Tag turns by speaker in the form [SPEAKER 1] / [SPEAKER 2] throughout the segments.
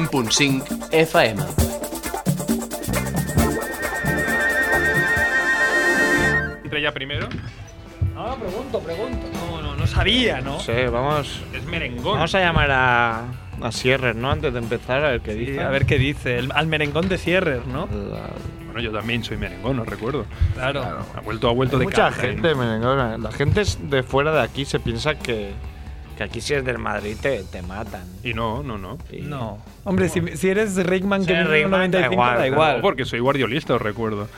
[SPEAKER 1] 100.5 FM.
[SPEAKER 2] ¿Entra ya primero?
[SPEAKER 3] No, pregunto, pregunto.
[SPEAKER 2] No, no, no sabía, ¿no?
[SPEAKER 4] No sé, vamos.
[SPEAKER 2] Es merengón.
[SPEAKER 4] Vamos a llamar a, a Sierrer, ¿no? Antes de empezar, a ver qué
[SPEAKER 2] Sí,
[SPEAKER 4] dice.
[SPEAKER 2] a ver qué dice. El- al merengón de cierres, ¿no?
[SPEAKER 4] La-
[SPEAKER 2] Bueno, yo también soy merengón, no recuerdo. Claro.
[SPEAKER 4] Claro.
[SPEAKER 2] Ha vuelto, ha vuelto
[SPEAKER 4] Hay
[SPEAKER 2] de
[SPEAKER 4] mucha
[SPEAKER 2] caza, ¿eh?
[SPEAKER 4] gente, merengona. La gente es de fuera de aquí se piensa que, que aquí si es del Madrid te, te matan.
[SPEAKER 2] Y no, no, no.
[SPEAKER 4] Y-
[SPEAKER 3] No.
[SPEAKER 2] Hombre, si, eres Rickman
[SPEAKER 4] que Sí, vive en el Rickman, da 95, igual, da igual.
[SPEAKER 2] No, porque soy guardiolista, os recuerdo.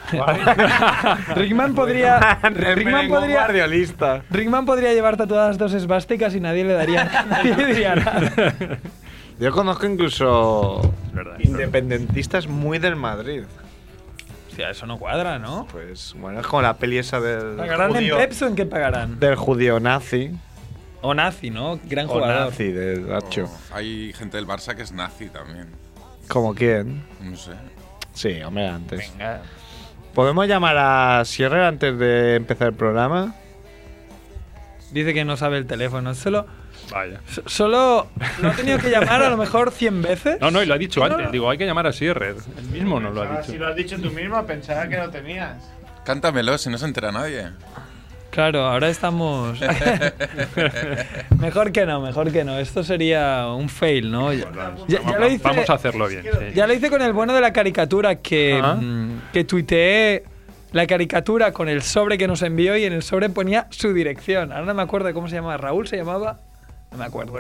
[SPEAKER 3] Rickman podría.
[SPEAKER 4] El
[SPEAKER 3] Rickman
[SPEAKER 4] merengón
[SPEAKER 3] podría.
[SPEAKER 4] guardiolista.
[SPEAKER 3] Rickman podría llevar tatuadas dos esvásticas y nadie le daría, nadie diría nada.
[SPEAKER 4] Yo conozco incluso
[SPEAKER 2] Es verdad. es verdad.
[SPEAKER 4] independentistas muy del Madrid.
[SPEAKER 3] Hostia, eso no cuadra, ¿no?
[SPEAKER 4] Pues bueno, es como la peli esa del
[SPEAKER 3] ¿Pagarán en
[SPEAKER 4] judío,
[SPEAKER 3] Pepsi o en qué pagarán?
[SPEAKER 4] del judío nazi
[SPEAKER 3] O Nazi, ¿no? Gran
[SPEAKER 4] o
[SPEAKER 3] jugador.
[SPEAKER 4] nazi de Nacho.
[SPEAKER 5] O hay gente del Barça que es nazi también.
[SPEAKER 4] ¿Como quién?
[SPEAKER 5] No sé.
[SPEAKER 4] Sí, hombre, antes.
[SPEAKER 3] Venga.
[SPEAKER 4] ¿Podemos llamar a Sierra antes de empezar el programa?
[SPEAKER 3] Dice que no sabe el teléfono. Solo,
[SPEAKER 2] Vaya.
[SPEAKER 3] so- solo lo ha tenido que llamar a lo mejor 100 veces.
[SPEAKER 2] No, no, y lo ha dicho
[SPEAKER 3] No,
[SPEAKER 2] antes.
[SPEAKER 3] no.
[SPEAKER 2] Digo, hay que llamar a Sierrer. Él mismo nos Ah, lo ha dicho.
[SPEAKER 6] has dicho tú mismo, pensaba que lo tenías.
[SPEAKER 5] Cántamelo si no se entera nadie.
[SPEAKER 3] Claro, ahora estamos. mejor que no, mejor que no. Esto sería un fail, ¿no? Ya, ya- ya lo
[SPEAKER 2] vamos,
[SPEAKER 3] hice,
[SPEAKER 2] vamos a hacerlo bien. sí.
[SPEAKER 3] ya lo hice con el bueno de la caricatura que,
[SPEAKER 4] Ajá.
[SPEAKER 3] mm, que tuiteé la caricatura con el sobre que nos envió y en el sobre ponía su dirección. Ahora no me acuerdo de cómo se llamaba. Raúl se llamaba. No me acuerdo.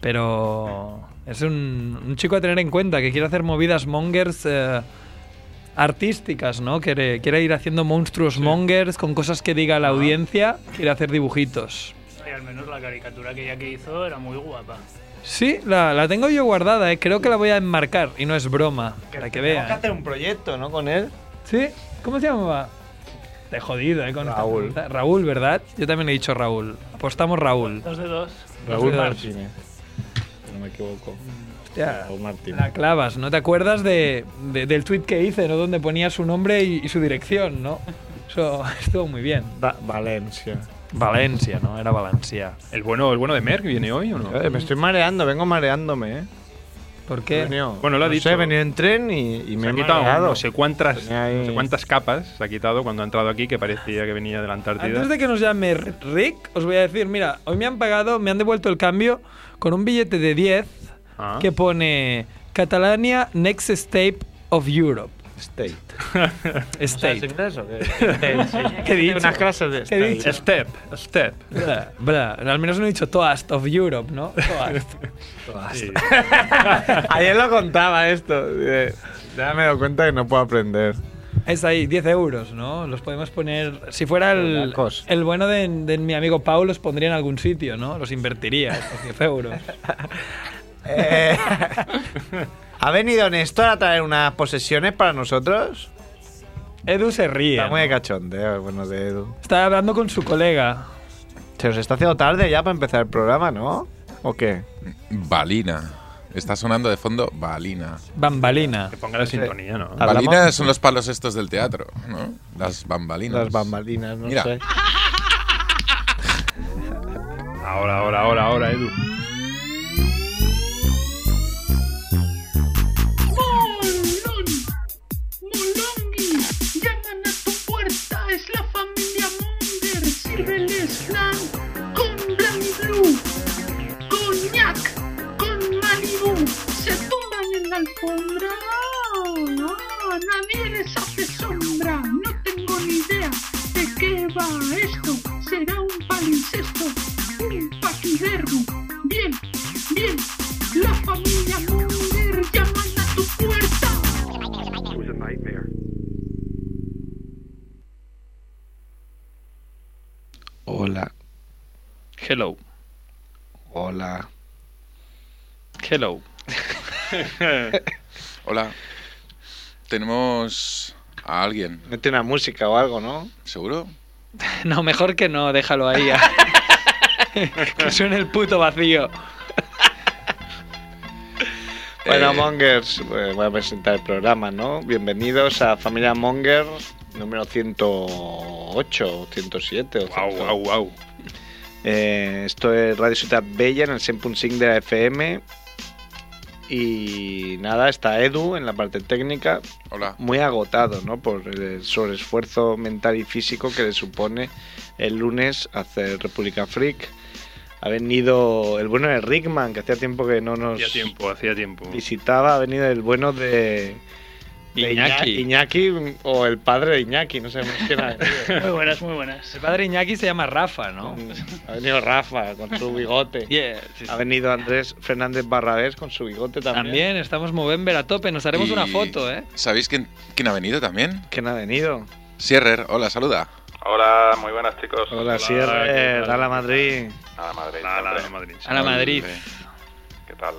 [SPEAKER 3] Pero es un, un chico a tener en cuenta que quiere hacer movidas mongers eh, artísticas, ¿no? Quiere, quiere ir haciendo monstruos mongers con cosas que diga la audiencia. Quiere hacer dibujitos.
[SPEAKER 6] Y al menos la caricatura que ella que hizo era muy guapa.
[SPEAKER 3] Sí, la, la tengo yo guardada, ¿eh? creo que la voy a enmarcar y no es broma, para que vean.
[SPEAKER 4] un proyecto, ¿no? Con él.
[SPEAKER 3] ¿Sí? ¿Cómo se llamaba? Te he jodido, ¿eh? Con esta
[SPEAKER 4] Raúl.
[SPEAKER 3] pregunta. Raúl, ¿verdad? Yo también he dicho Raúl. Apostamos Raúl.
[SPEAKER 6] Dos de dos.
[SPEAKER 4] Raúl
[SPEAKER 3] Sí.
[SPEAKER 4] Martínez. No me equivoco.
[SPEAKER 3] Hostia,
[SPEAKER 4] Raúl Martínez.
[SPEAKER 3] la clavas, ¿no? ¿Te acuerdas de, de- del tweet que hice, ¿no? Donde ponía su nombre y, y su dirección, ¿no? Eso estuvo muy bien.
[SPEAKER 4] Da- Valencia.
[SPEAKER 3] Valencia, ¿no? Era Valencia.
[SPEAKER 2] ¿El, bueno, ¿El bueno de Merck viene hoy o no?
[SPEAKER 4] Eh, me estoy mareando, vengo mareándome, ¿eh?
[SPEAKER 3] ¿Por
[SPEAKER 4] He
[SPEAKER 3] qué?
[SPEAKER 4] venido-
[SPEAKER 2] Bueno, lo ha
[SPEAKER 4] no
[SPEAKER 2] dicho.
[SPEAKER 4] Sé, he venido en tren y, y me
[SPEAKER 2] se
[SPEAKER 4] he
[SPEAKER 2] ha quitado
[SPEAKER 4] mareado.
[SPEAKER 2] no sé, cuántas,
[SPEAKER 4] Tenía ahí-
[SPEAKER 2] no sé cuántas capas se ha quitado cuando ha entrado aquí que parecía que venía de la Antártida.
[SPEAKER 3] Antes de que nos llame Rick, os voy a decir, mira, hoy me han pagado, me han devuelto el cambio con un billete de 10
[SPEAKER 2] Ah.
[SPEAKER 3] que pone Catalania Next State of Europe.
[SPEAKER 4] State.
[SPEAKER 3] State.
[SPEAKER 4] inglés o qué?
[SPEAKER 3] ¿Qué he dicho?
[SPEAKER 4] Unas clases de
[SPEAKER 3] ¿Qué he dicho?
[SPEAKER 2] Step, step.
[SPEAKER 3] Bla, bla. Al menos no he dicho Toast of Europe, ¿no? Toast.
[SPEAKER 2] Sí.
[SPEAKER 4] Ayer lo contaba esto. eh, Ya me he dado cuenta que no puedo aprender.
[SPEAKER 3] es ahí, 10 euros, ¿no? Los podemos poner. Si fuera el,
[SPEAKER 4] Euracos.
[SPEAKER 3] el bueno de, de mi amigo Pau, los pondría en algún sitio, ¿no? Los invertiría, estos 10 euros.
[SPEAKER 4] Eh, ¿Ha venido Néstor a traer unas posesiones para nosotros?
[SPEAKER 3] Edu se ríe.
[SPEAKER 4] Está muy
[SPEAKER 3] ¿no?
[SPEAKER 4] de cachondeo, el bueno, de Edu.
[SPEAKER 3] Está hablando con su colega.
[SPEAKER 4] Se nos está haciendo tarde ya para empezar el programa, ¿no? ¿O qué?
[SPEAKER 5] Balina. Está sonando de fondo Balina.
[SPEAKER 3] Bambalina.
[SPEAKER 2] Que ponga la sintonía, ¿no?
[SPEAKER 4] Ah. Hablamos-
[SPEAKER 5] Balina son los palos estos del teatro, ¿no? Las bambalinas.
[SPEAKER 4] Las bambalinas, no
[SPEAKER 5] Mira.
[SPEAKER 4] sé.
[SPEAKER 2] Ahora, ahora, ahora, ahora, Edu.
[SPEAKER 7] Molón, Molongi, llaman a tu puerta, es la familia Munger, sírveles flan con Blanc Blue, coñac, con Malibu, se tumban en la alfombra, no, nadie les hace sombra, no tengo ni idea de qué va esto, será un palincesto, un paquidermo, bien, bien, la familia Munger llaman a tu puerta.
[SPEAKER 8] Hola,
[SPEAKER 2] Hello,
[SPEAKER 8] hola.
[SPEAKER 2] hello.
[SPEAKER 5] Hola. Tenemos a alguien,
[SPEAKER 4] Mete una música o algo, ¿no?
[SPEAKER 5] ¿seguro?
[SPEAKER 3] No, mejor que no, déjalo ahí. que suene el puto vacío.
[SPEAKER 4] Bueno,
[SPEAKER 5] Eh,
[SPEAKER 4] Mongers, eh, voy a presentar el programa, ¿no? Bienvenidos a Familia Monger número 108 o 107. O
[SPEAKER 2] Wow,
[SPEAKER 4] 100.
[SPEAKER 2] wow, wow.
[SPEAKER 4] Eh, esto es Radio Ciudad Bella en el 100.5 de la FM. Y nada, está Edu en la parte técnica,
[SPEAKER 5] Hola.
[SPEAKER 4] muy agotado, ¿no? Por el sobreesfuerzo mental y físico que le supone el lunes hacer República Freak. Ha venido el bueno de Rickman, que hacía tiempo que no nos
[SPEAKER 2] Hacía tiempo, hacía tiempo.
[SPEAKER 4] visitaba. Ha venido el bueno de. de
[SPEAKER 9] Iñaki.
[SPEAKER 4] Iñaki. Iñaki, o el padre de Iñaki, no sabemos quién ha venido.
[SPEAKER 10] Muy buenas, muy buenas. Mm,
[SPEAKER 3] El padre Iñaki se llama Rafa, ¿no?
[SPEAKER 4] Ha venido Rafa con su bigote.
[SPEAKER 10] Yeah, sí, sí.
[SPEAKER 4] Ha venido Andrés Fernández Barrabés con su bigote también.
[SPEAKER 3] También estamos Movember a tope, nos haremos
[SPEAKER 5] Y-
[SPEAKER 3] una foto, ¿eh?
[SPEAKER 5] ¿Sabéis quién, quién ha venido también?
[SPEAKER 4] ¿Quién ha venido?
[SPEAKER 5] Sierrer, hola, saluda.
[SPEAKER 11] Hola, muy buenas chicos.
[SPEAKER 4] Hola,
[SPEAKER 2] ¿qué
[SPEAKER 4] Sierra,
[SPEAKER 2] tal?
[SPEAKER 4] a la Eh, Madrid.
[SPEAKER 11] A la Madrid.
[SPEAKER 2] Nada, nada,
[SPEAKER 11] hombre.
[SPEAKER 2] Madrid.
[SPEAKER 3] A la Madrid.
[SPEAKER 11] ¿Qué tal?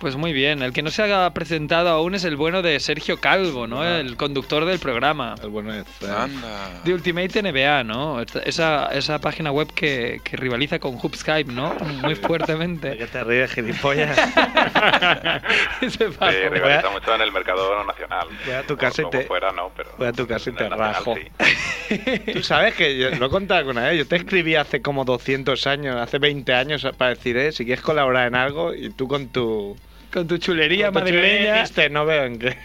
[SPEAKER 3] Pues muy bien, el que no se ha presentado aún es el bueno de Sergio Calvo, ¿no? El conductor del programa.
[SPEAKER 4] El bueno de Zed.
[SPEAKER 5] Anda.
[SPEAKER 3] De Ultimate NBA, ¿no? Esta- Esa, esa página web que, que rivaliza con Hoops Skype, ¿no? Muy
[SPEAKER 4] ¿De
[SPEAKER 3] fuertemente.
[SPEAKER 4] qué te ríes, gilipollas?
[SPEAKER 3] Ese
[SPEAKER 11] Sí,
[SPEAKER 3] pago.
[SPEAKER 11] rivaliza mucho en el mercado nacional.
[SPEAKER 4] Voy a tu
[SPEAKER 11] Por-
[SPEAKER 4] casa y
[SPEAKER 11] como
[SPEAKER 4] te-
[SPEAKER 11] fuera no, pero...
[SPEAKER 4] voy a tu casa y
[SPEAKER 11] en
[SPEAKER 4] te
[SPEAKER 11] el nacional,
[SPEAKER 4] rajo.
[SPEAKER 11] sí.
[SPEAKER 4] Tú sabes que yo, lo he contado alguna vez. Yo te escribí hace como 200 años, hace 20 años, para decir, eh, si quieres colaborar en algo y tú con tu.
[SPEAKER 3] Con tu chulería
[SPEAKER 4] con tu chile
[SPEAKER 3] madrileña.
[SPEAKER 4] dijiste, no veo en qué.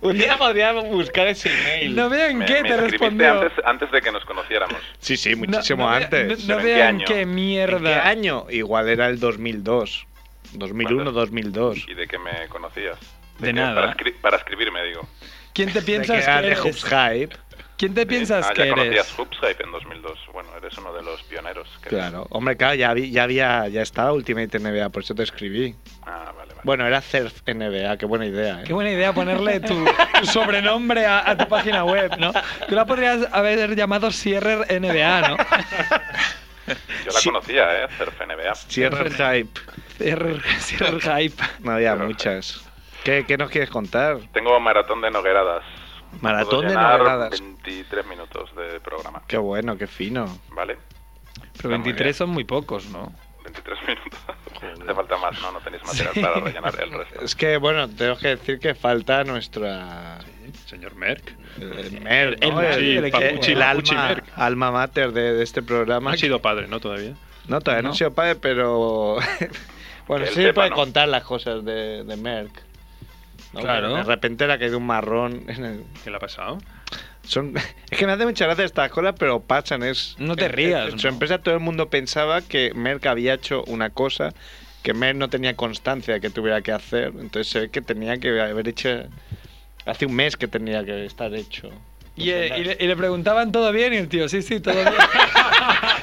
[SPEAKER 4] Un día podríamos buscar ese email.
[SPEAKER 3] No veo en
[SPEAKER 11] Me,
[SPEAKER 3] qué
[SPEAKER 11] me
[SPEAKER 3] te
[SPEAKER 11] escribiste
[SPEAKER 3] respondió.
[SPEAKER 11] Antes, antes de que nos conociéramos.
[SPEAKER 4] Sí, sí,
[SPEAKER 3] No-
[SPEAKER 4] muchísimo
[SPEAKER 3] no veo-
[SPEAKER 4] antes.
[SPEAKER 11] ¿Pero
[SPEAKER 3] No, no
[SPEAKER 11] en
[SPEAKER 3] veo
[SPEAKER 11] qué
[SPEAKER 3] en
[SPEAKER 11] año?
[SPEAKER 3] qué
[SPEAKER 4] ¿En qué
[SPEAKER 3] mierda.
[SPEAKER 4] año? Igual era el 2002. 2001,
[SPEAKER 11] Bueno.
[SPEAKER 4] 2002.
[SPEAKER 11] ¿Y de qué me conocías?
[SPEAKER 3] De
[SPEAKER 11] que-
[SPEAKER 3] nada.
[SPEAKER 11] Para, escri- para escribirme, digo.
[SPEAKER 3] ¿Quién
[SPEAKER 4] De
[SPEAKER 3] te
[SPEAKER 4] que
[SPEAKER 3] piensas
[SPEAKER 4] era
[SPEAKER 3] que
[SPEAKER 4] de Hoops
[SPEAKER 3] eres?
[SPEAKER 4] Hype.
[SPEAKER 3] ¿Quién te piensas
[SPEAKER 11] ah,
[SPEAKER 3] que
[SPEAKER 11] ya
[SPEAKER 3] eres?
[SPEAKER 11] conocías Hoopshype en 2002. Bueno, eres uno de los pioneros. que-
[SPEAKER 4] Claro. Hombre, claro, ya, vi- ya había, ya estaba Ultimate NBA, por eso te escribí.
[SPEAKER 11] Ah, vale, vale.
[SPEAKER 4] Bueno, era Surf NBA, qué buena idea. ¿eh?
[SPEAKER 3] Qué buena idea ponerle tu, tu sobrenombre a, a tu página web, ¿no? Tú la podrías haber llamado Sierrer NBA, ¿no?
[SPEAKER 11] Yo la conocía, ¿eh? Surf NBA.
[SPEAKER 4] Sierra Hype.
[SPEAKER 3] Sierrer, Sierrer Hype.
[SPEAKER 4] No había
[SPEAKER 11] Surf
[SPEAKER 4] muchas. ¿Qué, qué nos quieres contar?
[SPEAKER 11] Tengo maratón de nogueradas.
[SPEAKER 4] Maratón
[SPEAKER 11] Puedo
[SPEAKER 4] de
[SPEAKER 11] llenar
[SPEAKER 4] nogueradas.
[SPEAKER 11] 23 minutos de programa,
[SPEAKER 4] Qué bueno, qué fino.
[SPEAKER 11] ¿vale?
[SPEAKER 3] Pero
[SPEAKER 11] Está muy
[SPEAKER 3] 23
[SPEAKER 11] bien.
[SPEAKER 3] son muy pocos, ¿no?
[SPEAKER 11] 23 minutos. Hace falta más, ¿no? No tenéis material para rellenar el resto.
[SPEAKER 4] Es que, bueno, tengo que decir que falta nuestra...
[SPEAKER 2] ¿eh? Señor Merck.
[SPEAKER 4] El, el Mer,
[SPEAKER 3] El
[SPEAKER 4] Eh, ¿no?
[SPEAKER 3] Papuchi,
[SPEAKER 4] El-
[SPEAKER 3] el
[SPEAKER 4] el
[SPEAKER 3] Papuchi,
[SPEAKER 2] Papuchi
[SPEAKER 4] alma,
[SPEAKER 2] Merck.
[SPEAKER 4] alma mater de, de este programa.
[SPEAKER 2] No ha sido padre, ¿no? Todavía.
[SPEAKER 4] No, todavía no,
[SPEAKER 3] No.
[SPEAKER 4] he sido padre, pero... bueno,
[SPEAKER 11] Que él
[SPEAKER 4] sí se
[SPEAKER 11] sepa,
[SPEAKER 4] puede
[SPEAKER 11] ¿no?
[SPEAKER 4] contar las cosas de, de Merck. ¿no?
[SPEAKER 3] Claro.
[SPEAKER 4] De repente le ha caído un marrón en el-
[SPEAKER 2] ¿Qué le ha pasado?
[SPEAKER 4] Son, es que me hace mucha gracia estas cosas, pero pasan. Es,
[SPEAKER 3] No te
[SPEAKER 4] en-
[SPEAKER 3] rías,
[SPEAKER 4] En, su
[SPEAKER 3] no.
[SPEAKER 4] empresa todo el mundo pensaba que Merck había hecho una cosa que Merck no tenía constancia de que tuviera que hacer. Entonces se ve que tenía que haber hecho. Hace un mes que tenía que estar hecho.
[SPEAKER 3] Y, eh, y le, y le preguntaban todo bien y el tío, sí, sí, todo bien.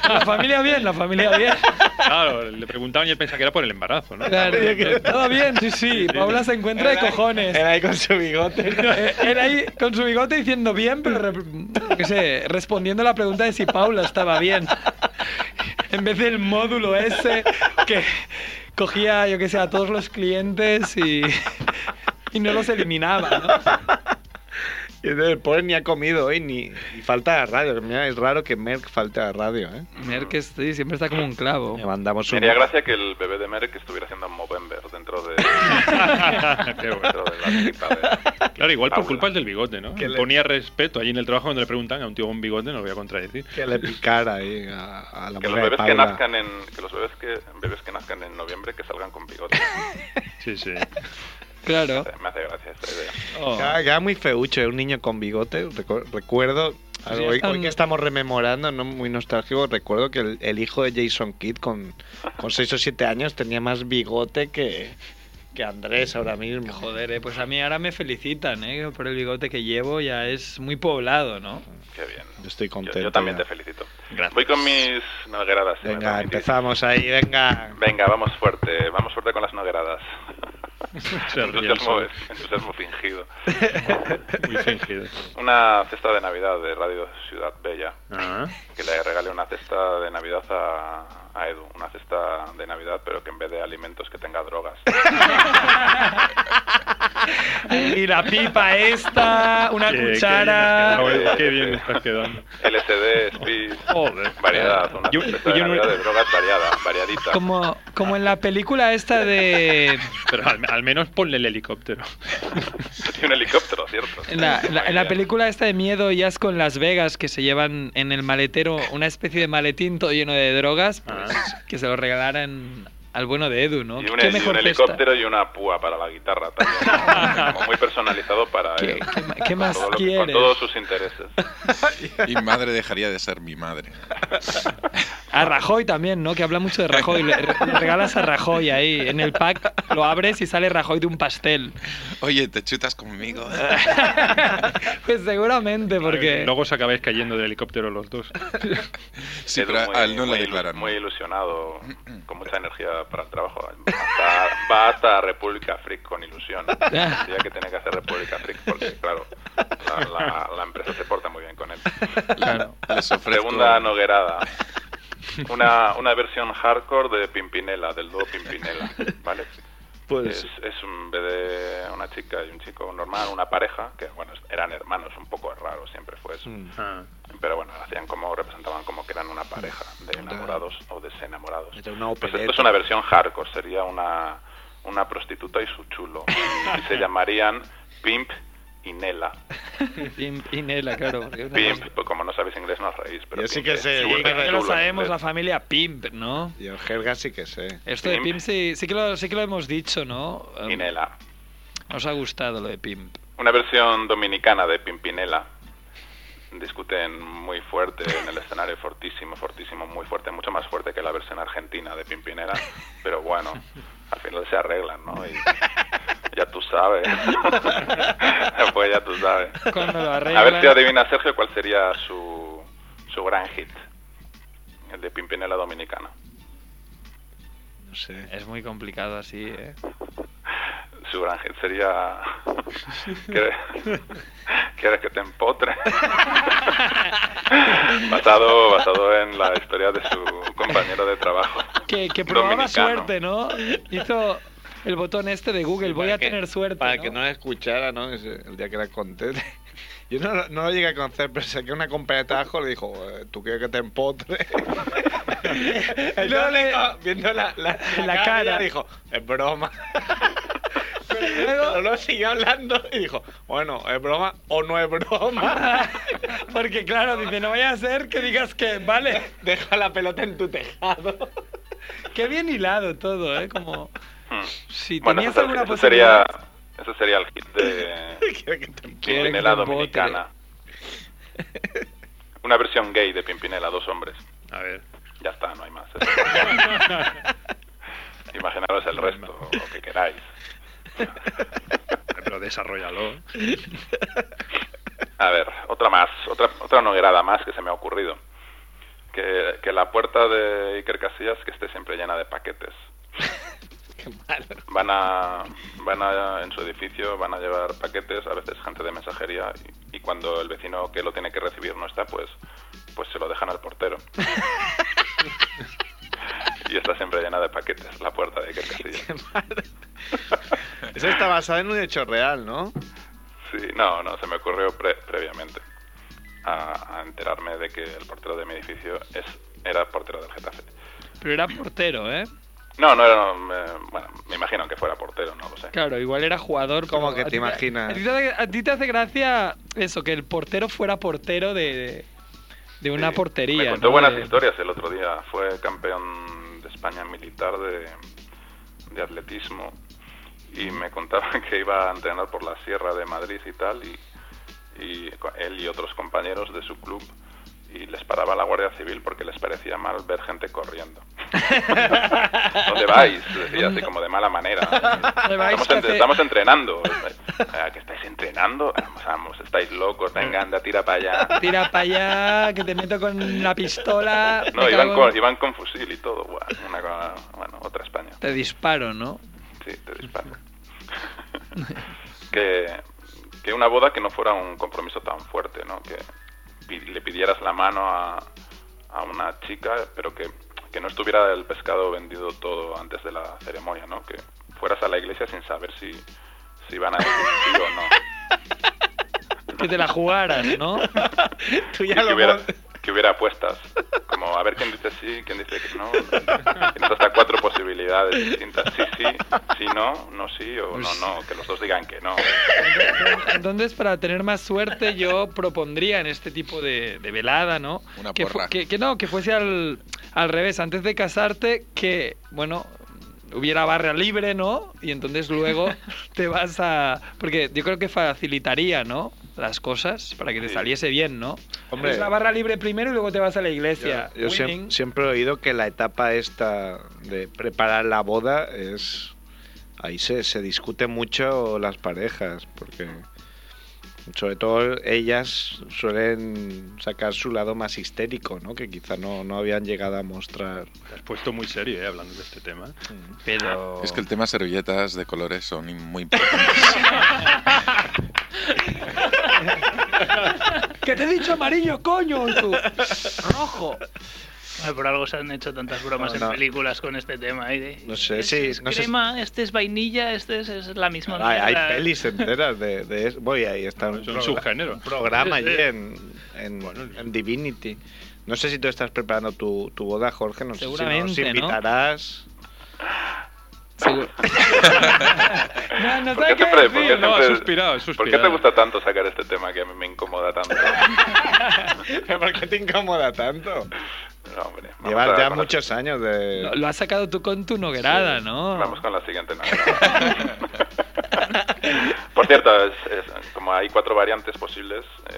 [SPEAKER 3] la familia bien, la familia bien.
[SPEAKER 2] Claro, le preguntaban y él pensaba que era por el embarazo, ¿no?
[SPEAKER 3] Claro, todo bien, sí, sí. Paula se encuentra de cojones.
[SPEAKER 4] Era ahí con su bigote.
[SPEAKER 3] Eh, Él ahí con su bigote diciendo bien, pero re- yo qué sé, respondiendo a la pregunta de si Paula estaba bien. En vez del módulo ese que cogía, yo qué sé, a todos los clientes y, y no los eliminaba, ¿no?
[SPEAKER 4] Y entonces el pobre ni ha comido hoy ni. y falta la radio. Mira, es raro que Merck falte a la radio, ¿eh?
[SPEAKER 3] Merck es- sí, siempre está como un clavo.
[SPEAKER 4] Le mandamos
[SPEAKER 11] Me
[SPEAKER 4] un.
[SPEAKER 11] haría gracia que el bebé de Merck estuviera haciendo Movember dentro de,
[SPEAKER 2] Qué bueno.
[SPEAKER 11] dentro de la tripa de-
[SPEAKER 2] Claro, igual por
[SPEAKER 11] Paula.
[SPEAKER 2] culpa del bigote, ¿no?
[SPEAKER 4] Que le-
[SPEAKER 2] Ponía respeto allí en el trabajo cuando le preguntan a un tío con bigote, no lo voy a contradecir.
[SPEAKER 4] Que le picara ahí a, a la
[SPEAKER 11] Que los
[SPEAKER 4] mujer de
[SPEAKER 11] bebés que
[SPEAKER 4] Paula.
[SPEAKER 11] nazcan en que los bebés que bebés que nazcan en noviembre que salgan con bigote.
[SPEAKER 2] Sí, sí.
[SPEAKER 3] Claro.
[SPEAKER 11] Me hace gracia esta idea.
[SPEAKER 3] Oh.
[SPEAKER 4] Queda, queda muy feucho, ¿eh? un niño con bigote. Recu- Recuerdo,
[SPEAKER 3] ya
[SPEAKER 4] hoy- hoy,
[SPEAKER 3] están-
[SPEAKER 4] que estamos rememorando, no muy nostálgico, recuerdo que el, el hijo de Jason Kidd con, con 6 o 7 años tenía más bigote que, que Andrés ahora mismo.
[SPEAKER 3] Joder, eh, pues a mí ahora me felicitan, ¿eh? Por el bigote que llevo ya es muy poblado, ¿no?
[SPEAKER 11] Qué bien.
[SPEAKER 4] Yo estoy
[SPEAKER 11] Yo-
[SPEAKER 4] contento.
[SPEAKER 11] Yo, también
[SPEAKER 4] ya.
[SPEAKER 11] te felicito. Voy con mis nogueradas. si me
[SPEAKER 4] Venga,
[SPEAKER 11] permitís.
[SPEAKER 4] empezamos ahí, venga.
[SPEAKER 11] Venga, vamos fuerte, vamos fuerte con las nogueradas.
[SPEAKER 2] Se ríe el
[SPEAKER 11] entusiasmo,
[SPEAKER 2] sol.
[SPEAKER 11] entusiasmo fingido.
[SPEAKER 2] Muy fingido.
[SPEAKER 11] Una cesta de Navidad de Radio Ciudad Bella.
[SPEAKER 2] Ah,
[SPEAKER 11] que le regalé una cesta de Navidad a, a Edu, una cesta de Navidad, pero que en vez de alimentos que tenga drogas.
[SPEAKER 3] Y la pipa esta, una
[SPEAKER 2] qué- qué bien has
[SPEAKER 3] cuchara.
[SPEAKER 2] quedado, eh, Qué bien, estás quedando.
[SPEAKER 11] LSD, speed,
[SPEAKER 2] Joder.
[SPEAKER 11] variedad, una
[SPEAKER 2] Yo-
[SPEAKER 11] cesta de
[SPEAKER 2] yo no-
[SPEAKER 11] Navidad de drogas variada, variadita.
[SPEAKER 3] Como, como en la película esta de...
[SPEAKER 2] Pero al, al menos ponle el helicóptero.
[SPEAKER 11] Y un helicóptero, ¿cierto?
[SPEAKER 3] En la, en la- en la
[SPEAKER 11] Muy bien.
[SPEAKER 3] película esta de miedo y asco en Las Vegas que se llevan en el maletero una especie de maletín todo lleno de drogas, pues,
[SPEAKER 2] Ah.
[SPEAKER 3] que se lo regalaran
[SPEAKER 8] Al bueno de Edu, ¿no?
[SPEAKER 11] Y un,
[SPEAKER 8] Qué
[SPEAKER 11] y
[SPEAKER 8] mejor
[SPEAKER 11] un
[SPEAKER 8] fiesta.
[SPEAKER 11] helicóptero y una púa para la guitarra también. Como muy personalizado para
[SPEAKER 3] ¿Qué-
[SPEAKER 11] él.
[SPEAKER 3] qué ma- qué
[SPEAKER 11] Con
[SPEAKER 3] más
[SPEAKER 11] todo lo que- Con
[SPEAKER 3] quieres?
[SPEAKER 11] todos sus intereses.
[SPEAKER 5] Mi madre dejaría de ser mi madre.
[SPEAKER 3] A Rajoy también, ¿no? Que habla mucho de Rajoy. Le, le regalas a Rajoy ahí. En el pack lo abres y sale Rajoy de un pastel.
[SPEAKER 5] Oye, te chutas conmigo.
[SPEAKER 3] Pues seguramente, porque.
[SPEAKER 2] Luego os acabáis cayendo del helicóptero los dos.
[SPEAKER 5] Sí,
[SPEAKER 11] Edu
[SPEAKER 5] pero a-
[SPEAKER 11] muy-
[SPEAKER 5] a él no
[SPEAKER 11] muy
[SPEAKER 5] le
[SPEAKER 11] ilu-
[SPEAKER 5] declaran.
[SPEAKER 11] Muy ilusionado, con mucha energía para el trabajo. Va hasta, va hasta República Freak con ilusión. Tendría que tener que hacer República Freak porque, claro, la, la- la empresa se porta muy bien con él.
[SPEAKER 5] Les ofrezco-
[SPEAKER 11] Segunda noguerada. Una, una versión hardcore de Pimpinela, del dúo Pimpinela, ¿vale?
[SPEAKER 8] Pues,
[SPEAKER 11] Es, es un vez de una chica y un chico normal, una pareja, que bueno, eran hermanos, un poco raro siempre fue eso.
[SPEAKER 2] Ah.
[SPEAKER 11] Pero bueno, hacían como, representaban como que eran una pareja de enamorados o desenamorados.
[SPEAKER 8] Era una
[SPEAKER 11] Pues
[SPEAKER 8] opereta.
[SPEAKER 11] esto es una versión hardcore, sería una, una prostituta y su chulo. Y se llamarían Pimp y Nela.
[SPEAKER 3] Y, y Nela, claro. porque es una cosa-
[SPEAKER 11] Pimp, pues como no sabéis inglés no os reís, pero
[SPEAKER 8] Yo sí
[SPEAKER 11] Pimp
[SPEAKER 8] que
[SPEAKER 11] es
[SPEAKER 8] sé,
[SPEAKER 11] chulo,
[SPEAKER 8] yo creo
[SPEAKER 11] es
[SPEAKER 3] Ya lo
[SPEAKER 11] chulo en
[SPEAKER 3] sabemos, la
[SPEAKER 11] inglés.
[SPEAKER 3] familia Pimp, ¿no?
[SPEAKER 8] yo jerga sí que sé.
[SPEAKER 3] Esto de
[SPEAKER 11] Pimp.
[SPEAKER 3] Pimp sí, sí, que lo, sí que lo hemos dicho, ¿no?
[SPEAKER 11] Y Nela.
[SPEAKER 3] Os ha gustado lo de Pimp.
[SPEAKER 11] Una versión dominicana de Pimpinela. Discuten muy fuerte en el escenario, fortísimo, fortísimo, muy fuerte, mucho más fuerte que la versión argentina de Pimpinela. Pero bueno, al final se arreglan, ¿no? Y ya tú sabes. pues ya tú sabes.
[SPEAKER 3] Cuando lo
[SPEAKER 11] A ver si
[SPEAKER 3] arreglan.
[SPEAKER 11] adivina Sergio cuál sería su, su gran hit. El de Pimpinela Dominicana.
[SPEAKER 8] No sé.
[SPEAKER 3] Es muy complicado así, ¿eh?
[SPEAKER 11] Su gran hit sería... ¿Quieres, quieres que te empotre? basado, basado en la historia de su compañero de trabajo.
[SPEAKER 3] Que, que probaba
[SPEAKER 11] Dominicano.
[SPEAKER 3] suerte, ¿no? Hizo el botón este de Google, voy
[SPEAKER 8] Para
[SPEAKER 3] a
[SPEAKER 8] que-
[SPEAKER 3] tener suerte.
[SPEAKER 8] Para que
[SPEAKER 3] ¿no?
[SPEAKER 8] no la escuchara, ¿no? Ese- El día que la conté. Yo no, lo- no lo llegué a conocer, pero saqué una compañía de trabajo le dijo, eh, ¿tú quieres que te empotre? Y luego le dijo, viendo la, la,
[SPEAKER 3] La
[SPEAKER 8] la cara, de ella,
[SPEAKER 3] cara.
[SPEAKER 8] dijo, es broma. Pero
[SPEAKER 3] luego-
[SPEAKER 8] luego, siguió hablando y dijo, bueno, ¿es broma o no es broma?
[SPEAKER 3] Porque claro, dice, no vaya a ser que digas que, vale,
[SPEAKER 8] Deja la pelota en tu tejado.
[SPEAKER 3] qué bien hilado todo, ¿eh? Como
[SPEAKER 11] Hmm.
[SPEAKER 3] si
[SPEAKER 11] Bueno,
[SPEAKER 3] tenías
[SPEAKER 11] ese, es el-
[SPEAKER 3] alguna
[SPEAKER 11] ese sería,
[SPEAKER 3] posibilidad...
[SPEAKER 11] ese sería el hit de...
[SPEAKER 8] Quiero que te empotre.
[SPEAKER 11] Pimpinela
[SPEAKER 3] que te empotre.
[SPEAKER 11] dominicana. Una versión gay de Pimpinela, dos hombres.
[SPEAKER 2] A ver.
[SPEAKER 11] Ya está, no hay más. Imaginaros el resto, lo que queráis.
[SPEAKER 2] Pero desarrollalo.
[SPEAKER 11] A ver, otra más, otra, otra noguerada más que se me ha ocurrido. Que, que la puerta de Iker Casillas que esté siempre llena de paquetes. Van a, van a, en su edificio van a llevar paquetes, a veces gente de mensajería, y, y cuando el vecino que lo tiene que recibir no está, pues, pues se lo dejan al portero. y está siempre llena de paquetes la puerta de Iker Casillas.
[SPEAKER 8] Eso está basado en un hecho real, ¿no?
[SPEAKER 11] Sí, no, no, se me ocurrió pre- previamente a, a enterarme de que el portero de mi edificio es, era portero del Getafe.
[SPEAKER 3] Pero era portero, ¿eh?
[SPEAKER 11] No, no era, eh, bueno, me imagino que fuera portero, no lo sé.
[SPEAKER 3] Claro, igual era jugador.
[SPEAKER 8] ¿Cómo
[SPEAKER 3] pero
[SPEAKER 8] que
[SPEAKER 3] a
[SPEAKER 8] te
[SPEAKER 3] ti
[SPEAKER 8] imaginas?
[SPEAKER 3] A ti, te, a ti te hace gracia eso, que el portero fuera portero de, de una
[SPEAKER 11] Sí,
[SPEAKER 3] portería.
[SPEAKER 11] Me contó
[SPEAKER 3] ¿no?
[SPEAKER 11] buenas
[SPEAKER 3] De-
[SPEAKER 11] historias el otro día. Fue campeón de España militar de, de atletismo y me contaba que iba a entrenar por la Sierra de Madrid y tal y, y co- él y otros compañeros de su club y les paraba la Guardia Civil porque les parecía mal ver gente corriendo. ¿Dónde vais? Decía así como de mala manera.
[SPEAKER 3] ¿Dónde vais?
[SPEAKER 11] Estamos,
[SPEAKER 3] ¿Qué
[SPEAKER 11] en-
[SPEAKER 3] hace-
[SPEAKER 11] estamos entrenando. "Ah, ¿Que estáis entrenando? Vamos, vamos, estáis locos. Venga, anda, tira para allá.
[SPEAKER 3] Tira para allá, que te meto con la pistola.
[SPEAKER 11] No,
[SPEAKER 3] Ah, me
[SPEAKER 11] iban
[SPEAKER 3] cago en-
[SPEAKER 11] con, iban con fusil y todo. Buah, una cosa- bueno, otra España.
[SPEAKER 3] Te disparo, ¿no?
[SPEAKER 11] Sí, te disparo. que, que una boda que no fuera un compromiso tan fuerte, ¿no? Que pi- le pidieras la mano a, a una chica, pero que, que no estuviera el pescado vendido todo antes de la ceremonia, ¿no? Que fueras a la iglesia sin saber si, si van a decir sí o no.
[SPEAKER 3] Que te la jugaras, ¿no?
[SPEAKER 8] Tú
[SPEAKER 11] Y
[SPEAKER 8] ya
[SPEAKER 11] que
[SPEAKER 8] lo
[SPEAKER 11] hubiera, que hubiera apuestas. Como a ver quién dice sí, quién dice que no. Tienes hasta cuatro posibilidades distintas. Sí, sí, sí, no, no sí o no, no. Que los dos digan que no.
[SPEAKER 3] Entonces, para tener más suerte, yo propondría en este tipo de, de velada, ¿no?
[SPEAKER 5] Una
[SPEAKER 3] que, fu-
[SPEAKER 5] porra.
[SPEAKER 3] que, que no, que fuese al, al revés. Antes de casarte, que, bueno, hubiera barra libre, ¿no? Y entonces luego te vas a... Porque yo creo que facilitaría, ¿no? Las cosas para que te saliese bien, ¿no?
[SPEAKER 4] Hombre.
[SPEAKER 3] es la barra libre primero y luego te vas a la iglesia.
[SPEAKER 4] Yo siem-
[SPEAKER 3] Winning.
[SPEAKER 4] siempre he oído que la etapa esta de preparar la boda es... Ahí se, se discute mucho las parejas, porque sobre todo ellas suelen sacar su lado más histérico, ¿no? que quizá no, no habían llegado a mostrar.
[SPEAKER 2] Te has puesto muy serio, eh, hablando de este tema.
[SPEAKER 4] Pero...
[SPEAKER 5] Es que el tema servilletas de colores son muy importantes.
[SPEAKER 3] ¡Que te he dicho amarillo, coño! Y tú, ¡Rojo!
[SPEAKER 6] Bueno, por algo se han hecho tantas bromas
[SPEAKER 4] No, no.
[SPEAKER 6] en películas con este tema. ¿eh? De-
[SPEAKER 4] No sé,
[SPEAKER 6] este
[SPEAKER 4] sí,
[SPEAKER 6] es
[SPEAKER 4] no sé-
[SPEAKER 6] crema, este es vainilla, este es, es la misma.
[SPEAKER 4] hay, hay
[SPEAKER 6] mierda.
[SPEAKER 4] pelis enteras de, de eso. Voy ahí, está un,
[SPEAKER 2] Es un
[SPEAKER 4] progra-
[SPEAKER 2] subgénero.
[SPEAKER 4] un programa allí en, en- en Divinity. No sé si tú estás preparando tu, tu boda, Jorge. No sé si nos
[SPEAKER 3] Seguramente, ¿no?
[SPEAKER 4] invitarás.
[SPEAKER 3] Seguro. no, no
[SPEAKER 11] ¿Por
[SPEAKER 3] sabe
[SPEAKER 11] qué
[SPEAKER 3] qué
[SPEAKER 11] siempre- por qué
[SPEAKER 3] decir.
[SPEAKER 2] No, ha
[SPEAKER 11] siempre-
[SPEAKER 2] suspirado, ha
[SPEAKER 11] ¿Por qué te
[SPEAKER 2] suspirado.
[SPEAKER 11] gusta tanto sacar este tema que a mí me incomoda tanto?
[SPEAKER 4] ¿Por qué te incomoda tanto?
[SPEAKER 11] No, hombre. vamos a-
[SPEAKER 4] Llevas ya
[SPEAKER 11] con la-
[SPEAKER 4] muchos años de...
[SPEAKER 3] Lo, lo has sacado tú con tu noguerada, ¿no?
[SPEAKER 11] Vamos con la siguiente Navidad. Por cierto, es- es- como hay cuatro variantes posibles, eh,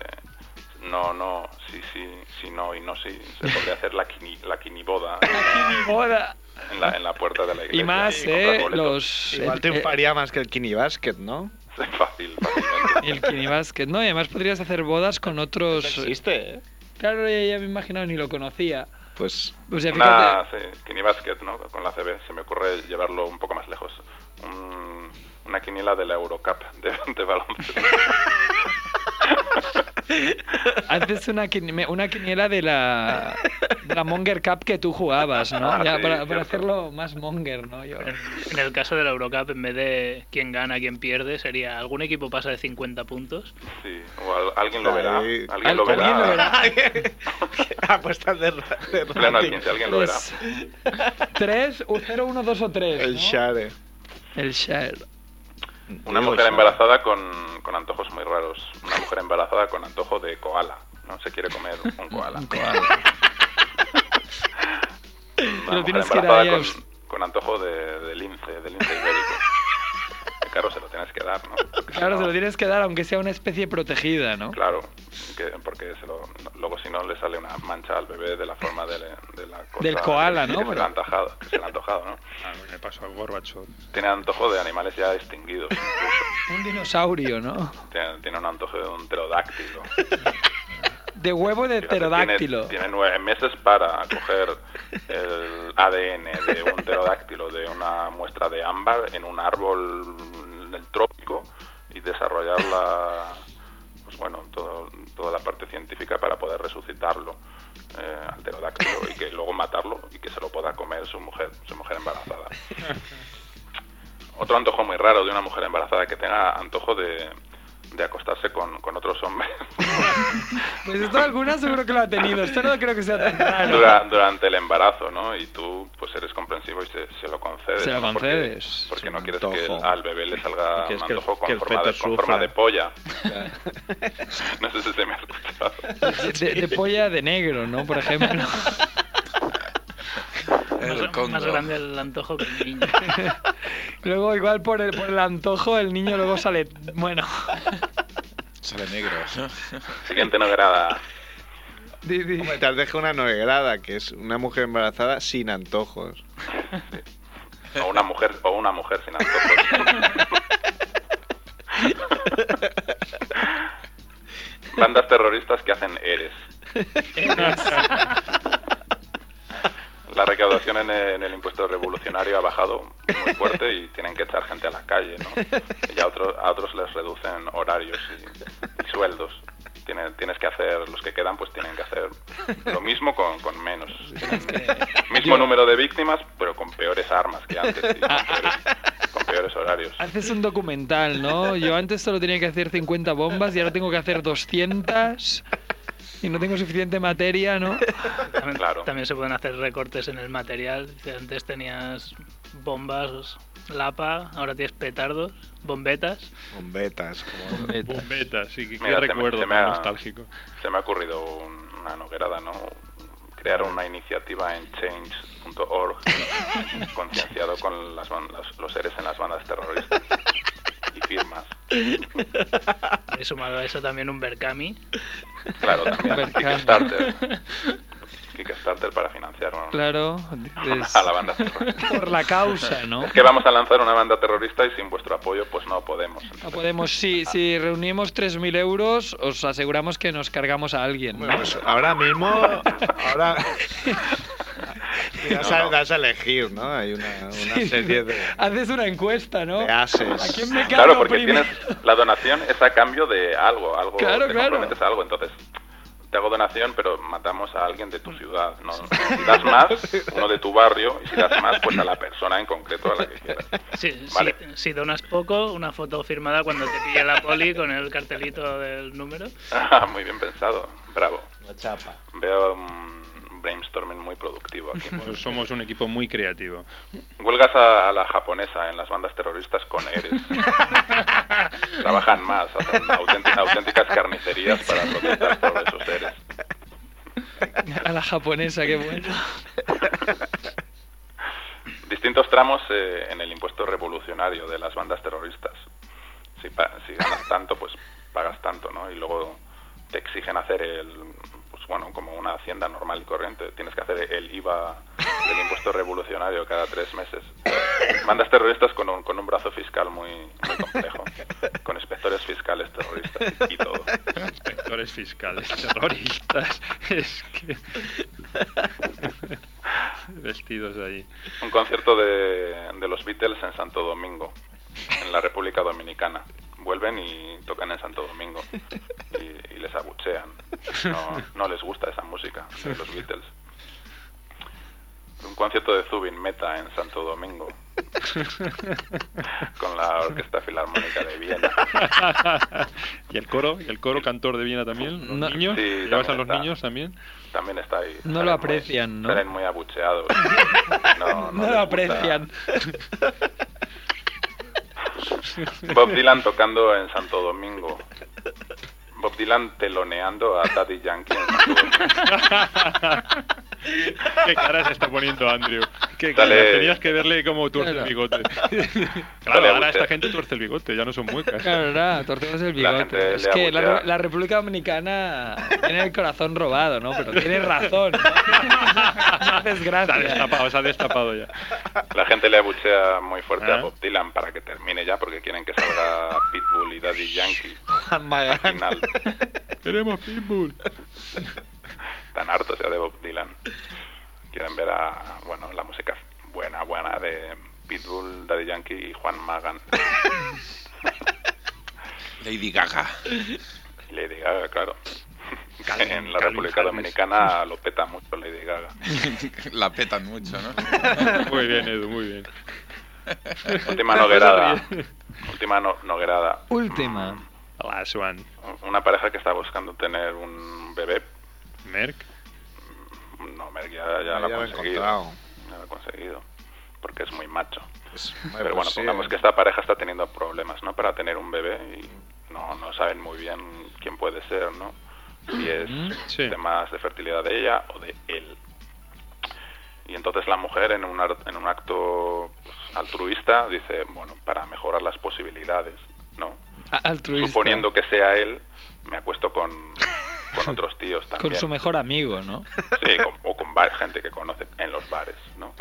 [SPEAKER 11] no, no, sí, sí, sí, no y no, sí, se podría hacer la, quini, la quiniboda
[SPEAKER 3] Aquí mi boda.
[SPEAKER 11] en la, en la puerta de la iglesia.
[SPEAKER 3] Y más,
[SPEAKER 11] comprar
[SPEAKER 3] ¿eh?
[SPEAKER 11] boletos.
[SPEAKER 3] Los...
[SPEAKER 4] Igual
[SPEAKER 3] el- eh,
[SPEAKER 4] triunfaría más que el Kini Basket, ¿no?
[SPEAKER 11] Es fácil, fácilmente.
[SPEAKER 3] El Kini Basket, ¿no? Y además podrías hacer bodas con otros...
[SPEAKER 4] Existe, ¿eh?
[SPEAKER 3] Claro, ya, ya me imaginaba, ni lo conocía.
[SPEAKER 4] Pues
[SPEAKER 3] O sea,
[SPEAKER 11] Una
[SPEAKER 3] fíjate,
[SPEAKER 11] sí, quini basket, ¿no? Con la CB se me ocurre llevarlo un poco más lejos. Un- una quiniela de la Eurocup de, de baloncesto.
[SPEAKER 3] haces una, quini- me- una quiniela de la, de la Monger Cup que tú jugabas, ¿no?
[SPEAKER 11] Ah,
[SPEAKER 3] ya,
[SPEAKER 11] sí,
[SPEAKER 3] para, para
[SPEAKER 11] cierto.
[SPEAKER 3] hacerlo más Monger, ¿no? Yo-
[SPEAKER 6] En el caso de la Eurocup, en vez de quién gana, quién pierde, sería algún equipo pasa de 50 puntos.
[SPEAKER 11] Sí, o al- alguien lo verá.
[SPEAKER 4] Ahí.
[SPEAKER 11] Alguien lo verá.
[SPEAKER 3] Alguien lo verá.
[SPEAKER 4] apuestas de, ra- de
[SPEAKER 11] En pleno
[SPEAKER 4] rating.
[SPEAKER 11] 15, alguien lo verá.
[SPEAKER 3] Pues, Tres, o cero, uno, dos o tres.
[SPEAKER 4] El
[SPEAKER 3] ¿no?
[SPEAKER 4] Share.
[SPEAKER 3] El Share.
[SPEAKER 11] Una mujer embarazada con, con antojos muy raros. Una mujer embarazada con antojo de koala. No se quiere comer un koala. Una
[SPEAKER 3] Lo
[SPEAKER 11] mujer
[SPEAKER 3] tienes que dar
[SPEAKER 11] embarazada
[SPEAKER 3] ahí a
[SPEAKER 11] con,
[SPEAKER 3] los-
[SPEAKER 11] con antojo de, de lince, de lince ibérico. Que claro, se lo tienes que dar, ¿no? Porque si
[SPEAKER 3] Claro,
[SPEAKER 11] no-
[SPEAKER 3] se lo tienes que dar, aunque sea una especie protegida, ¿no?
[SPEAKER 11] Claro, que- porque se lo- no- luego si no le sale una mancha al bebé de la forma de, de la cosa
[SPEAKER 3] Del koala,
[SPEAKER 11] que-
[SPEAKER 3] ¿no?
[SPEAKER 11] Que se le
[SPEAKER 3] Pero-
[SPEAKER 11] ha antojado, que se le ha antojado, ¿no?
[SPEAKER 2] Ah, me pasó a Gorbachev.
[SPEAKER 11] Tiene antojo de animales ya extinguidos. incluso.
[SPEAKER 3] Un dinosaurio, ¿no?
[SPEAKER 11] Tiene, tiene un antojo de un pterodáctilo.
[SPEAKER 3] De huevo de
[SPEAKER 11] Fíjate,
[SPEAKER 3] pterodáctilo.
[SPEAKER 11] Tiene, tiene nueve meses para coger el ADN de un pterodáctilo de una muestra de ámbar en un árbol del trópico y desarrollar la, pues bueno, todo- toda la parte científica para poder resucitarlo eh, al pterodáctilo y que luego matarlo y que se lo pueda comer su mujer, su mujer embarazada. Otro antojo muy raro de una mujer embarazada que tenga antojo de, de acostarse con, con otros hombres.
[SPEAKER 3] Pues esto alguna seguro que lo ha tenido. Esto no creo que sea tan raro.
[SPEAKER 11] Dura- durante el embarazo, ¿no? Y tú, pues eres comprensivo y se, se lo concedes.
[SPEAKER 3] Se lo
[SPEAKER 11] ¿no? Porque-
[SPEAKER 3] concedes.
[SPEAKER 11] Porque,
[SPEAKER 4] Sí,
[SPEAKER 11] no
[SPEAKER 4] un
[SPEAKER 11] quieres
[SPEAKER 4] antojo.
[SPEAKER 11] que al bebé le
[SPEAKER 4] No
[SPEAKER 11] salga
[SPEAKER 4] quieres
[SPEAKER 11] un
[SPEAKER 4] que el-
[SPEAKER 11] antojo
[SPEAKER 4] que
[SPEAKER 11] con,
[SPEAKER 4] el
[SPEAKER 11] forma de,
[SPEAKER 4] feto
[SPEAKER 11] con forma
[SPEAKER 4] sufra.
[SPEAKER 11] de polla. no sé si se me ha escuchado.
[SPEAKER 3] De, de polla de negro, ¿no? Por ejemplo.
[SPEAKER 5] El
[SPEAKER 6] Más,
[SPEAKER 5] Congo.
[SPEAKER 6] más grande el antojo que el niño.
[SPEAKER 3] Luego, igual por el, por el antojo, el niño luego sale. Bueno,
[SPEAKER 5] Sale negro.
[SPEAKER 11] Siguiente novelada.
[SPEAKER 3] di- di-
[SPEAKER 4] Hombre, Te has dejado una novegrada, que es una mujer embarazada sin antojos.
[SPEAKER 11] O una mujer, o una mujer sin antojos. Bandas terroristas que hacen eres. La recaudación en el, en el impuesto revolucionario ha bajado muy fuerte y tienen que echar gente a la calle, ¿no? Y a, otros a otros les reducen horarios y, y sueldos. Tiene- tienes que hacer, los que quedan, pues tienen que hacer lo mismo con, con menos. Tienen mismo número de víctimas, pero con peores armas que antes y con peores, con peores horarios.
[SPEAKER 3] haces un documental, ¿no? Yo antes solo tenía que hacer 50 bombas y ahora tengo que hacer 200. Y no tengo suficiente materia, ¿no?
[SPEAKER 6] También,
[SPEAKER 11] Claro.
[SPEAKER 6] también se pueden hacer recortes en el material. Dice, Antes tenías bombas, lapa, ahora tienes petardos, bombetas.
[SPEAKER 4] Con betas. como-
[SPEAKER 2] Bombeta, sí, que qué
[SPEAKER 11] Mira, se me-
[SPEAKER 2] recuerdo
[SPEAKER 11] se me
[SPEAKER 2] tan
[SPEAKER 11] ha-
[SPEAKER 2] nostálgico.
[SPEAKER 11] Se me ha ocurrido un- una noguerada, ¿no? Cre- crear una iniciativa en change.org concienciado con las ban- las- los seres en las bandas terroristas y firmas.
[SPEAKER 6] He sumado a eso también un Berkami.
[SPEAKER 11] Claro, también Kickstarter. Kickstarter para financiar un-
[SPEAKER 3] Claro.
[SPEAKER 11] a la banda terrorista.
[SPEAKER 3] Por la causa, ¿no?
[SPEAKER 11] Es que vamos a lanzar una banda terrorista y sin vuestro apoyo pues no podemos.
[SPEAKER 3] No podemos, si, si reunimos 3.000 euros, os aseguramos que nos cargamos a alguien. ¿no?
[SPEAKER 8] Pues ahora mismo, ahora das, a,
[SPEAKER 11] No, no.
[SPEAKER 8] das a elegir, ¿no? Hay una, una
[SPEAKER 3] Sí.
[SPEAKER 8] serie de,
[SPEAKER 3] Haces una encuesta, ¿no?
[SPEAKER 8] de
[SPEAKER 3] ¿A quién
[SPEAKER 8] ases.
[SPEAKER 3] me cargo
[SPEAKER 11] Claro, porque
[SPEAKER 3] primero?
[SPEAKER 11] tienes la donación es a cambio de algo, algo
[SPEAKER 3] Claro,
[SPEAKER 11] te
[SPEAKER 3] claro.
[SPEAKER 11] comprometes a algo, entonces te hago donación, pero matamos a alguien de tu ciudad, ¿no? Si das más, uno de tu barrio, y si das más, pues a la persona en concreto a la que quieras.
[SPEAKER 6] Sí, sí,
[SPEAKER 11] Vale.
[SPEAKER 6] si donas poco, una foto firmada cuando te pille la poli con el cartelito del número.
[SPEAKER 11] Ah, muy bien pensado, bravo. Veo un brainstorming muy productivo aquí.
[SPEAKER 2] Pues somos un equipo muy creativo.
[SPEAKER 11] Huelgas a, a la japonesa en las bandas terroristas con Eres. Trabajan más, hacen auténti- auténticas carnicerías para protestar sobre sus seres.
[SPEAKER 3] A la japonesa, qué bueno.
[SPEAKER 11] Distintos tramos eh, en el impuesto revolucionario de las bandas terroristas. Si, pa- si ganas tanto, pues pagas tanto, ¿no? Y luego te exigen hacer el, pues bueno, como una hacienda normal y corriente. Tienes que hacer el IVA del impuesto revolucionario cada tres meses. Bandas terroristas con un, con un brazo fiscal muy, muy complejo, con inspectores fiscales terroristas y todo.
[SPEAKER 2] Inspectores fiscales, terroristas. Es que. Vestidos ahí.
[SPEAKER 11] Un concierto de, de los Beatles en Santo Domingo, en la República Dominicana. Vuelven y tocan en Santo Domingo y, y les abuchean. No, no les gusta esa música de los Beatles. Un concierto de Zubin Meta en Santo Domingo con la Orquesta Filarmónica de Viena.
[SPEAKER 2] ¿Y el coro? ¿Y el coro cantor de Viena también? ¿Los
[SPEAKER 3] No.
[SPEAKER 2] niños?
[SPEAKER 11] Sí,
[SPEAKER 2] ¿Llevas a
[SPEAKER 11] también
[SPEAKER 2] los
[SPEAKER 11] está.
[SPEAKER 2] niños también?
[SPEAKER 11] También está ahí.
[SPEAKER 3] No lo
[SPEAKER 11] Salen muy-
[SPEAKER 3] aprecian, ¿no?
[SPEAKER 11] Salen muy abucheados.
[SPEAKER 3] No,
[SPEAKER 11] les
[SPEAKER 3] lo
[SPEAKER 11] gusta.
[SPEAKER 3] aprecian.
[SPEAKER 11] Bob Dylan tocando en Santo Domingo. Bob Dylan teloneando a Daddy Yankee en Santo Domingo.
[SPEAKER 2] ¿Qué cara se está poniendo Andrew? ¿Qué cara?
[SPEAKER 11] Dale.
[SPEAKER 2] Tenías que verle cómo tuerce el
[SPEAKER 3] Claro.
[SPEAKER 2] bigote. Claro,
[SPEAKER 11] Dale,
[SPEAKER 2] ahora
[SPEAKER 11] Agustín.
[SPEAKER 2] esta gente tuerce el bigote, ya no son muecas.
[SPEAKER 3] Claro, ahora torcemos el
[SPEAKER 11] La gente
[SPEAKER 3] bigote. Es
[SPEAKER 11] le
[SPEAKER 3] que la,
[SPEAKER 11] abuchea.
[SPEAKER 3] la República Dominicana tiene el corazón robado, ¿no? Pero tiene razón. ¿no? No haces
[SPEAKER 2] Se ha
[SPEAKER 3] gracia.
[SPEAKER 2] destapado, se ha destapado ya.
[SPEAKER 11] La gente le abuchea muy fuerte
[SPEAKER 2] Ah.
[SPEAKER 11] a Bob Dylan para que termine ya porque quieren que salga Pitbull y Daddy Yankee al
[SPEAKER 8] Magán.
[SPEAKER 11] final.
[SPEAKER 2] Queremos Pitbull.
[SPEAKER 11] Tan harto ya de Bob Dylan. Quieren ver a, bueno, la música buena, buena de Pitbull, Daddy Yankee y Juan Magan.
[SPEAKER 5] Lady Gaga.
[SPEAKER 11] Lady Gaga, claro.
[SPEAKER 2] Calvin,
[SPEAKER 11] En la
[SPEAKER 2] Calvin
[SPEAKER 11] República
[SPEAKER 2] Harris.
[SPEAKER 11] Dominicana lo peta mucho Lady Gaga.
[SPEAKER 5] La petan mucho, ¿no?
[SPEAKER 2] Muy bien, Edu, muy bien.
[SPEAKER 11] Última noguerada. Última no- noguerada.
[SPEAKER 3] Última.
[SPEAKER 2] Last one.
[SPEAKER 11] Una pareja que está buscando tener un bebé.
[SPEAKER 2] Merck.
[SPEAKER 11] No, Merck ya, ya lo
[SPEAKER 8] Ya lo he
[SPEAKER 11] ha conseguido.
[SPEAKER 8] encontrado.
[SPEAKER 11] Ya lo ha conseguido. Porque es muy macho.
[SPEAKER 8] Pues,
[SPEAKER 11] Pero bueno,
[SPEAKER 8] pues sí,
[SPEAKER 11] pongamos que esta pareja está teniendo problemas, ¿no? Para tener un bebé y no, no saben muy bien quién puede ser, ¿no? Si es
[SPEAKER 2] Sí.
[SPEAKER 11] temas de fertilidad de ella o de él. Y entonces la mujer en un, ar- en un acto pues, altruista dice, bueno, para mejorar las posibilidades, ¿no?
[SPEAKER 3] A- Altruista.
[SPEAKER 11] Suponiendo que sea él, me acuesto con, con otros tíos también.
[SPEAKER 3] Con su mejor amigo, ¿no?
[SPEAKER 11] Sí, con- o con bar- gente que conoce en los bares, ¿no?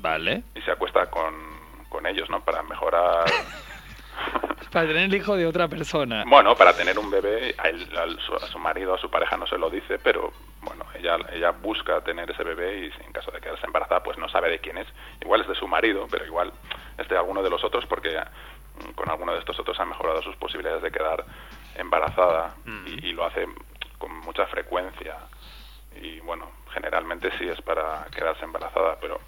[SPEAKER 3] Vale.
[SPEAKER 11] Y se acuesta con, con ellos, ¿no? Para mejorar...
[SPEAKER 3] Para tener el hijo de otra persona.
[SPEAKER 11] Bueno, para tener un bebé, a, él- al- su, a su marido, a su pareja no se lo dice, pero bueno, ella, ella busca tener ese bebé y si en caso de quedarse embarazada, pues no sabe de quién es. Igual es de su marido, pero igual es de alguno de los otros porque mm, con alguno de estos otros ha mejorado sus posibilidades de quedar embarazada y, y lo hace con mucha frecuencia. Y bueno, generalmente sí es para quedarse embarazada, pero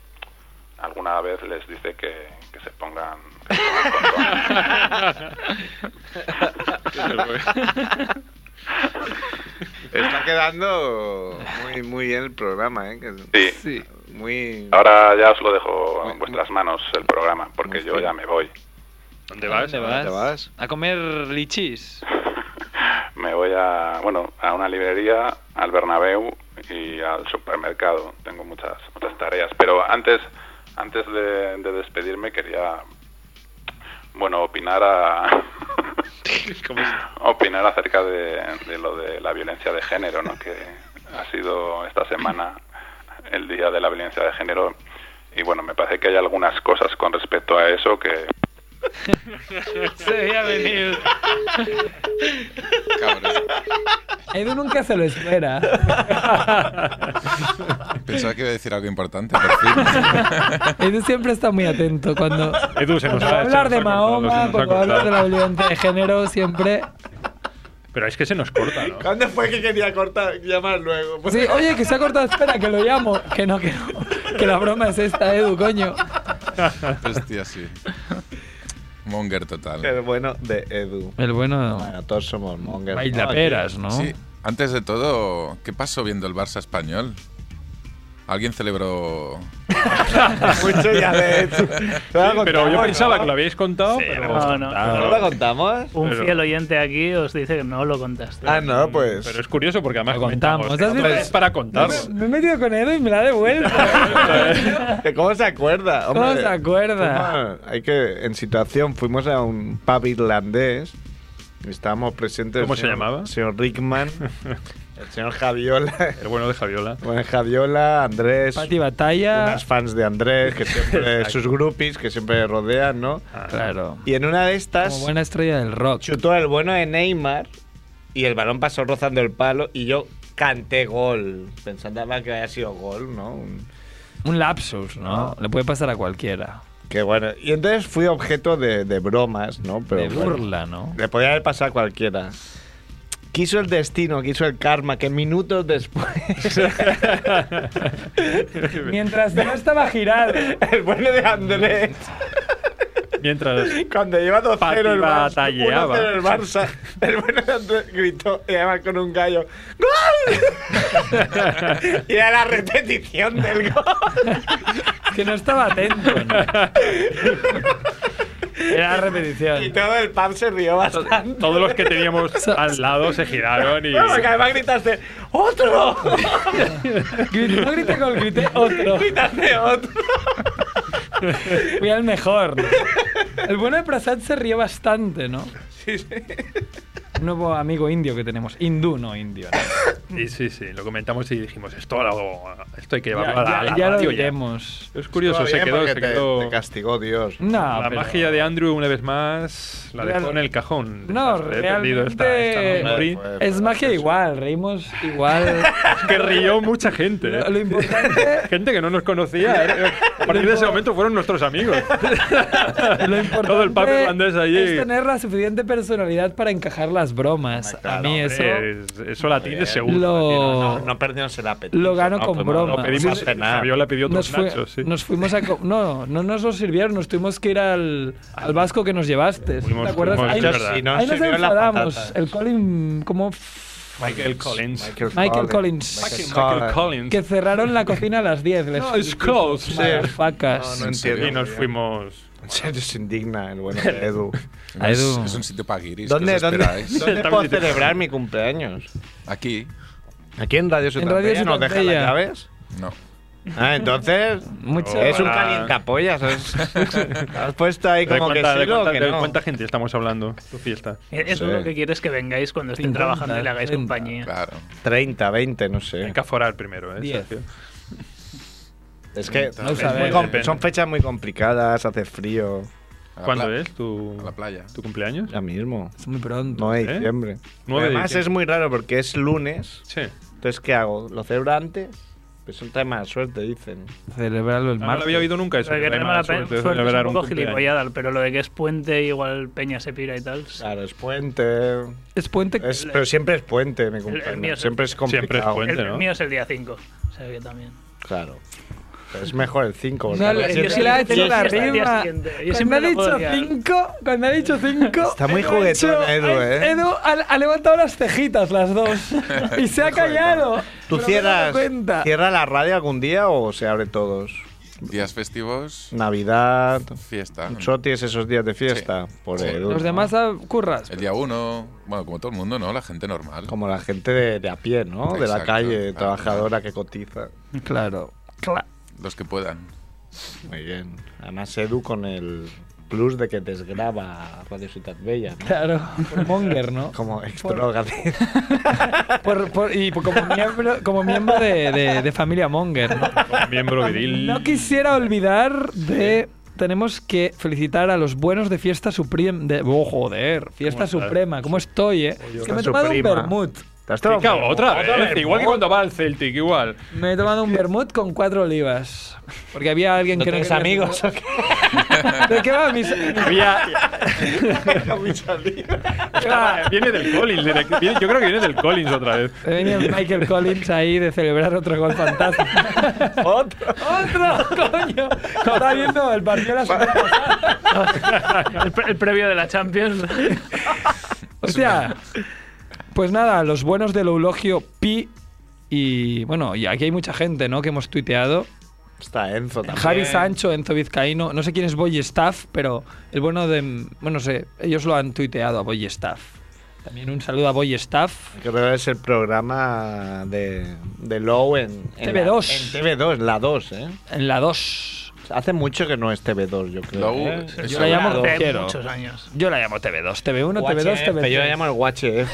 [SPEAKER 11] alguna vez les dice que, que se pongan... que se pongan condones.
[SPEAKER 8] Está quedando muy, muy bien el programa, ¿eh? Que es
[SPEAKER 11] Sí.
[SPEAKER 8] Muy...
[SPEAKER 11] Ahora ya os lo dejo
[SPEAKER 8] Muy-
[SPEAKER 11] en vuestras manos el programa, porque
[SPEAKER 8] muy
[SPEAKER 11] yo
[SPEAKER 8] fino.
[SPEAKER 11] ya me voy.
[SPEAKER 2] ¿Dónde vas?
[SPEAKER 3] ¿Dónde vas?
[SPEAKER 8] ¿Dónde vas?
[SPEAKER 3] A comer lichis.
[SPEAKER 11] Me voy a, bueno, a una librería, al Bernabéu y al supermercado. Tengo muchas otras tareas. Pero antes, antes de, de despedirme quería, bueno, opinar a... opinar acerca de, de lo de la violencia de género, ¿no? Que ha sido esta semana el día de la violencia de género y bueno, me parece que hay algunas cosas con respecto a eso que
[SPEAKER 3] Se veía venir. Edu nunca se lo espera.
[SPEAKER 5] Pensaba que iba a decir algo importante, por fin.
[SPEAKER 3] Edu siempre está muy atento cuando.
[SPEAKER 2] Edu, se nos
[SPEAKER 3] cuando
[SPEAKER 2] ha-
[SPEAKER 3] va
[SPEAKER 2] se
[SPEAKER 3] a hablar
[SPEAKER 2] nos ha
[SPEAKER 3] de
[SPEAKER 2] cortado, se nos
[SPEAKER 3] Mahoma,
[SPEAKER 2] ha
[SPEAKER 3] cuando va a hablar de la
[SPEAKER 2] cortado.
[SPEAKER 3] violencia de género, siempre.
[SPEAKER 2] Pero es que se nos corta, ¿no?
[SPEAKER 12] ¿Cuándo fue que quería cortar, llamar luego?
[SPEAKER 2] Pues
[SPEAKER 3] Sí, oye, que se ha cortado, espera, que lo llamo. Que no, que no. Que la broma es esta, Edu, coño.
[SPEAKER 5] Hostia, sí. Monger total.
[SPEAKER 4] El bueno de Edu.
[SPEAKER 3] El bueno.
[SPEAKER 4] Bueno, todos somos mongers.
[SPEAKER 3] Baila peras, ¿no?
[SPEAKER 5] Sí. Antes de todo, ¿qué pasó viendo el Barça español? ¿Alguien celebró
[SPEAKER 4] Mucho ya de hecho.
[SPEAKER 2] pero yo pensaba que lo habíais contado, pero...
[SPEAKER 6] No, no.
[SPEAKER 4] ¿No lo contamos?
[SPEAKER 6] Un
[SPEAKER 2] Pero-
[SPEAKER 6] fiel oyente aquí os dice que no lo contaste.
[SPEAKER 4] Ah, no, pues.
[SPEAKER 2] Pero es curioso porque además
[SPEAKER 3] Lo contamos.
[SPEAKER 2] comentamos,
[SPEAKER 3] ¿Has
[SPEAKER 2] ¿no?
[SPEAKER 3] visto?
[SPEAKER 2] Es para contarlo.
[SPEAKER 3] Me he metido con Edu y me la ha devuelto.
[SPEAKER 4] ¿Que ¿Cómo se acuerda?
[SPEAKER 3] ¿Cómo
[SPEAKER 4] Hombre,
[SPEAKER 3] se acuerda?
[SPEAKER 4] fuimos- hay que, en situación, fuimos a un pub irlandés. Estábamos presentes. el
[SPEAKER 2] ¿Cómo se
[SPEAKER 4] señor-
[SPEAKER 2] llamaba?
[SPEAKER 4] El señor Rickman, el señor Javiola.
[SPEAKER 2] El bueno de Javiola.
[SPEAKER 4] Bueno, Javiola, Andrés.
[SPEAKER 3] Pati Batalla.
[SPEAKER 4] Unas fans de Andrés, que siempre,
[SPEAKER 2] Exacto. Ah.
[SPEAKER 4] sus groupies que siempre rodean, ¿no?
[SPEAKER 3] Claro.
[SPEAKER 4] Y en una de
[SPEAKER 3] Como
[SPEAKER 4] estas
[SPEAKER 3] buena estrella del rock.
[SPEAKER 4] chutó el bueno de Neymar y el balón pasó rozando el palo y yo canté gol, pensando además que había sido gol, ¿no? Un-
[SPEAKER 3] Un lapsus, ¿no? Le puede pasar a cualquiera.
[SPEAKER 4] Que bueno. Y entonces fui objeto de, de bromas, ¿no? Pero
[SPEAKER 3] de
[SPEAKER 4] bueno,
[SPEAKER 3] burla, ¿no?
[SPEAKER 4] le podía haber pasado a cualquiera. Quiso el destino, quiso el karma, que minutos después
[SPEAKER 3] Mientras no estaba girado.
[SPEAKER 4] el bueno de Andrés
[SPEAKER 2] Mientras...
[SPEAKER 4] Cuando lleva 2-0 el, Barça,
[SPEAKER 2] Patibatalleaba.
[SPEAKER 4] 1-0 el Barça, el bueno de Andrés gritó y además con un gallo ¡Gol! y era la repetición del gol.
[SPEAKER 3] Que no estaba atento. ¿no? Era repetición.
[SPEAKER 4] Y todo el pub se rió bastante.
[SPEAKER 2] Todos los que teníamos al lado se giraron y...
[SPEAKER 4] Porque además gritaste ¡Otro!
[SPEAKER 3] Grité- No grité con grité otro.
[SPEAKER 4] gritaste otro.
[SPEAKER 3] Fui al mejor. ¿no? El bueno de Prasad se rió bastante, ¿no?
[SPEAKER 4] Sí, sí.
[SPEAKER 3] Un nuevo amigo indio que tenemos. Hindú, no indio. ¿no?
[SPEAKER 2] Y sí, sí, lo comentamos y dijimos, esto, lo- esto hay que llevarlo a la,
[SPEAKER 3] Ya,
[SPEAKER 2] a
[SPEAKER 3] ya-
[SPEAKER 2] la
[SPEAKER 3] ya lo
[SPEAKER 2] radio ya.
[SPEAKER 3] diremos.
[SPEAKER 2] Es curioso, se quedó... Se quedó...
[SPEAKER 4] castigó Dios.
[SPEAKER 3] No,
[SPEAKER 2] la
[SPEAKER 3] pero-
[SPEAKER 2] magia de Andrew, una vez más, la dejó
[SPEAKER 3] Real-
[SPEAKER 2] en el cajón.
[SPEAKER 3] No,
[SPEAKER 2] He perdido esta-
[SPEAKER 3] realmente-
[SPEAKER 2] esta no morí.
[SPEAKER 4] Fue-
[SPEAKER 3] Es magia igual, reímos igual.
[SPEAKER 2] que rió mucha gente.
[SPEAKER 3] Lo,
[SPEAKER 2] ¿eh?
[SPEAKER 3] lo importante,
[SPEAKER 2] Gente que no nos conocía. ¿eh? A partir de ese momento fueron nuestros amigos.
[SPEAKER 3] lo importante
[SPEAKER 2] Todo el papel irlandés allí.
[SPEAKER 3] es tener la suficiente personalidad para encajar las bromas. A mí eso
[SPEAKER 2] Eh, es- eso la tiene seguro.
[SPEAKER 3] lo,
[SPEAKER 4] perdimos el apetito.
[SPEAKER 3] lo gano con broma.
[SPEAKER 2] Lo pedimos, eh,
[SPEAKER 4] Sin cenar.
[SPEAKER 2] Fabiola pidió
[SPEAKER 3] Nos,
[SPEAKER 2] dos
[SPEAKER 3] fue-
[SPEAKER 2] nachos, sí.
[SPEAKER 3] nos fuimos a... co- No, no nos lo sirvieron, nos tuvimos que ir al, al vasco que nos llevaste.
[SPEAKER 2] Fuimos-
[SPEAKER 3] ¿Te acuerdas?
[SPEAKER 2] fuimos-
[SPEAKER 3] ahí
[SPEAKER 2] es
[SPEAKER 3] nos,
[SPEAKER 2] verdad.
[SPEAKER 4] sí, nos
[SPEAKER 3] ahí nos
[SPEAKER 4] sirvió las
[SPEAKER 3] enfadamos.
[SPEAKER 4] patatas.
[SPEAKER 3] El Colin... ¿Cómo?
[SPEAKER 2] Michael Collins.
[SPEAKER 3] Michael Collins.
[SPEAKER 2] Michael Collins.
[SPEAKER 3] Que cerraron la cocina a las 10. les-
[SPEAKER 2] No, it's close.
[SPEAKER 3] Facas.
[SPEAKER 4] No, no
[SPEAKER 5] ¿En serio?
[SPEAKER 2] Y
[SPEAKER 4] entiendo.
[SPEAKER 2] nos fuimos.
[SPEAKER 4] En serio, se indigna el bueno de Edu.
[SPEAKER 5] Es,
[SPEAKER 3] Edu.
[SPEAKER 5] es un sitio para guiris. ¿qué
[SPEAKER 4] ¿Dónde,
[SPEAKER 5] os
[SPEAKER 4] dónde,
[SPEAKER 5] esperáis?
[SPEAKER 4] ¿dónde
[SPEAKER 2] También
[SPEAKER 4] puedo
[SPEAKER 2] te-
[SPEAKER 4] celebrar mi cumpleaños?
[SPEAKER 5] Aquí.
[SPEAKER 4] Aquí en Radio
[SPEAKER 3] Radio
[SPEAKER 4] Sotantella nos dejan las
[SPEAKER 3] Sotantella.
[SPEAKER 4] llaves.
[SPEAKER 5] No.
[SPEAKER 4] Ah, entonces.
[SPEAKER 3] Mucho.
[SPEAKER 2] Oh,
[SPEAKER 4] Es un
[SPEAKER 2] Hola.
[SPEAKER 4] calientapollas. has- Has
[SPEAKER 11] Pues,
[SPEAKER 4] puesto ahí
[SPEAKER 2] ¿Te das
[SPEAKER 4] como que
[SPEAKER 2] cuenta,
[SPEAKER 4] sí
[SPEAKER 2] de
[SPEAKER 4] o
[SPEAKER 2] cuánta,
[SPEAKER 4] que
[SPEAKER 2] de
[SPEAKER 4] no.
[SPEAKER 2] cuánta gente estamos hablando? Tu fiesta.
[SPEAKER 6] Eso
[SPEAKER 4] sé.
[SPEAKER 6] es lo que quieres que vengáis cuando estén
[SPEAKER 3] 50,
[SPEAKER 6] trabajando y le hagáis
[SPEAKER 3] 30,
[SPEAKER 6] compañía.
[SPEAKER 5] Claro.
[SPEAKER 4] 30, 20, no
[SPEAKER 2] Hay
[SPEAKER 4] sé.
[SPEAKER 2] que aforar primero, ¿eh?
[SPEAKER 3] Diez.
[SPEAKER 2] Sergio?
[SPEAKER 4] Es que
[SPEAKER 3] No
[SPEAKER 4] es
[SPEAKER 3] sabemos.
[SPEAKER 4] muy compl-
[SPEAKER 2] Depende.
[SPEAKER 4] son fechas muy complicadas, hace frío.
[SPEAKER 5] A la
[SPEAKER 2] ¿Cuándo
[SPEAKER 5] pla-
[SPEAKER 2] es tu,
[SPEAKER 5] A la playa.
[SPEAKER 2] tu cumpleaños?
[SPEAKER 4] Ya mismo.
[SPEAKER 3] Es muy pronto.
[SPEAKER 4] 9 de
[SPEAKER 2] ¿Eh?
[SPEAKER 4] diciembre.
[SPEAKER 2] 9 de
[SPEAKER 4] Además es
[SPEAKER 2] diciembre.
[SPEAKER 4] muy raro porque es lunes.
[SPEAKER 2] Sí.
[SPEAKER 4] Entonces, ¿qué hago? ¿Lo celebro antes? Pues un tema de suerte, dicen.
[SPEAKER 3] Celebrarlo el
[SPEAKER 2] No lo
[SPEAKER 3] martes.
[SPEAKER 2] había oído nunca eso.
[SPEAKER 6] Pero que
[SPEAKER 2] que no hay
[SPEAKER 6] no
[SPEAKER 2] mala
[SPEAKER 6] mala pe-
[SPEAKER 2] suerte de
[SPEAKER 6] suerte, es
[SPEAKER 2] celebrar
[SPEAKER 6] un
[SPEAKER 2] un
[SPEAKER 6] poco
[SPEAKER 2] cumpleaños.
[SPEAKER 6] gilipollada, pero lo de que es puente, igual Peña se pira y tal.
[SPEAKER 4] Claro, es puente.
[SPEAKER 3] Es puente.
[SPEAKER 4] Es- pero siempre es puente, mi
[SPEAKER 6] el mío
[SPEAKER 4] cumpleaños.
[SPEAKER 6] es-
[SPEAKER 4] Siempre es complicado.
[SPEAKER 2] Siempre es puente.
[SPEAKER 6] El
[SPEAKER 2] ¿no?
[SPEAKER 6] mío es el día 5, o sea que también.
[SPEAKER 4] Claro. Pero es mejor el 5.
[SPEAKER 3] No, le- yo sí le ha hecho
[SPEAKER 6] Yo
[SPEAKER 3] la
[SPEAKER 6] sí hasta el día
[SPEAKER 3] rima.
[SPEAKER 6] siguiente. Yo
[SPEAKER 3] Cuando
[SPEAKER 6] siempre
[SPEAKER 3] ha
[SPEAKER 6] lo puedo
[SPEAKER 3] dicho
[SPEAKER 6] liar.
[SPEAKER 3] 5, cuando ha dicho 5.
[SPEAKER 4] Está muy juguetón, Edu, ¿eh?
[SPEAKER 3] Edu ha, ha levantado las cejitas las dos. y se ha callado.
[SPEAKER 4] ¿Tú
[SPEAKER 3] Pero me he dado
[SPEAKER 4] cierras,
[SPEAKER 3] cuenta.
[SPEAKER 4] cierras la radio algún día o se abre todos?
[SPEAKER 5] Días festivos.
[SPEAKER 4] Navidad.
[SPEAKER 5] Fiesta.
[SPEAKER 4] Solo tienes esos días de fiesta. Por
[SPEAKER 5] Sí.
[SPEAKER 4] Edu,
[SPEAKER 3] Los
[SPEAKER 4] ¿no?
[SPEAKER 3] demás ah, curras.
[SPEAKER 5] El día uno, bueno, como todo el mundo, ¿no? La gente normal.
[SPEAKER 4] Como la gente de, de a pie, ¿no? de la
[SPEAKER 5] Exacto,
[SPEAKER 4] calle,
[SPEAKER 5] claro.
[SPEAKER 4] trabajadora que cotiza.
[SPEAKER 3] Claro.
[SPEAKER 5] Los que puedan.
[SPEAKER 4] Muy bien. Además, Edu con el plus de que desgraba Radio Ciudad Bella. ¿no?
[SPEAKER 3] Claro, monger, ¿no?
[SPEAKER 4] Como extrógate.
[SPEAKER 3] Por- por- y por- como miembro, como miembro de, Eh, de- de familia Monger, ¿no?
[SPEAKER 2] Miembro viril.
[SPEAKER 3] No quisiera olvidar de. Tenemos que felicitar a los buenos de Fiesta Suprema. De, oh, joder, Fiesta
[SPEAKER 2] ¿Cómo estás?
[SPEAKER 3] Suprema. ¿Cómo estoy, eh? Es que me he tomado un
[SPEAKER 2] Suprema.
[SPEAKER 3] vermut.
[SPEAKER 4] ¿Te has
[SPEAKER 2] Me cago, otra vez.
[SPEAKER 3] vermut.
[SPEAKER 2] Igual que cuando va al Celtic, igual.
[SPEAKER 3] Me he tomado un vermut con cuatro olivas. Porque había alguien
[SPEAKER 13] ¿No
[SPEAKER 3] que
[SPEAKER 13] tienes
[SPEAKER 3] no quería-
[SPEAKER 13] amigos o qué?
[SPEAKER 3] ¿De qué va mis
[SPEAKER 2] viene del Collins. de- de- viene- yo creo que viene del Collins otra vez.
[SPEAKER 3] Se venía el Michael Collins ahí de celebrar otro gol fantasma.
[SPEAKER 4] ¡Otro!
[SPEAKER 3] ¡Otro! ¡Coño! Estaba viendo el partido de la semana
[SPEAKER 6] el, pre- el previo de la Champions.
[SPEAKER 3] Hostia. Pues nada, los buenos del eulogio Pi y bueno, y aquí hay mucha gente, ¿no? Que hemos tuiteado.
[SPEAKER 4] Está Enzo también.
[SPEAKER 3] Javi Sancho, Enzo Vizcaíno, no sé quién es Boy Staff, pero el bueno de, bueno, no sé, ellos lo han tuiteado a Boy Staff. También un saludo a Boy Staff.
[SPEAKER 4] Creo que es el programa de, de Low en, en
[SPEAKER 3] TV2.
[SPEAKER 4] La, en TV2, la 2, ¿eh?
[SPEAKER 3] En la 2.
[SPEAKER 4] Hace mucho que no es TV2, yo creo.
[SPEAKER 5] Low,
[SPEAKER 4] ¿eh?
[SPEAKER 5] eso
[SPEAKER 3] Yo la llamo
[SPEAKER 6] Hace
[SPEAKER 3] quiero.
[SPEAKER 6] muchos años.
[SPEAKER 3] Yo la llamo TV2, TV1,
[SPEAKER 4] UHF,
[SPEAKER 3] TV2, TV3.
[SPEAKER 4] eh, Yo la llamo el eh.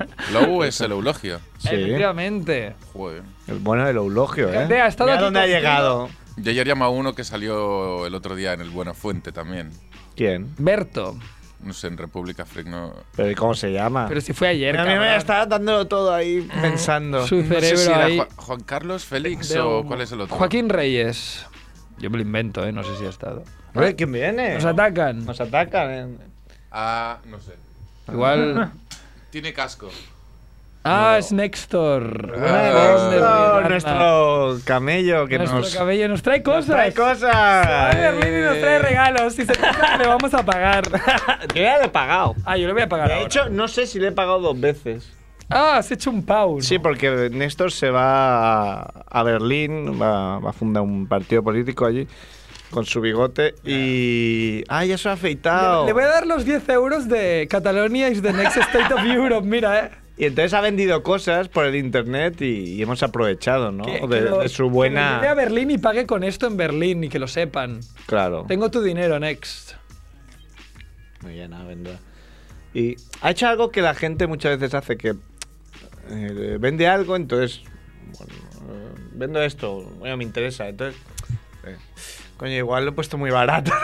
[SPEAKER 4] UHF.
[SPEAKER 5] Low es el eulogio.
[SPEAKER 4] sí.
[SPEAKER 3] Eh, Efectivamente.
[SPEAKER 5] Joder.
[SPEAKER 4] El bueno del eulogio, ¿eh?
[SPEAKER 3] Fíjate, ha estado
[SPEAKER 4] Mira
[SPEAKER 3] aquí
[SPEAKER 4] dónde ha
[SPEAKER 3] contigo.
[SPEAKER 4] llegado?
[SPEAKER 5] Yo ayer llamo a uno que salió el otro día en el Buena Fuente también.
[SPEAKER 4] ¿Quién?
[SPEAKER 3] Berto.
[SPEAKER 5] No sé, en República Freak no.
[SPEAKER 4] ¿Pero ¿y cómo se llama?
[SPEAKER 3] Pero si fue ayer,
[SPEAKER 4] a mí me
[SPEAKER 3] cabrón. Ah,
[SPEAKER 4] está dándolo todo ahí pensando.
[SPEAKER 3] Su
[SPEAKER 5] No sé
[SPEAKER 3] cerebro
[SPEAKER 5] si era
[SPEAKER 3] ahí.
[SPEAKER 5] Ju- Juan Carlos Félix
[SPEAKER 3] De- de
[SPEAKER 5] o
[SPEAKER 3] un-
[SPEAKER 5] cuál es el otro.
[SPEAKER 3] Joaquín Reyes. Yo me lo invento, ¿eh? No sé si ha estado.
[SPEAKER 4] Oye, ¿quién viene?
[SPEAKER 3] Nos atacan.
[SPEAKER 4] Nos atacan. ¿eh?
[SPEAKER 5] Ah, no sé.
[SPEAKER 3] Igual.
[SPEAKER 5] Tiene casco.
[SPEAKER 3] Ah, es Nextor.
[SPEAKER 5] Ah,
[SPEAKER 4] Nuestro-
[SPEAKER 3] Berlín, anda.
[SPEAKER 4] nuestro camello que
[SPEAKER 3] Nuestro
[SPEAKER 4] nos
[SPEAKER 3] cabello nos trae cosas.
[SPEAKER 4] trae cosas.
[SPEAKER 3] Ay, Berlín, y nos trae regalos. Si se compra, le vamos a pagar.
[SPEAKER 4] Yo ya le he pagado.
[SPEAKER 3] Ah, yo lo voy a pagar.
[SPEAKER 4] De
[SPEAKER 3] ahora.
[SPEAKER 4] hecho, no sé si le he pagado dos veces.
[SPEAKER 3] Ah, has hecho un pau. ¿no?
[SPEAKER 4] Sí, porque Néstor se va a, a Berlín, va, va a fundar un partido político allí con su bigote y... ¡Ah, ya se ha afeitado!
[SPEAKER 3] Le voy a dar los 10 euros de Catalonia is the next state of Europe. Mira, eh.
[SPEAKER 4] Y entonces ha vendido cosas por el internet y, y hemos aprovechado, ¿no?
[SPEAKER 3] Que-
[SPEAKER 4] de,
[SPEAKER 3] que lo-
[SPEAKER 4] de su
[SPEAKER 3] Que me lleve a
[SPEAKER 4] buena...
[SPEAKER 3] Berlín y pague con esto en Berlín y que lo sepan.
[SPEAKER 4] Claro.
[SPEAKER 3] Tengo tu dinero, Next.
[SPEAKER 4] Muy bien, ah, vendrá. Y ha hecho algo que la gente muchas veces hace, que eh, vende algo, entonces, bueno, eh, vendo esto, bueno, me interesa, entonces... eh, Coño, igual lo he puesto muy barato. ¡No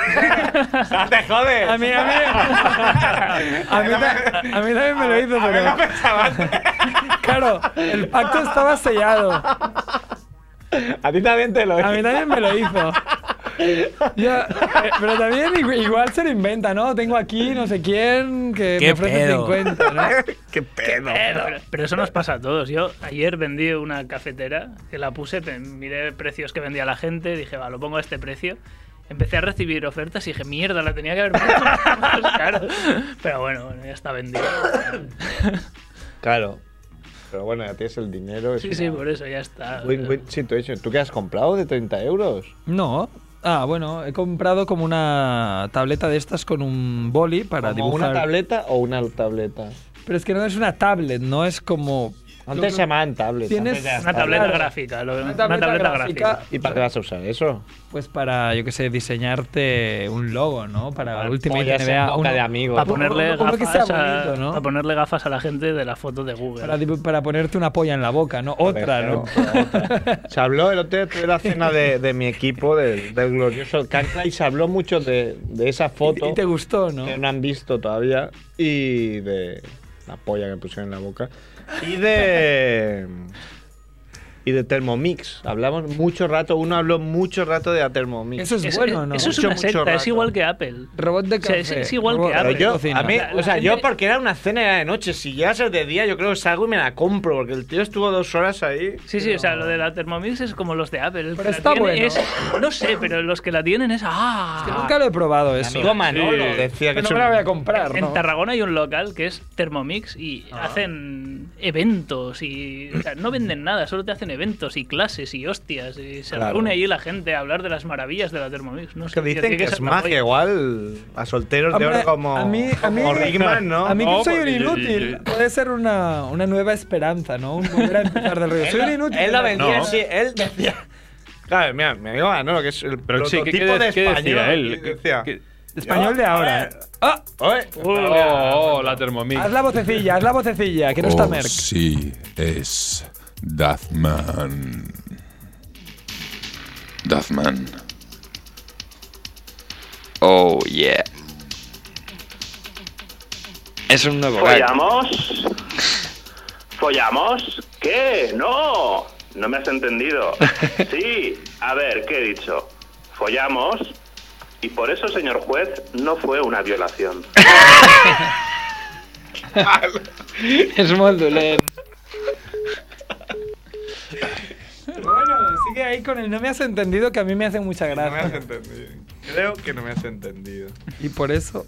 [SPEAKER 4] Ah, te jodes!
[SPEAKER 3] A mí, a mí, a mí, ta- a mí también me lo hizo,
[SPEAKER 4] A ver, no
[SPEAKER 3] pero
[SPEAKER 4] pensaba-
[SPEAKER 3] claro, el pacto estaba sellado. A
[SPEAKER 4] A ti también te lo he
[SPEAKER 3] mí también me lo hizo. Ya, eh, pero también igu- igual se lo inventa, ¿no? Tengo aquí no sé quién que me
[SPEAKER 13] ¿Qué
[SPEAKER 3] ofrece
[SPEAKER 13] pedo?
[SPEAKER 3] 50, ¿no?
[SPEAKER 4] ¡Qué pedo!
[SPEAKER 6] Pero, pero eso nos pasa a todos. Yo ayer vendí una cafetera que la puse, pe- miré precios que vendía la gente, dije, va, lo pongo a este precio. Empecé a recibir ofertas y dije, mierda, la tenía que haber puesto más caro. Pero bueno, bueno, ya está vendido.
[SPEAKER 4] Claro. Pero bueno, ya tienes el dinero. es
[SPEAKER 6] Sí, sí,
[SPEAKER 4] una
[SPEAKER 6] por eso ya está.
[SPEAKER 4] Win-win situation. ¿Tú qué has comprado de 30 euros?
[SPEAKER 3] No. Ah, bueno, he comprado como una tableta de estas con un boli para
[SPEAKER 4] ¿Como
[SPEAKER 3] dibujar.
[SPEAKER 4] una tableta o una tableta?
[SPEAKER 3] Pero es que no es una tablet, no es como
[SPEAKER 4] Antes se llamaban tablets.
[SPEAKER 3] Tienes-
[SPEAKER 4] antes ya
[SPEAKER 6] Una
[SPEAKER 4] estaba.
[SPEAKER 6] tableta
[SPEAKER 3] Claro.
[SPEAKER 6] gráfica. lo-
[SPEAKER 3] Una tableta gráfica.
[SPEAKER 4] ¿Y para qué vas a usar eso?
[SPEAKER 3] Pues para, yo qué sé, diseñarte un logo, ¿no? Para
[SPEAKER 4] Para
[SPEAKER 3] Ultimate
[SPEAKER 4] pollas en
[SPEAKER 3] NBA.
[SPEAKER 4] boca
[SPEAKER 3] uno-
[SPEAKER 4] de amigos.
[SPEAKER 6] Para
[SPEAKER 4] Uno-
[SPEAKER 6] ponerle,
[SPEAKER 3] uno que sea
[SPEAKER 6] gafas a,
[SPEAKER 3] bonito, ¿no?
[SPEAKER 6] para ponerle gafas a la gente de la foto de Google.
[SPEAKER 3] para, di- para ponerte una polla en la boca, ¿no? Otra, ¿no?
[SPEAKER 4] Por ejemplo, Se habló el otro día tuve la cena de, de mi equipo, del, del glorioso Cancla, y se habló mucho de, de esa foto
[SPEAKER 3] Y, y te gustó, ¿no?
[SPEAKER 4] que no han visto todavía y de la polla que me pusieron en la boca y de y de Thermomix. Hablamos mucho rato, uno habló mucho rato de la Thermomix.
[SPEAKER 3] Eso es, bueno, ¿no?
[SPEAKER 6] Eso es
[SPEAKER 4] Mucho,
[SPEAKER 6] una
[SPEAKER 4] mucho
[SPEAKER 6] secta, es
[SPEAKER 4] rato.
[SPEAKER 6] igual que Apple.
[SPEAKER 3] Robot de
[SPEAKER 6] O sea,
[SPEAKER 3] café.
[SPEAKER 6] es- es igual que
[SPEAKER 4] Pero
[SPEAKER 6] Apple.
[SPEAKER 4] yo,
[SPEAKER 3] cocina.
[SPEAKER 4] a mí,
[SPEAKER 6] La-
[SPEAKER 4] o
[SPEAKER 6] la
[SPEAKER 4] sea, yo
[SPEAKER 6] gente-
[SPEAKER 4] porque era una cena era de noche. Si llegas a ser de día, yo creo que salgo y me la compro, porque el tío estuvo dos horas ahí.
[SPEAKER 6] Sí, sí, o sea, lo de la Thermomix es como los de Apple. El
[SPEAKER 3] Pero
[SPEAKER 6] que la
[SPEAKER 3] está
[SPEAKER 6] tiene
[SPEAKER 3] bueno.
[SPEAKER 6] es- no sé, pero los que la tienen es. ¡Ah!
[SPEAKER 3] Que nunca lo he probado
[SPEAKER 4] Mi
[SPEAKER 3] eso.
[SPEAKER 4] amigo Manolo
[SPEAKER 2] Sí.
[SPEAKER 4] decía que
[SPEAKER 3] Pero no
[SPEAKER 4] es
[SPEAKER 3] me
[SPEAKER 4] un-
[SPEAKER 3] la voy a comprar,
[SPEAKER 6] en
[SPEAKER 3] ¿no?
[SPEAKER 4] Ah.
[SPEAKER 6] Tarragona hay un local que es Thermomix y hacen eventos y o sea, no venden nada, solo te hacen eventos y clases y hostias. Y se
[SPEAKER 4] Claro.
[SPEAKER 6] reúne allí la gente a hablar de las maravillas de la Thermomix. No sé,
[SPEAKER 4] Que
[SPEAKER 6] tío,
[SPEAKER 4] dicen
[SPEAKER 6] tiene
[SPEAKER 4] que
[SPEAKER 6] ser
[SPEAKER 4] es
[SPEAKER 6] la
[SPEAKER 4] magia
[SPEAKER 6] polla.
[SPEAKER 4] igual a solteros de
[SPEAKER 3] Hombre,
[SPEAKER 4] oro como,
[SPEAKER 3] a mí, a mí,
[SPEAKER 4] como Rickman, ¿no?
[SPEAKER 3] A mí que soy un
[SPEAKER 4] porque yo-
[SPEAKER 3] inútil.
[SPEAKER 4] yo-
[SPEAKER 3] Puede ser una, una nueva esperanza, ¿no? Un volver a empezar del río. Soy un inútil.
[SPEAKER 4] Él la vendía
[SPEAKER 3] No.
[SPEAKER 4] así, él decía. Claro, mira, mi amigo Manolo, que es el
[SPEAKER 2] Pero sí, ¿qué-
[SPEAKER 4] prototipo
[SPEAKER 2] qué de-
[SPEAKER 4] de
[SPEAKER 2] qué decía
[SPEAKER 4] español.
[SPEAKER 2] él?
[SPEAKER 4] y decía,
[SPEAKER 3] Español de ahora. ¿eh? ¡Ah!
[SPEAKER 2] Oh, oh, la Thermomix.
[SPEAKER 3] Haz la vocecilla, haz la vocecilla, que no está
[SPEAKER 14] Oh,
[SPEAKER 3] Merck.
[SPEAKER 14] Sí, es Dazman. Dazman.
[SPEAKER 15] Oh, yeah.
[SPEAKER 8] Es un nuevo
[SPEAKER 6] Pues
[SPEAKER 16] ¿Follamos? ¿Follamos? ¿Qué? ¡No! No me has entendido. Sí, a ver, ¿qué he dicho? Follamos y por eso, señor juez, no fue una violación.
[SPEAKER 1] Es molt dolent.
[SPEAKER 3] Bueno, sigue ahí con el no me has entendido que a mí me hace mucha
[SPEAKER 4] No me has
[SPEAKER 3] gracia.
[SPEAKER 4] entendido. Creo que no me has entendido.
[SPEAKER 3] Y por eso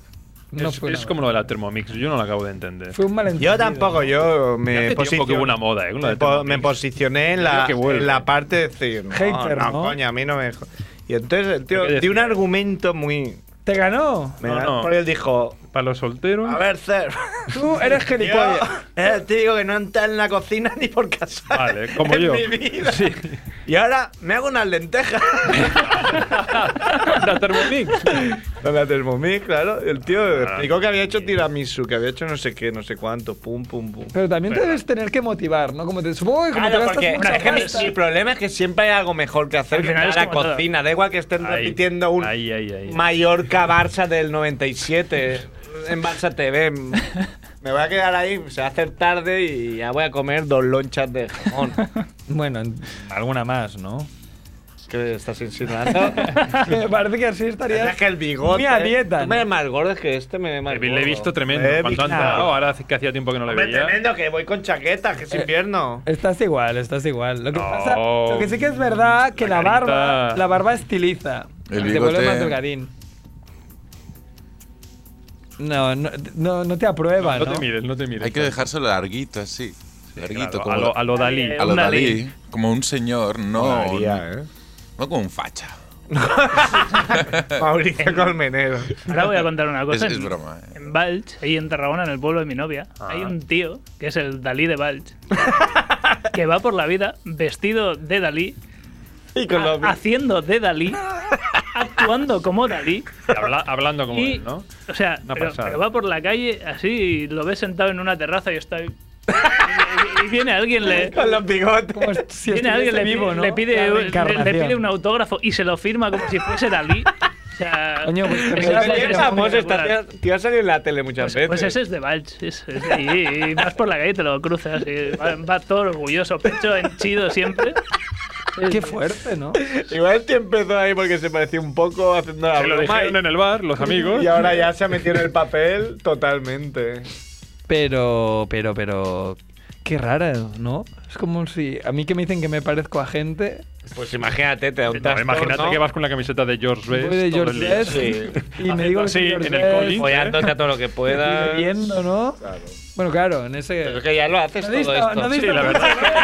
[SPEAKER 3] no
[SPEAKER 2] es
[SPEAKER 3] fue
[SPEAKER 2] es
[SPEAKER 3] nada.
[SPEAKER 2] como lo de la Thermomix, yo no lo acabo de entender.
[SPEAKER 3] Fue un malentendido.
[SPEAKER 4] Yo tampoco, yo me
[SPEAKER 2] Hace tiempo que
[SPEAKER 4] posicioné-
[SPEAKER 2] hubo una moda, ¿eh? Con la de
[SPEAKER 4] me po-
[SPEAKER 2] Thermomix.
[SPEAKER 4] me posicioné en
[SPEAKER 2] Creo
[SPEAKER 4] la,
[SPEAKER 2] que vuelve.
[SPEAKER 4] en la parte de decir, no,
[SPEAKER 2] Hater,
[SPEAKER 4] no,
[SPEAKER 2] ¿no?
[SPEAKER 4] coño, a mí no me... jo- Y entonces el tío
[SPEAKER 2] ¿Pero qué
[SPEAKER 4] dio un argumento muy...
[SPEAKER 3] ¿Te ganó?
[SPEAKER 4] Me da- Porque él dijo...
[SPEAKER 2] Para los solteros.
[SPEAKER 4] A ver, Cer...
[SPEAKER 3] Tú eres gilipollas.
[SPEAKER 4] Eres el típico que no entra en la cocina ni por casar.
[SPEAKER 2] Vale, como
[SPEAKER 4] en
[SPEAKER 2] yo.
[SPEAKER 4] mi vida. Y ahora me hago unas lentejas.
[SPEAKER 2] la Thermomix. Ah,
[SPEAKER 4] la Thermomix, claro. El tío explicó que había hecho tiramisu, que había hecho no sé qué, no sé cuánto, pum, pum, pum.
[SPEAKER 3] Pero también te debes tener que motivar, ¿no? Como te supongo que como
[SPEAKER 4] Claro,
[SPEAKER 3] te gastas
[SPEAKER 4] porque
[SPEAKER 3] mucha
[SPEAKER 4] es que mi,
[SPEAKER 3] pasta-
[SPEAKER 4] mi problema es que siempre hay algo mejor que hacer
[SPEAKER 3] Al
[SPEAKER 4] que
[SPEAKER 3] final
[SPEAKER 4] entrar
[SPEAKER 3] es
[SPEAKER 4] a la
[SPEAKER 3] como todo.
[SPEAKER 4] cocina. Da igual que estén
[SPEAKER 2] Ahí,
[SPEAKER 4] repitiendo un
[SPEAKER 2] ahí, ahí, ahí.
[SPEAKER 4] Mallorca-Barça del 97 en Barça TV. Me voy a quedar ahí, se va a hacer tarde y ya voy a comer dos lonchas de jamón.
[SPEAKER 3] Bueno, alguna más, ¿no?
[SPEAKER 4] ¿Qué estás insinuando?
[SPEAKER 3] Me parece que así estaría.
[SPEAKER 4] Es que el bigote.
[SPEAKER 3] Muy a dieta,
[SPEAKER 4] Tú me ves más gordo es que este me ve más gordo.
[SPEAKER 2] Le he visto tremendo.
[SPEAKER 4] Eh,
[SPEAKER 2] Cuando ha
[SPEAKER 4] Vicky,
[SPEAKER 2] entrado,
[SPEAKER 4] no.
[SPEAKER 2] ahora hace- que hacía tiempo que no le
[SPEAKER 4] Hombre,
[SPEAKER 2] veía.
[SPEAKER 4] tremendo, que voy con chaqueta, que es invierno.
[SPEAKER 3] Estás igual, estás igual. Lo que,
[SPEAKER 2] No.
[SPEAKER 3] pasa- lo que sí que es verdad que oh, la,
[SPEAKER 4] carita.
[SPEAKER 3] barba, la barba estiliza.
[SPEAKER 4] El
[SPEAKER 3] Te vuelve
[SPEAKER 4] bigote-
[SPEAKER 3] más delgadín. No, no, no, no te aprueba, ¿no?
[SPEAKER 2] no te mires.
[SPEAKER 5] Hay que dejárselo larguito, así. Larguito,
[SPEAKER 2] claro,
[SPEAKER 5] como
[SPEAKER 2] a lo- a lo Dalí.
[SPEAKER 5] A lo
[SPEAKER 2] Un Dalí.
[SPEAKER 5] Dalí. Como un señor, no.
[SPEAKER 2] Molaría,
[SPEAKER 4] eh.
[SPEAKER 5] no, no como un facha.
[SPEAKER 4] Mauricio Colmenero.
[SPEAKER 6] Ahora voy a contar una cosa.
[SPEAKER 5] Es- es
[SPEAKER 6] En-
[SPEAKER 5] broma, eh.
[SPEAKER 6] En Valch, ahí en Tarragona, en el pueblo de mi novia,
[SPEAKER 5] Ah.
[SPEAKER 6] hay un tío que es el Dalí de Valch, que va por la vida vestido de Dalí, ha- haciendo de Dalí, actuando como Dalí.
[SPEAKER 2] Habla- hablando como
[SPEAKER 6] Y-
[SPEAKER 2] él, ¿no?
[SPEAKER 6] O sea,
[SPEAKER 2] Una
[SPEAKER 6] pero,
[SPEAKER 2] pasada.
[SPEAKER 6] pero va por la calle así y lo ves sentado en una terraza y está ahí. Y, y viene alguien, le,
[SPEAKER 4] Con los bigotes.
[SPEAKER 6] viene alguien, le,
[SPEAKER 3] vivo,
[SPEAKER 6] pi-
[SPEAKER 3] ¿no?
[SPEAKER 6] le
[SPEAKER 3] La
[SPEAKER 6] pide, le, le
[SPEAKER 3] reencarnación.
[SPEAKER 6] pide un autógrafo y se lo firma como si fuese Dalí. O sea,
[SPEAKER 3] Coño, pues,
[SPEAKER 6] esa
[SPEAKER 4] Pero
[SPEAKER 6] es
[SPEAKER 4] este
[SPEAKER 6] la
[SPEAKER 4] tío es
[SPEAKER 6] historia
[SPEAKER 4] famoso, está-
[SPEAKER 6] espectacular.
[SPEAKER 4] tío- tío ha salido en la tele muchas veces.
[SPEAKER 6] Pues ese es de Balch. es- es de ahí, y vas por la calle y te lo cruzas. y va, va todo orgulloso, pecho henchido siempre.
[SPEAKER 3] Qué fuerte, ¿no?
[SPEAKER 4] Igual el tío empezó ahí porque se parecía un poco haciendo la
[SPEAKER 2] Se lo
[SPEAKER 4] broma
[SPEAKER 2] dijeron
[SPEAKER 4] y-
[SPEAKER 2] en el bar, los amigos.
[SPEAKER 4] Y ahora ya se ha metido en el papel totalmente.
[SPEAKER 3] Pero, pero, pero. Qué rara, ¿no? Es como si. A mí que me dicen que me parezco a gente.
[SPEAKER 4] Pues imagínate, te da un
[SPEAKER 2] No,
[SPEAKER 4] trastorno.
[SPEAKER 2] imagínate que vas con la camiseta de George Best.
[SPEAKER 3] Voy de
[SPEAKER 2] todo el
[SPEAKER 3] George
[SPEAKER 2] día.
[SPEAKER 3] Best y me
[SPEAKER 2] Haciendo
[SPEAKER 3] digo que
[SPEAKER 2] así
[SPEAKER 3] soy George
[SPEAKER 2] en el ¿eh?
[SPEAKER 3] Best.
[SPEAKER 4] ¿eh?
[SPEAKER 2] collins.
[SPEAKER 4] Follándote a todo lo que puedas.
[SPEAKER 3] Y bebiendo, ¿no? Bueno, claro, en ese.
[SPEAKER 4] Pero es que ya lo haces
[SPEAKER 3] ¿No
[SPEAKER 4] todo
[SPEAKER 3] diste-
[SPEAKER 4] esto.
[SPEAKER 3] no
[SPEAKER 4] Sí,
[SPEAKER 3] diste
[SPEAKER 4] la
[SPEAKER 3] mucho
[SPEAKER 4] verdad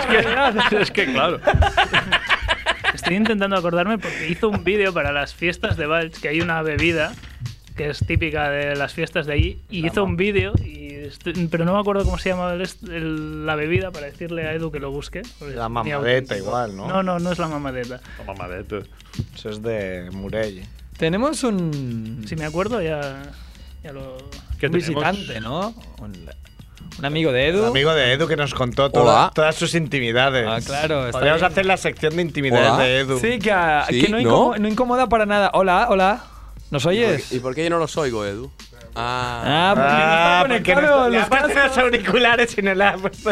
[SPEAKER 2] Es que, es que claro.
[SPEAKER 6] Estoy intentando acordarme porque hizo un vídeo para las fiestas de Balch, que hay una bebida que es típica de las fiestas de allí, y hizo un vídeo, y estoy- pero no me acuerdo cómo se llama el est- el- la bebida para decirle a Edu que lo busque. porque
[SPEAKER 4] La
[SPEAKER 6] es muy
[SPEAKER 4] mamadeta
[SPEAKER 6] auténtico.
[SPEAKER 4] igual, ¿no?
[SPEAKER 6] No, no, no es la mamadeta.
[SPEAKER 2] La mamadeta.
[SPEAKER 4] Eso es de Murey.
[SPEAKER 3] Tenemos un.
[SPEAKER 6] Si me acuerdo ya, ya lo...
[SPEAKER 3] un visitante, ¿no? Un, un amigo de Edu.
[SPEAKER 4] Un amigo de Edu que nos contó toda-
[SPEAKER 3] Hola.
[SPEAKER 4] todas sus intimidades.
[SPEAKER 3] Ah, claro, está
[SPEAKER 4] Podríamos
[SPEAKER 3] bien.
[SPEAKER 4] hacer la sección de intimidades
[SPEAKER 3] Hola.
[SPEAKER 4] de Edu.
[SPEAKER 3] Sí, que, a-
[SPEAKER 4] Sí,
[SPEAKER 3] que no,
[SPEAKER 4] ¿no?
[SPEAKER 3] incomo- no incomoda para nada. Hola, hola. ¿Nos oyes?
[SPEAKER 1] ¿Y por qué yo no los oigo, Edu? Ah,
[SPEAKER 3] Ah, porque
[SPEAKER 4] Ah,
[SPEAKER 3] no
[SPEAKER 4] porque
[SPEAKER 3] está
[SPEAKER 4] no
[SPEAKER 3] conectado
[SPEAKER 4] está- le
[SPEAKER 3] los
[SPEAKER 4] ha puesto
[SPEAKER 3] cascos.
[SPEAKER 4] los auriculares y no le ha puesto.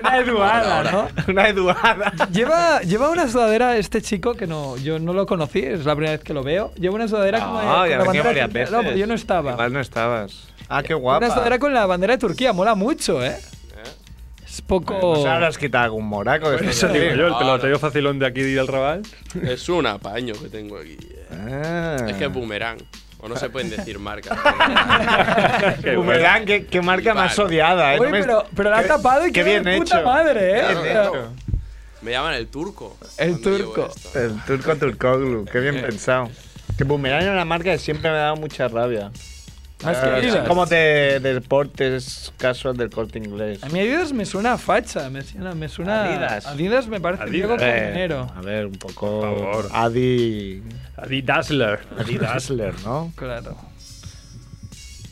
[SPEAKER 3] Una eduada, ¿no?
[SPEAKER 4] Una eduada.
[SPEAKER 3] Lleva, lleva una sudadera este chico que no, yo no lo conocí, es la primera vez que lo veo. Lleva una sudadera con la-
[SPEAKER 4] Ah,
[SPEAKER 3] con
[SPEAKER 4] ya
[SPEAKER 3] la
[SPEAKER 4] venía
[SPEAKER 3] bandera
[SPEAKER 4] varias
[SPEAKER 3] turca.
[SPEAKER 4] veces.
[SPEAKER 3] No, pero yo no estaba. Eh,
[SPEAKER 4] Igual no estabas. Ah, qué guapa.
[SPEAKER 3] Una sudadera con la bandera de Turquía, mola mucho, ¿eh? Es poco.
[SPEAKER 4] No sé, habrás Pues quitado algún moraco. de
[SPEAKER 2] Por
[SPEAKER 4] estos
[SPEAKER 2] eso
[SPEAKER 4] de
[SPEAKER 2] digo yo, el
[SPEAKER 4] aquí.
[SPEAKER 2] peloteo facilón de aquí del Raval.
[SPEAKER 1] es un apaño que tengo aquí.
[SPEAKER 4] Ah.
[SPEAKER 1] Es que es boomerang.
[SPEAKER 15] O no se pueden decir marcas.
[SPEAKER 4] Boomerang, qué, qué marca más odiada, ¿eh?
[SPEAKER 3] Oye,
[SPEAKER 4] No me-
[SPEAKER 3] pero, pero la ha
[SPEAKER 4] qué-
[SPEAKER 3] tapado y
[SPEAKER 4] qué
[SPEAKER 3] qué
[SPEAKER 4] bien
[SPEAKER 3] de puta
[SPEAKER 4] hecho.
[SPEAKER 3] madre, ¿eh?
[SPEAKER 4] Qué bien
[SPEAKER 3] O sea,
[SPEAKER 4] hecho.
[SPEAKER 15] Me llaman el turco.
[SPEAKER 4] El turco. El turco Turcoglu. Qué
[SPEAKER 3] Eh.
[SPEAKER 4] bien pensado. Que Boomerang era una marca que siempre me ha dado mucha rabia.
[SPEAKER 3] Ah, es que
[SPEAKER 4] Eh,
[SPEAKER 3] Adidas.
[SPEAKER 4] como de, de deportes casual del corte inglés.
[SPEAKER 3] A mí Adidas me suena a facha, me suena, me suena
[SPEAKER 4] Adidas.
[SPEAKER 3] Adidas me parece Diego
[SPEAKER 4] Eh,
[SPEAKER 3] Colmenero.
[SPEAKER 4] a ver, un poco. Adi.
[SPEAKER 2] Adi Dazzler.
[SPEAKER 4] Adi Dazzler, ¿no?
[SPEAKER 3] Claro.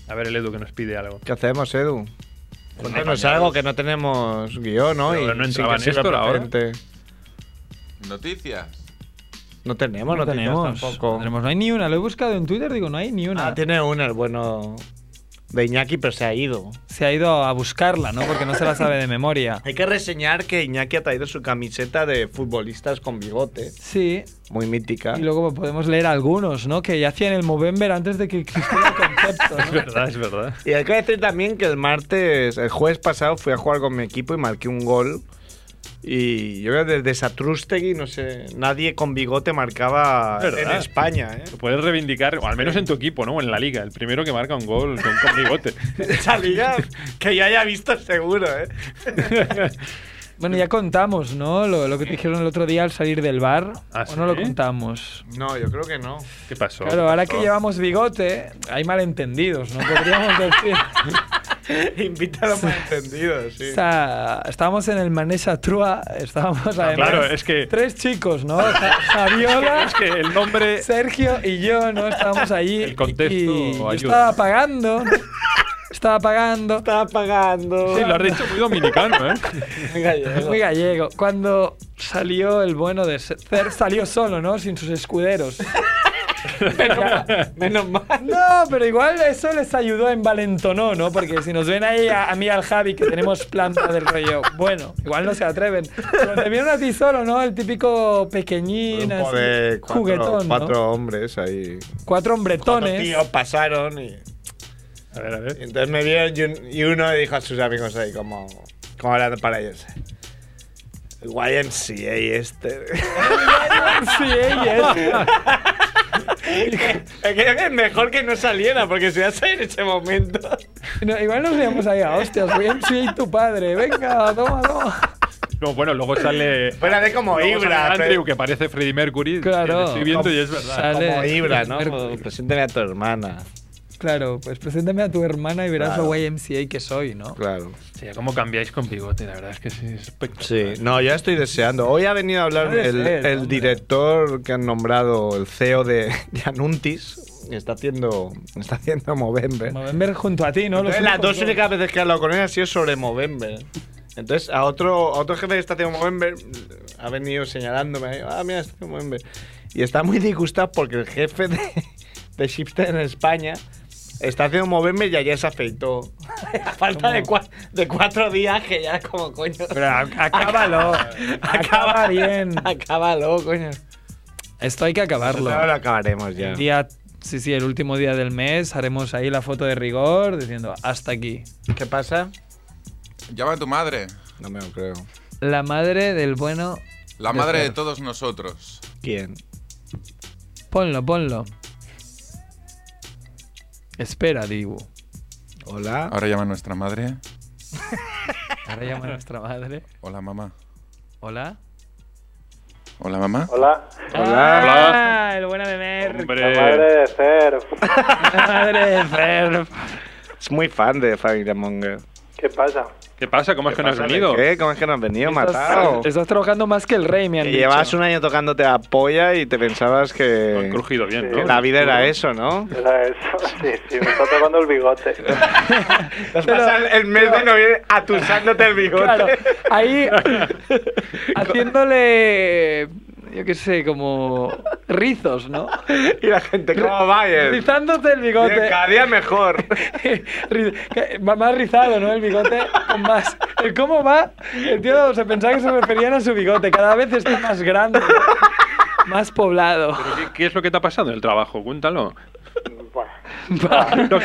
[SPEAKER 2] A ver, el Edu que nos pide algo.
[SPEAKER 4] ¿Qué hacemos, Edu? Cuéntanos
[SPEAKER 2] Apañados.
[SPEAKER 4] algo que no tenemos guión, ¿no?
[SPEAKER 2] Pero no
[SPEAKER 4] sin
[SPEAKER 2] entraba
[SPEAKER 4] que
[SPEAKER 2] en
[SPEAKER 4] sirva
[SPEAKER 2] esto la hora.
[SPEAKER 4] precedente.
[SPEAKER 5] Noticias.
[SPEAKER 4] No tenemos, no,
[SPEAKER 3] No
[SPEAKER 4] tenemos.
[SPEAKER 3] tenemos. No tenemos, no hay ni una. Lo he buscado en Twitter, digo, no hay ni una.
[SPEAKER 4] Ah, tiene una, el bueno de Iñaki, pero se ha ido.
[SPEAKER 3] Se ha ido a buscarla, ¿no? Porque no se la sabe de memoria.
[SPEAKER 4] Hay que reseñar que Iñaki ha traído su camiseta de futbolistas con bigote.
[SPEAKER 3] Sí.
[SPEAKER 4] Muy mítica.
[SPEAKER 3] Y luego podemos leer algunos, ¿no? Que ya hacían el Movember antes de que existiera el concepto. ¿no?
[SPEAKER 2] Es verdad, es verdad.
[SPEAKER 4] Y hay que decir también que el martes, el jueves pasado, fui a jugar con mi equipo y marqué un gol. Y yo creo que desde Satrústegui, no sé, nadie con bigote marcaba
[SPEAKER 2] Es
[SPEAKER 4] en
[SPEAKER 2] verdad.
[SPEAKER 4] España, ¿eh?
[SPEAKER 2] Lo puedes reivindicar, o al menos en tu equipo, ¿no? O en la liga. El primero que marca un gol con, con bigote.
[SPEAKER 4] Esa liga que yo haya visto seguro, ¿eh?
[SPEAKER 3] Bueno, ya contamos, ¿no? Lo, lo que te dijeron el otro día al salir del bar.
[SPEAKER 2] ¿Ah,
[SPEAKER 3] ¿O no lo
[SPEAKER 2] sí?
[SPEAKER 3] contamos?
[SPEAKER 4] No, yo creo que no.
[SPEAKER 2] ¿Qué pasó?
[SPEAKER 3] Claro, ahora
[SPEAKER 2] ¿Qué
[SPEAKER 3] que
[SPEAKER 2] pasó?
[SPEAKER 3] llevamos bigote, hay malentendidos, ¿no? Podríamos decir.
[SPEAKER 4] Invita a los malentendidos, sí.
[SPEAKER 3] O sea, estábamos en el Manesa Trua, estábamos además.
[SPEAKER 2] claro, es que-
[SPEAKER 3] Tres chicos, ¿no? Sa- Saviola.
[SPEAKER 2] Es que el nombre.
[SPEAKER 3] Sergio y yo, ¿no? Estábamos allí. El
[SPEAKER 2] contexto
[SPEAKER 3] Y yo
[SPEAKER 2] ayuda.
[SPEAKER 3] estaba pagando. ¿no? Estaba pagando.
[SPEAKER 4] Estaba pagando.
[SPEAKER 2] Sí, lo has dicho muy dominicano, ¿eh?
[SPEAKER 4] Muy gallego.
[SPEAKER 3] Muy gallego. Cuando salió el bueno de Ser, Ser salió solo, ¿no? Sin sus escuderos.
[SPEAKER 4] Menos mal.
[SPEAKER 3] No, pero igual eso les ayudó en Valentonó, ¿no? Porque si nos ven ahí a, a mí y al Javi que tenemos planta del rollo, bueno, igual no se atreven. Pero te vieron a ti solo, ¿no? El típico pequeñín, así,
[SPEAKER 4] Grupo de cuatro,
[SPEAKER 3] juguetón,
[SPEAKER 4] cuatro
[SPEAKER 3] ¿no?
[SPEAKER 4] hombres ahí.
[SPEAKER 3] Cuatro
[SPEAKER 4] Cuatro
[SPEAKER 3] hombretones.
[SPEAKER 4] tíos pasaron y.
[SPEAKER 2] A ver, a ver.
[SPEAKER 4] Entonces me vieron y, un- y uno dijo a sus amigos ahí como, como hablando para ellos. YMCA este. Creo que es mejor que no saliera, porque si ya sale en ese momento.
[SPEAKER 3] No, igual nos veíamos ahí a hostias, voy a soy tu padre, venga, toma, toma.
[SPEAKER 2] No, bueno, luego sale.
[SPEAKER 4] Fuera de como
[SPEAKER 2] luego sale
[SPEAKER 4] Ibra,
[SPEAKER 2] Andrew,
[SPEAKER 4] pero-
[SPEAKER 2] que parece Freddie Mercury.
[SPEAKER 3] Claro.
[SPEAKER 2] que Estoy viendo y es verdad.
[SPEAKER 3] Sale-
[SPEAKER 4] Como Ibra, ¿no?
[SPEAKER 3] Mer-
[SPEAKER 4] Como, Preséntame a tu hermana.
[SPEAKER 3] Claro, pues preséntame a tu hermana y verás
[SPEAKER 4] Claro.
[SPEAKER 3] lo YMCA que soy, ¿no?
[SPEAKER 4] Claro.
[SPEAKER 2] Sí, ¿Cómo cambiáis con bigote? La verdad es que sí, es espectacular.
[SPEAKER 4] Sí, no, ya estoy deseando. Hoy ha venido a hablar
[SPEAKER 2] Puede
[SPEAKER 4] el,
[SPEAKER 2] ser,
[SPEAKER 4] el director que han nombrado, el CEO de, de Anuntis. que Está haciendo, está haciendo Movember.
[SPEAKER 3] Movember junto a ti, ¿no? Los
[SPEAKER 4] Entonces, las
[SPEAKER 3] únicos
[SPEAKER 4] dos únicas veces que he hablado con él ha sido sobre Movember. Entonces, a otro, a otro jefe que está haciendo Movember ha venido señalándome. ahí, Ah, mira, está haciendo Movember. Y está muy disgustado porque el jefe de, de Shipster en España está haciendo Movember y ayer se afeitó. A falta de, cua- de cuatro días que ya como coño.
[SPEAKER 3] Pero acábalo. acaba bien.
[SPEAKER 4] Acábalo, coño.
[SPEAKER 3] Esto hay que acabarlo.
[SPEAKER 4] Ahora lo acabaremos ya.
[SPEAKER 3] El día, sí, sí, el último día del mes haremos ahí la foto de rigor diciendo hasta aquí.
[SPEAKER 4] ¿Qué pasa?
[SPEAKER 5] Llama a tu madre.
[SPEAKER 4] No me lo creo.
[SPEAKER 3] La madre del bueno.
[SPEAKER 5] La madre de todos nosotros.
[SPEAKER 4] ¿Quién?
[SPEAKER 3] Ponlo, ponlo. Espera, Dibu.
[SPEAKER 4] Hola.
[SPEAKER 5] Ahora llama a nuestra madre.
[SPEAKER 3] Ahora llama a nuestra madre.
[SPEAKER 5] Hola, mamá.
[SPEAKER 3] Hola.
[SPEAKER 5] Hola, mamá.
[SPEAKER 17] Hola.
[SPEAKER 3] Ah, el buen Abemer.
[SPEAKER 17] La madre de Cerf.
[SPEAKER 3] La madre de Fer.
[SPEAKER 4] Es muy fan de Family Monger.
[SPEAKER 17] ¿Qué pasa?
[SPEAKER 2] ¿Qué pasa? ¿Cómo es que no has
[SPEAKER 4] pasa,
[SPEAKER 2] venido?
[SPEAKER 4] ¿Qué? ¿Cómo es que no has venido, matado?
[SPEAKER 3] Estás, estás trabajando más que el rey, me han
[SPEAKER 4] Que
[SPEAKER 3] dicho.
[SPEAKER 4] llevabas un año tocándote la polla y te pensabas que.
[SPEAKER 2] crujido bien,
[SPEAKER 4] que
[SPEAKER 2] ¿no?
[SPEAKER 4] La vida era eso, ¿no?
[SPEAKER 17] Era eso. Sí, sí, me está tocando el bigote.
[SPEAKER 4] Pasar el mes de noviembre atusándote el bigote.
[SPEAKER 3] Claro, ahí haciéndole, yo qué sé, como rizos, ¿no?
[SPEAKER 4] Y la gente, ¿cómo va? Y él,
[SPEAKER 3] Rizándote el bigote.
[SPEAKER 4] "Bien, Cada día mejor.
[SPEAKER 3] Riz- que- va Más rizado, ¿no? El bigote con más. El cómo va, el tío se pensaba que se referían a su bigote. Cada vez está más grande, más poblado.
[SPEAKER 2] ¿Qué, qué es lo que te ha pasado en el trabajo? Cuéntalo.
[SPEAKER 17] Bueno,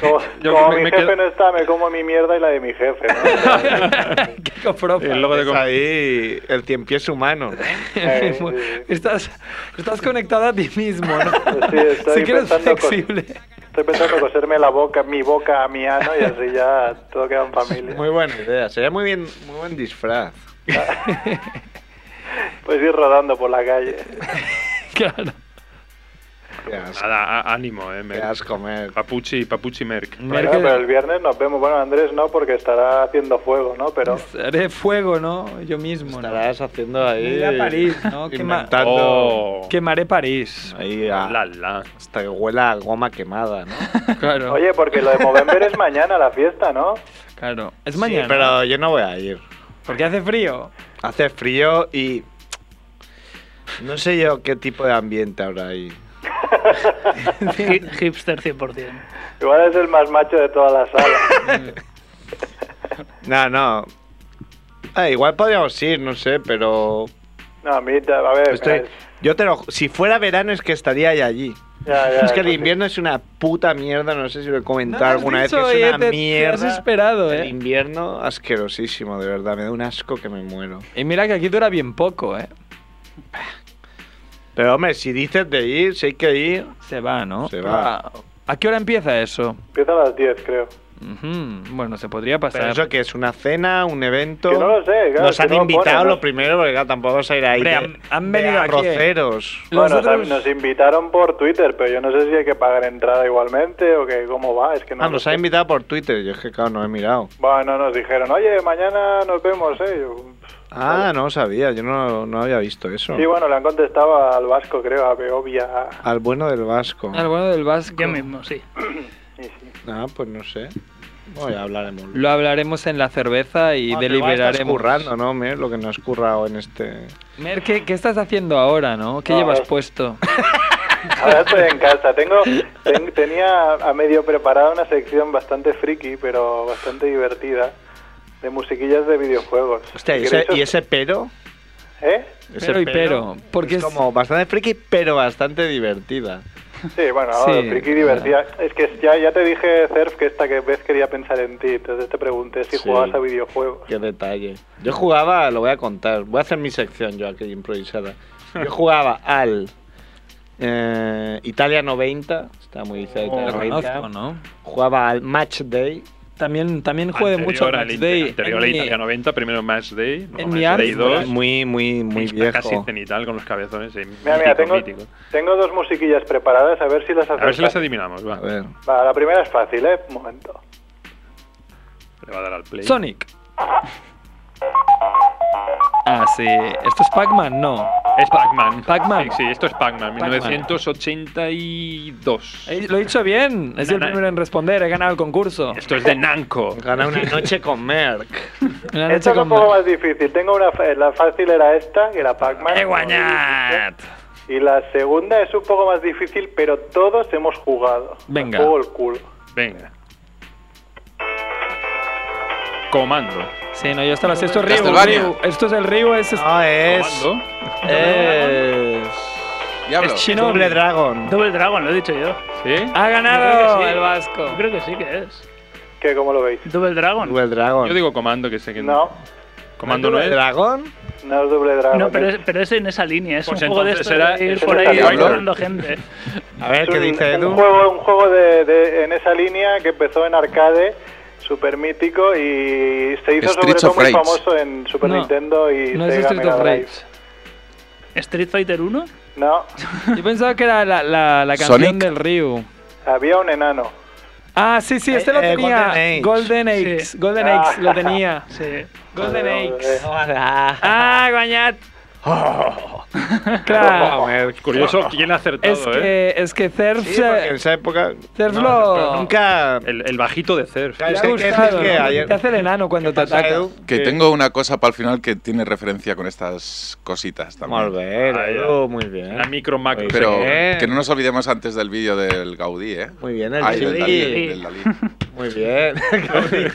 [SPEAKER 17] Como,
[SPEAKER 2] Yo
[SPEAKER 17] como
[SPEAKER 2] me-
[SPEAKER 17] mi
[SPEAKER 2] me
[SPEAKER 17] jefe
[SPEAKER 2] quedo-
[SPEAKER 17] no está, me como mi mierda y la de mi jefe, ¿no?
[SPEAKER 4] El logo de com- ahí el cien pies humano.
[SPEAKER 3] estás, estás conectada a ti mismo, ¿no?
[SPEAKER 17] Sí, estoy
[SPEAKER 3] si quieres
[SPEAKER 17] pensando con-
[SPEAKER 3] flexible.
[SPEAKER 17] Estoy pensando coserme la boca, mi boca a mi ano y así ya todo queda en familia.
[SPEAKER 4] Muy buena idea. Sería muy bien, muy buen disfraz.
[SPEAKER 17] Pues ir rodando por la calle.
[SPEAKER 3] Claro.
[SPEAKER 2] Nada, á- ánimo, eh. Merck. Papuchi, Papuchi Merck.
[SPEAKER 17] Bueno, pero el viernes nos vemos. Bueno, Andrés no, porque estará haciendo fuego, ¿no? Pero
[SPEAKER 3] Haré fuego, ¿no? Yo mismo.
[SPEAKER 4] Estarás haciendo ahí.
[SPEAKER 3] Ir a París, ¿no? Quema-
[SPEAKER 4] Inventando.
[SPEAKER 3] Quemaré París.
[SPEAKER 4] Oh. Ahí a- Hasta que huela a goma quemada, ¿no?
[SPEAKER 3] Claro.
[SPEAKER 17] Oye, porque lo de Movember es mañana la fiesta, ¿no?
[SPEAKER 3] Claro. Es
[SPEAKER 4] Sí,
[SPEAKER 3] mañana.
[SPEAKER 4] pero yo no voy a ir.
[SPEAKER 3] Porque hace frío.
[SPEAKER 4] Hace frío y. No sé yo qué tipo de ambiente habrá ahí.
[SPEAKER 6] Hi- Hipster 100%.
[SPEAKER 17] Igual es el más macho de toda la sala.
[SPEAKER 4] No, no. Ah, igual podríamos ir, no sé, pero.
[SPEAKER 17] No, a mí, ta- a ver,
[SPEAKER 4] Estoy-
[SPEAKER 17] mira,
[SPEAKER 4] Yo te lo ju- Si fuera verano es que estaría ya allí.
[SPEAKER 17] Ya, ya,
[SPEAKER 4] es que el
[SPEAKER 17] no sé.
[SPEAKER 4] invierno es una puta mierda, no sé si lo he comentado
[SPEAKER 3] No lo has
[SPEAKER 4] alguna vez,
[SPEAKER 3] dicho,
[SPEAKER 4] que
[SPEAKER 3] eh,
[SPEAKER 4] es una
[SPEAKER 3] te- te has
[SPEAKER 4] mierda.
[SPEAKER 3] esperado, eh.
[SPEAKER 4] El invierno asquerosísimo, de verdad, me da un asco que me muero.
[SPEAKER 3] Y mira que aquí dura bien poco, ¿eh?
[SPEAKER 4] Pero hombre, si dices de ir, si hay que ir,
[SPEAKER 3] se va, ¿no?
[SPEAKER 4] Se va.
[SPEAKER 3] ¿A- ¿A qué hora empieza eso?
[SPEAKER 17] empieza a las 10, creo.
[SPEAKER 3] Ujú, Bueno, se podría pasar.
[SPEAKER 4] Pero eso que es una cena, un evento.
[SPEAKER 3] Que no lo sé, claro,
[SPEAKER 4] Nos
[SPEAKER 3] que
[SPEAKER 4] han
[SPEAKER 3] no lo
[SPEAKER 4] invitado
[SPEAKER 3] pone, ¿no?
[SPEAKER 4] lo primero, porque claro, tampoco vamos a ir ahí.
[SPEAKER 3] Hombre,
[SPEAKER 4] de-
[SPEAKER 3] han- han
[SPEAKER 4] de
[SPEAKER 3] venido aquí, eh.
[SPEAKER 4] arroceros.
[SPEAKER 17] Bueno, o sea, nos invitaron por Twitter, pero yo no sé si hay que pagar entrada igualmente o que cómo va, es que no.
[SPEAKER 4] Ah,
[SPEAKER 17] lo
[SPEAKER 4] nos
[SPEAKER 17] sé.
[SPEAKER 4] ha invitado por Twitter. Yo es que, claro, no he mirado.
[SPEAKER 17] Bueno, nos dijeron, oye, mañana nos vemos, ¿eh? Yo,
[SPEAKER 4] Ah, no lo sabía. Yo no, no había visto eso.
[SPEAKER 17] sí, bueno, le han contestado al vasco, creo, a Beovia.
[SPEAKER 4] Al bueno del Vasco.
[SPEAKER 3] Al bueno del Vasco.
[SPEAKER 6] Yo mismo, sí.
[SPEAKER 4] Ah, pues no sé. Bueno, ya hablaremos.
[SPEAKER 3] Lo hablaremos en la cerveza y
[SPEAKER 4] Ah, pero igual Estás
[SPEAKER 3] deliberaremos.
[SPEAKER 4] currando, ¿no? Mer? lo que nos has currado en este.
[SPEAKER 3] Mer, ¿qué, qué estás haciendo ahora, no? ¿Qué
[SPEAKER 17] No,
[SPEAKER 3] llevas
[SPEAKER 17] es-
[SPEAKER 3] puesto?
[SPEAKER 17] Ahora estoy en casa. Tengo, ten- tenía a medio preparada una sección bastante friki, pero bastante divertida, de musiquillas de videojuegos.
[SPEAKER 4] Hostia, ¿y
[SPEAKER 17] Si
[SPEAKER 4] ese,
[SPEAKER 17] queréis os-
[SPEAKER 4] y ese pero?
[SPEAKER 17] ¿Eh?
[SPEAKER 4] Ese
[SPEAKER 3] Pero y pero, porque
[SPEAKER 4] es,
[SPEAKER 3] es-
[SPEAKER 4] como bastante friki, pero bastante divertida.
[SPEAKER 17] Sí, bueno,
[SPEAKER 4] Sí,
[SPEAKER 17] ahora, friki divertida. Es que ya, ya te dije, Cerf, que esta que vez quería pensar en ti, entonces te pregunté si
[SPEAKER 4] Sí.
[SPEAKER 17] jugabas a videojuegos.
[SPEAKER 4] Qué detalle. Yo jugaba, lo voy a contar, voy a hacer mi sección yo aquí improvisada. Yo jugaba al eh, Italia 90, está muy cerca
[SPEAKER 3] Oh,
[SPEAKER 4] Italia
[SPEAKER 3] lo
[SPEAKER 4] 90.
[SPEAKER 3] conozco, ¿no?
[SPEAKER 4] Jugaba al Match Day.
[SPEAKER 3] También, también juego de mucho
[SPEAKER 2] Anterior al
[SPEAKER 3] Match
[SPEAKER 2] Inter-
[SPEAKER 3] Day.
[SPEAKER 2] Anterior a la
[SPEAKER 3] En mi-
[SPEAKER 2] Italia 90, primero Match Day. luego
[SPEAKER 3] en mi
[SPEAKER 2] Match Day
[SPEAKER 3] árbol.
[SPEAKER 2] 2.
[SPEAKER 4] Muy, muy, muy
[SPEAKER 2] Está
[SPEAKER 4] viejo.
[SPEAKER 2] Casi cenital con los cabezones. eh,
[SPEAKER 17] Mira, mira,
[SPEAKER 2] mítico,
[SPEAKER 17] tengo,
[SPEAKER 2] mítico.
[SPEAKER 17] tengo dos musiquillas preparadas, a ver si las
[SPEAKER 2] A ver si las
[SPEAKER 17] acertas.
[SPEAKER 2] adivinamos, va. A
[SPEAKER 4] ver.
[SPEAKER 17] Va, la primera es fácil, ¿eh? Un momento.
[SPEAKER 2] Le va a dar al play.
[SPEAKER 3] Sonic. Ah, sí. ¿Esto es Pac-Man? No.
[SPEAKER 2] Es Pac-Man.
[SPEAKER 3] Pac-Man.
[SPEAKER 2] Sí, sí, esto es Pac-Man,
[SPEAKER 3] Pac-Man.
[SPEAKER 2] 1982.
[SPEAKER 3] Eh, Lo he dicho bien. Es el
[SPEAKER 2] Na- na-
[SPEAKER 3] primero en responder. He ganado el concurso.
[SPEAKER 2] Esto es de Namco.
[SPEAKER 4] Gana una noche con Merck.
[SPEAKER 3] Una
[SPEAKER 17] Esta
[SPEAKER 3] noche
[SPEAKER 17] Este es un
[SPEAKER 3] con...
[SPEAKER 17] poco más difícil. Tengo una fa- la fácil era esta, que era Pac-Man.
[SPEAKER 3] Eh,
[SPEAKER 17] Y la segunda es un poco más difícil, pero todos hemos jugado.
[SPEAKER 2] Venga.
[SPEAKER 17] Juego el culo.
[SPEAKER 2] Venga. Comando.
[SPEAKER 3] Sí, no, yo estaba así. Esto es Ryu.
[SPEAKER 2] Castlevania.
[SPEAKER 3] Ryu. Esto es el Ryu. Es...
[SPEAKER 4] No, es. eh,
[SPEAKER 2] Comando.
[SPEAKER 4] Es.
[SPEAKER 2] Diablo.
[SPEAKER 4] Es Shinobi. Double Dragon.
[SPEAKER 6] Double Dragon, lo he dicho yo.
[SPEAKER 2] ¿Sí?
[SPEAKER 3] Ha
[SPEAKER 6] Yo creo
[SPEAKER 3] ganado
[SPEAKER 6] que sí.
[SPEAKER 3] el vasco.
[SPEAKER 6] Yo creo que sí que es.
[SPEAKER 17] ¿Qué, cómo lo veis?
[SPEAKER 6] Double Dragon.
[SPEAKER 4] Double Dragon.
[SPEAKER 2] Yo digo comando, que sé que
[SPEAKER 17] No,
[SPEAKER 2] Comando no es.
[SPEAKER 4] ¿Dragón?
[SPEAKER 17] no es doble eh. dragón.
[SPEAKER 6] No, pero es, pero es en esa línea, es
[SPEAKER 2] Pues
[SPEAKER 6] un poco de
[SPEAKER 2] entonces
[SPEAKER 6] esto
[SPEAKER 2] era-
[SPEAKER 6] de ir
[SPEAKER 2] ese
[SPEAKER 6] por
[SPEAKER 2] era
[SPEAKER 6] ahí
[SPEAKER 2] Diablo.
[SPEAKER 6] matando gente.
[SPEAKER 4] A ver, ¿qué
[SPEAKER 17] un,
[SPEAKER 4] dice
[SPEAKER 17] un
[SPEAKER 4] Edu?
[SPEAKER 17] juego, un juego de, de- en esa línea que empezó en arcade, super mítico, y se hizo sobre
[SPEAKER 5] Streets
[SPEAKER 17] todo
[SPEAKER 5] of
[SPEAKER 17] muy
[SPEAKER 5] Rage.
[SPEAKER 17] famoso en Super
[SPEAKER 3] No.
[SPEAKER 17] Nintendo y
[SPEAKER 3] No es
[SPEAKER 17] Sega
[SPEAKER 3] Street
[SPEAKER 17] Mega
[SPEAKER 3] of
[SPEAKER 17] Drive.
[SPEAKER 3] Rage.
[SPEAKER 6] ¿Street Fighter 1?
[SPEAKER 17] No,
[SPEAKER 3] Yo pensaba que era la, la, la canción
[SPEAKER 5] Sonic.
[SPEAKER 3] del Ryu.
[SPEAKER 17] había un enano.
[SPEAKER 3] Ah, sí, sí, este lo
[SPEAKER 4] eh,
[SPEAKER 3] tenía.
[SPEAKER 4] Golden Sí.
[SPEAKER 3] Golden Axe. Golden
[SPEAKER 17] Ah.
[SPEAKER 3] Axe lo tenía.
[SPEAKER 6] Sí.
[SPEAKER 3] Golden
[SPEAKER 17] eh,
[SPEAKER 3] Axe.
[SPEAKER 4] Hola.
[SPEAKER 3] Ah, guañat.
[SPEAKER 2] A
[SPEAKER 3] Claro.
[SPEAKER 2] ver, curioso quién ha acertado,
[SPEAKER 3] Es
[SPEAKER 2] ¿eh?
[SPEAKER 3] que, es que Cerf
[SPEAKER 4] Sí,
[SPEAKER 3] se-
[SPEAKER 4] porque en esa época.
[SPEAKER 3] Cerf
[SPEAKER 2] No,
[SPEAKER 3] lo-
[SPEAKER 2] pero
[SPEAKER 4] Nunca.
[SPEAKER 2] El, el bajito de Cerf.
[SPEAKER 4] Claro,
[SPEAKER 3] le
[SPEAKER 4] es
[SPEAKER 3] ha
[SPEAKER 4] este que hay que decir
[SPEAKER 3] gustado,
[SPEAKER 4] que
[SPEAKER 3] ¿no?
[SPEAKER 4] ayer-
[SPEAKER 3] Te hace el enano cuando te ataca.
[SPEAKER 4] Edu?
[SPEAKER 5] Que
[SPEAKER 4] Sí.
[SPEAKER 5] tengo una cosa para el final que tiene referencia con estas cositas también.
[SPEAKER 4] Muy bien,
[SPEAKER 2] Ah, ya.
[SPEAKER 4] Edu, muy bien.
[SPEAKER 2] La micro macro.
[SPEAKER 5] Pero
[SPEAKER 4] Bien.
[SPEAKER 5] que no nos olvidemos antes del vídeo del Gaudí, ¿eh?
[SPEAKER 4] Muy bien, el
[SPEAKER 5] Ay, del
[SPEAKER 4] Gaudí.
[SPEAKER 5] Dalí, del Dalí.
[SPEAKER 4] Muy bien.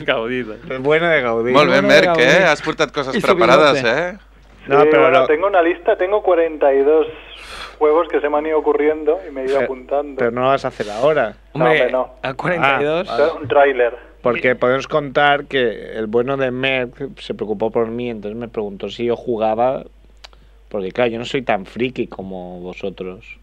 [SPEAKER 2] Gaudí.
[SPEAKER 4] El bueno de Gaudí.
[SPEAKER 5] Molt bé,
[SPEAKER 3] Bueno,
[SPEAKER 5] Merck,
[SPEAKER 3] Gaudí.
[SPEAKER 5] eh? Has portat coses
[SPEAKER 3] I
[SPEAKER 5] preparades,
[SPEAKER 3] Sobirote.
[SPEAKER 5] eh?
[SPEAKER 4] No,
[SPEAKER 17] Sí,
[SPEAKER 4] pero
[SPEAKER 17] bueno,
[SPEAKER 4] lo-
[SPEAKER 17] tengo una lista, tengo 42 juegos que se me han ido ocurriendo y me he ido
[SPEAKER 4] Pero-
[SPEAKER 17] apuntando.
[SPEAKER 4] Pero no lo vas a hacer ahora.
[SPEAKER 17] No, hombre, no.
[SPEAKER 3] A
[SPEAKER 4] 42.
[SPEAKER 17] Un tráiler.
[SPEAKER 4] Porque podemos contar que el bueno de Merck se preocupó por mí, entonces me preguntó si yo jugaba. Porque, claro, yo no soy tan friki como vosotros.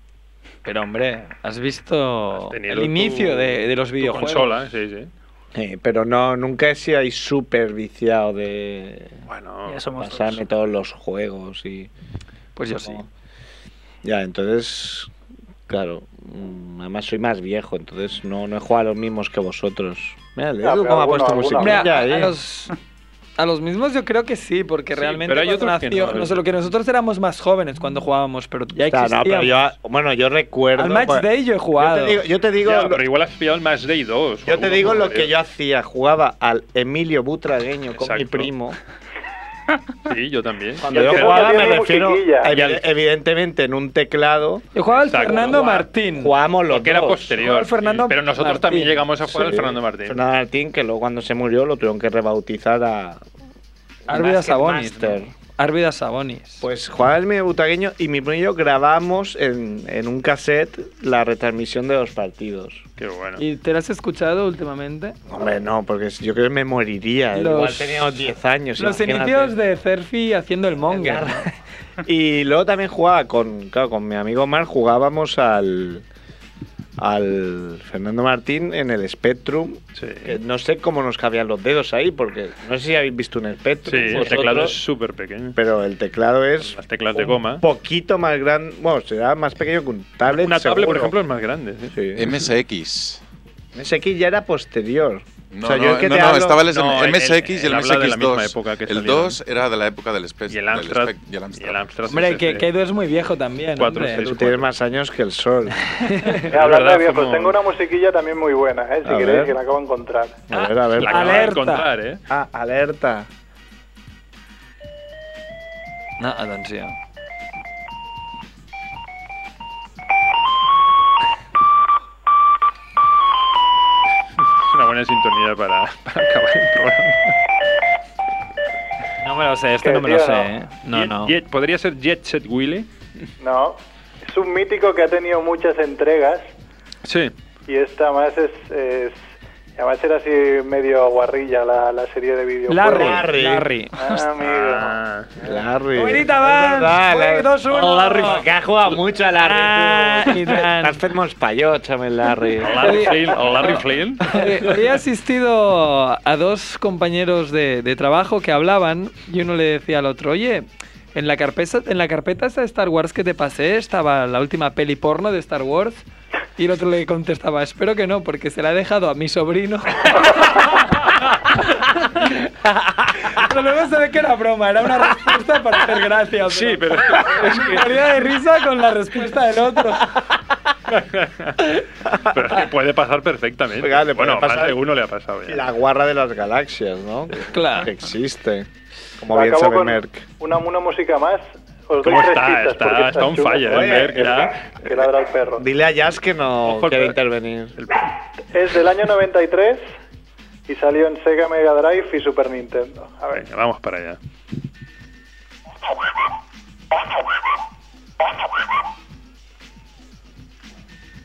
[SPEAKER 3] Pero hombre, has visto
[SPEAKER 4] tenido
[SPEAKER 3] el
[SPEAKER 4] tu-
[SPEAKER 3] inicio de, de los videojuegos.
[SPEAKER 4] consola,
[SPEAKER 2] sí, sí.
[SPEAKER 4] Eh, pero no, nunca he sido ahí súper viciado de
[SPEAKER 6] Ya somos
[SPEAKER 4] pasarme todos los juegos y.
[SPEAKER 3] Pues yo sí.
[SPEAKER 4] Ya, entonces. Claro, mm, además soy más viejo, entonces no, no he jugado a los mismos que vosotros. Mira, le
[SPEAKER 3] Ya,
[SPEAKER 4] digo
[SPEAKER 3] pero
[SPEAKER 4] cómo ha
[SPEAKER 3] alguno,
[SPEAKER 4] puesto
[SPEAKER 3] alguno.
[SPEAKER 4] música.
[SPEAKER 3] Hombre, a-
[SPEAKER 4] Ya,
[SPEAKER 3] a,
[SPEAKER 4] ahí.
[SPEAKER 3] los, a los mismos yo creo que sí, porque
[SPEAKER 4] Sí,
[SPEAKER 3] realmente
[SPEAKER 4] pero hay
[SPEAKER 3] cuando
[SPEAKER 4] otros que
[SPEAKER 3] nació-
[SPEAKER 4] no, ¿eh?
[SPEAKER 3] sé, lo que nosotros éramos más jóvenes cuando jugábamos, pero ya
[SPEAKER 4] Claro,
[SPEAKER 3] existía.
[SPEAKER 4] no, pero yo, bueno, yo recuerdo.
[SPEAKER 3] Al Match
[SPEAKER 4] pues,
[SPEAKER 3] Day yo he
[SPEAKER 4] Yo
[SPEAKER 3] jugado.
[SPEAKER 4] te digo, yo te digo
[SPEAKER 2] Ya,
[SPEAKER 4] lo-
[SPEAKER 2] pero igual has pillado el Match Day 2.
[SPEAKER 4] yo te digo
[SPEAKER 2] eh.
[SPEAKER 4] lo que yo hacía. Jugaba al Emilio Butragueño con mi
[SPEAKER 2] Exacto.
[SPEAKER 4] primo.
[SPEAKER 2] Sí, yo también.
[SPEAKER 4] Cuando yo
[SPEAKER 2] Y al-
[SPEAKER 4] jugaba, me
[SPEAKER 2] y al-
[SPEAKER 4] refiero
[SPEAKER 2] y
[SPEAKER 4] evi-
[SPEAKER 2] al-
[SPEAKER 4] evidentemente en un teclado.
[SPEAKER 3] Yo jugaba al
[SPEAKER 4] Exacto.
[SPEAKER 3] Fernando
[SPEAKER 4] Jugaba-
[SPEAKER 3] Martín.
[SPEAKER 4] Jugábamos los
[SPEAKER 2] Porque era
[SPEAKER 4] dos.
[SPEAKER 2] posterior, Jugaba al Fernando sí, pero nosotros Martín. también llegamos a jugar al Fernando Martín.
[SPEAKER 4] Fernando Martín, que luego cuando se murió lo tuvieron que rebautizar a.
[SPEAKER 3] Árvida Sabonis.
[SPEAKER 4] Master.
[SPEAKER 3] ¿no? Árvida Sabonis.
[SPEAKER 4] Pues jugaba el medio butagueño y mi primo y yo grabamos en, en un cassette la retransmisión de los partidos.
[SPEAKER 2] Qué bueno.
[SPEAKER 3] ¿Y te lo has escuchado últimamente?
[SPEAKER 4] Hombre, no, porque yo creo que me moriría.
[SPEAKER 3] Los-
[SPEAKER 4] Igual teníamos 10 años.
[SPEAKER 3] Los
[SPEAKER 4] imagínate.
[SPEAKER 3] inicios de Cerfi haciendo el monger.
[SPEAKER 4] Y luego también jugaba con, claro, con mi amigo Mar, jugábamos al al Fernando Martín en el Spectrum. que no sé cómo nos cabían los dedos ahí, porque no sé si habéis visto un
[SPEAKER 2] Sí,
[SPEAKER 4] Spectrum.
[SPEAKER 2] el
[SPEAKER 4] vosotros,
[SPEAKER 2] teclado es súper pequeño.
[SPEAKER 4] Pero el teclado es
[SPEAKER 2] Las teclas de goma.
[SPEAKER 4] un poquito más grande, bueno, será más pequeño que un tablet.
[SPEAKER 2] Una tablet, por ejemplo, es más grande.
[SPEAKER 5] MSX.
[SPEAKER 4] MSX ya era posterior.
[SPEAKER 5] No,
[SPEAKER 4] O sea, yo
[SPEAKER 5] no,
[SPEAKER 4] el que
[SPEAKER 5] no,
[SPEAKER 4] te
[SPEAKER 5] no,
[SPEAKER 4] hablo-
[SPEAKER 5] estaba el,
[SPEAKER 2] No, el-
[SPEAKER 5] MSX y
[SPEAKER 2] el
[SPEAKER 5] el,
[SPEAKER 2] habla de la misma
[SPEAKER 5] MSX2.
[SPEAKER 2] época que
[SPEAKER 5] el
[SPEAKER 2] salieron.
[SPEAKER 5] 2 era de la época del Spectrum.
[SPEAKER 2] Y el Amstrad.
[SPEAKER 5] Y el Amstrad.
[SPEAKER 3] Hombre, que, que Edu es muy viejo también.
[SPEAKER 5] Cuatro,
[SPEAKER 3] hombre.
[SPEAKER 5] seis,
[SPEAKER 4] Tú tienes más años que el sol.
[SPEAKER 17] Eh, hablando de viejos, tengo una musiquilla también muy buena, eh, si
[SPEAKER 4] A
[SPEAKER 17] queréis,
[SPEAKER 4] ver.
[SPEAKER 17] que la acabo de encontrar. Ah,
[SPEAKER 4] A ver, a ver.
[SPEAKER 17] la acabo de Alerta. encontrar,
[SPEAKER 2] ¿eh?
[SPEAKER 4] Ah, alerta.
[SPEAKER 3] No, atenció.
[SPEAKER 2] Es una buena sintonía para, para acabar el programa.
[SPEAKER 3] No me lo sé, este no me lo sé. ¿eh? No,
[SPEAKER 2] Jet-
[SPEAKER 3] no.
[SPEAKER 2] Jet- ¿Podría ser Jet Set Willy?
[SPEAKER 17] No, es un mítico que ha tenido muchas entregas
[SPEAKER 2] Sí.
[SPEAKER 17] y esta más es... es- y además era así medio guarrilla la, la serie de videojuegos.
[SPEAKER 3] Larry. Larry.
[SPEAKER 17] Ah, amigo.
[SPEAKER 4] Larry.
[SPEAKER 3] Buenita, Vans. Fue Ah, 2-1.
[SPEAKER 4] Larry, que ha jugado mucho a Larry. tú. Estás enfermo español, chaval, Larry.
[SPEAKER 2] Larry Flynn. Larry Flynn.
[SPEAKER 3] Eh, He asistido a dos compañeros de, de trabajo que hablaban y uno le decía al otro, oye, en la carpeta, en la carpeta esa de Star Wars que te pasé estaba la última peli porno de Star Wars. Y el otro le contestaba, espero que no, porque se la he dejado a mi sobrino. Pero luego se ve que era broma, era una respuesta para hacer gracia. Sí,
[SPEAKER 2] pero
[SPEAKER 3] es que... Moría de risa con la respuesta del otro.
[SPEAKER 2] Pero es que puede pasar perfectamente.
[SPEAKER 4] Oiga, le puede
[SPEAKER 2] bueno,
[SPEAKER 4] pasar.
[SPEAKER 2] más de uno le ha pasado ya.
[SPEAKER 4] La guarra de las galaxias, ¿no?
[SPEAKER 3] Claro.
[SPEAKER 4] Que existe. Como
[SPEAKER 17] La
[SPEAKER 4] bien
[SPEAKER 17] acabo
[SPEAKER 4] sabe
[SPEAKER 17] con
[SPEAKER 4] Merck.
[SPEAKER 17] Una, una música más. Os doy
[SPEAKER 4] ¿Cómo
[SPEAKER 17] tres
[SPEAKER 4] está?
[SPEAKER 17] pistas,
[SPEAKER 4] Está-
[SPEAKER 17] porque
[SPEAKER 4] está on
[SPEAKER 17] chula.
[SPEAKER 4] fire, eh,
[SPEAKER 17] Oye,
[SPEAKER 4] Merck, ya.
[SPEAKER 17] que- Que ladra el perro.
[SPEAKER 4] Dile a Jazz que no quiere intervenir.
[SPEAKER 17] Es del año 93 y salió en Sega Mega Drive y Super Nintendo. A ver.
[SPEAKER 2] Venga, vamos para allá.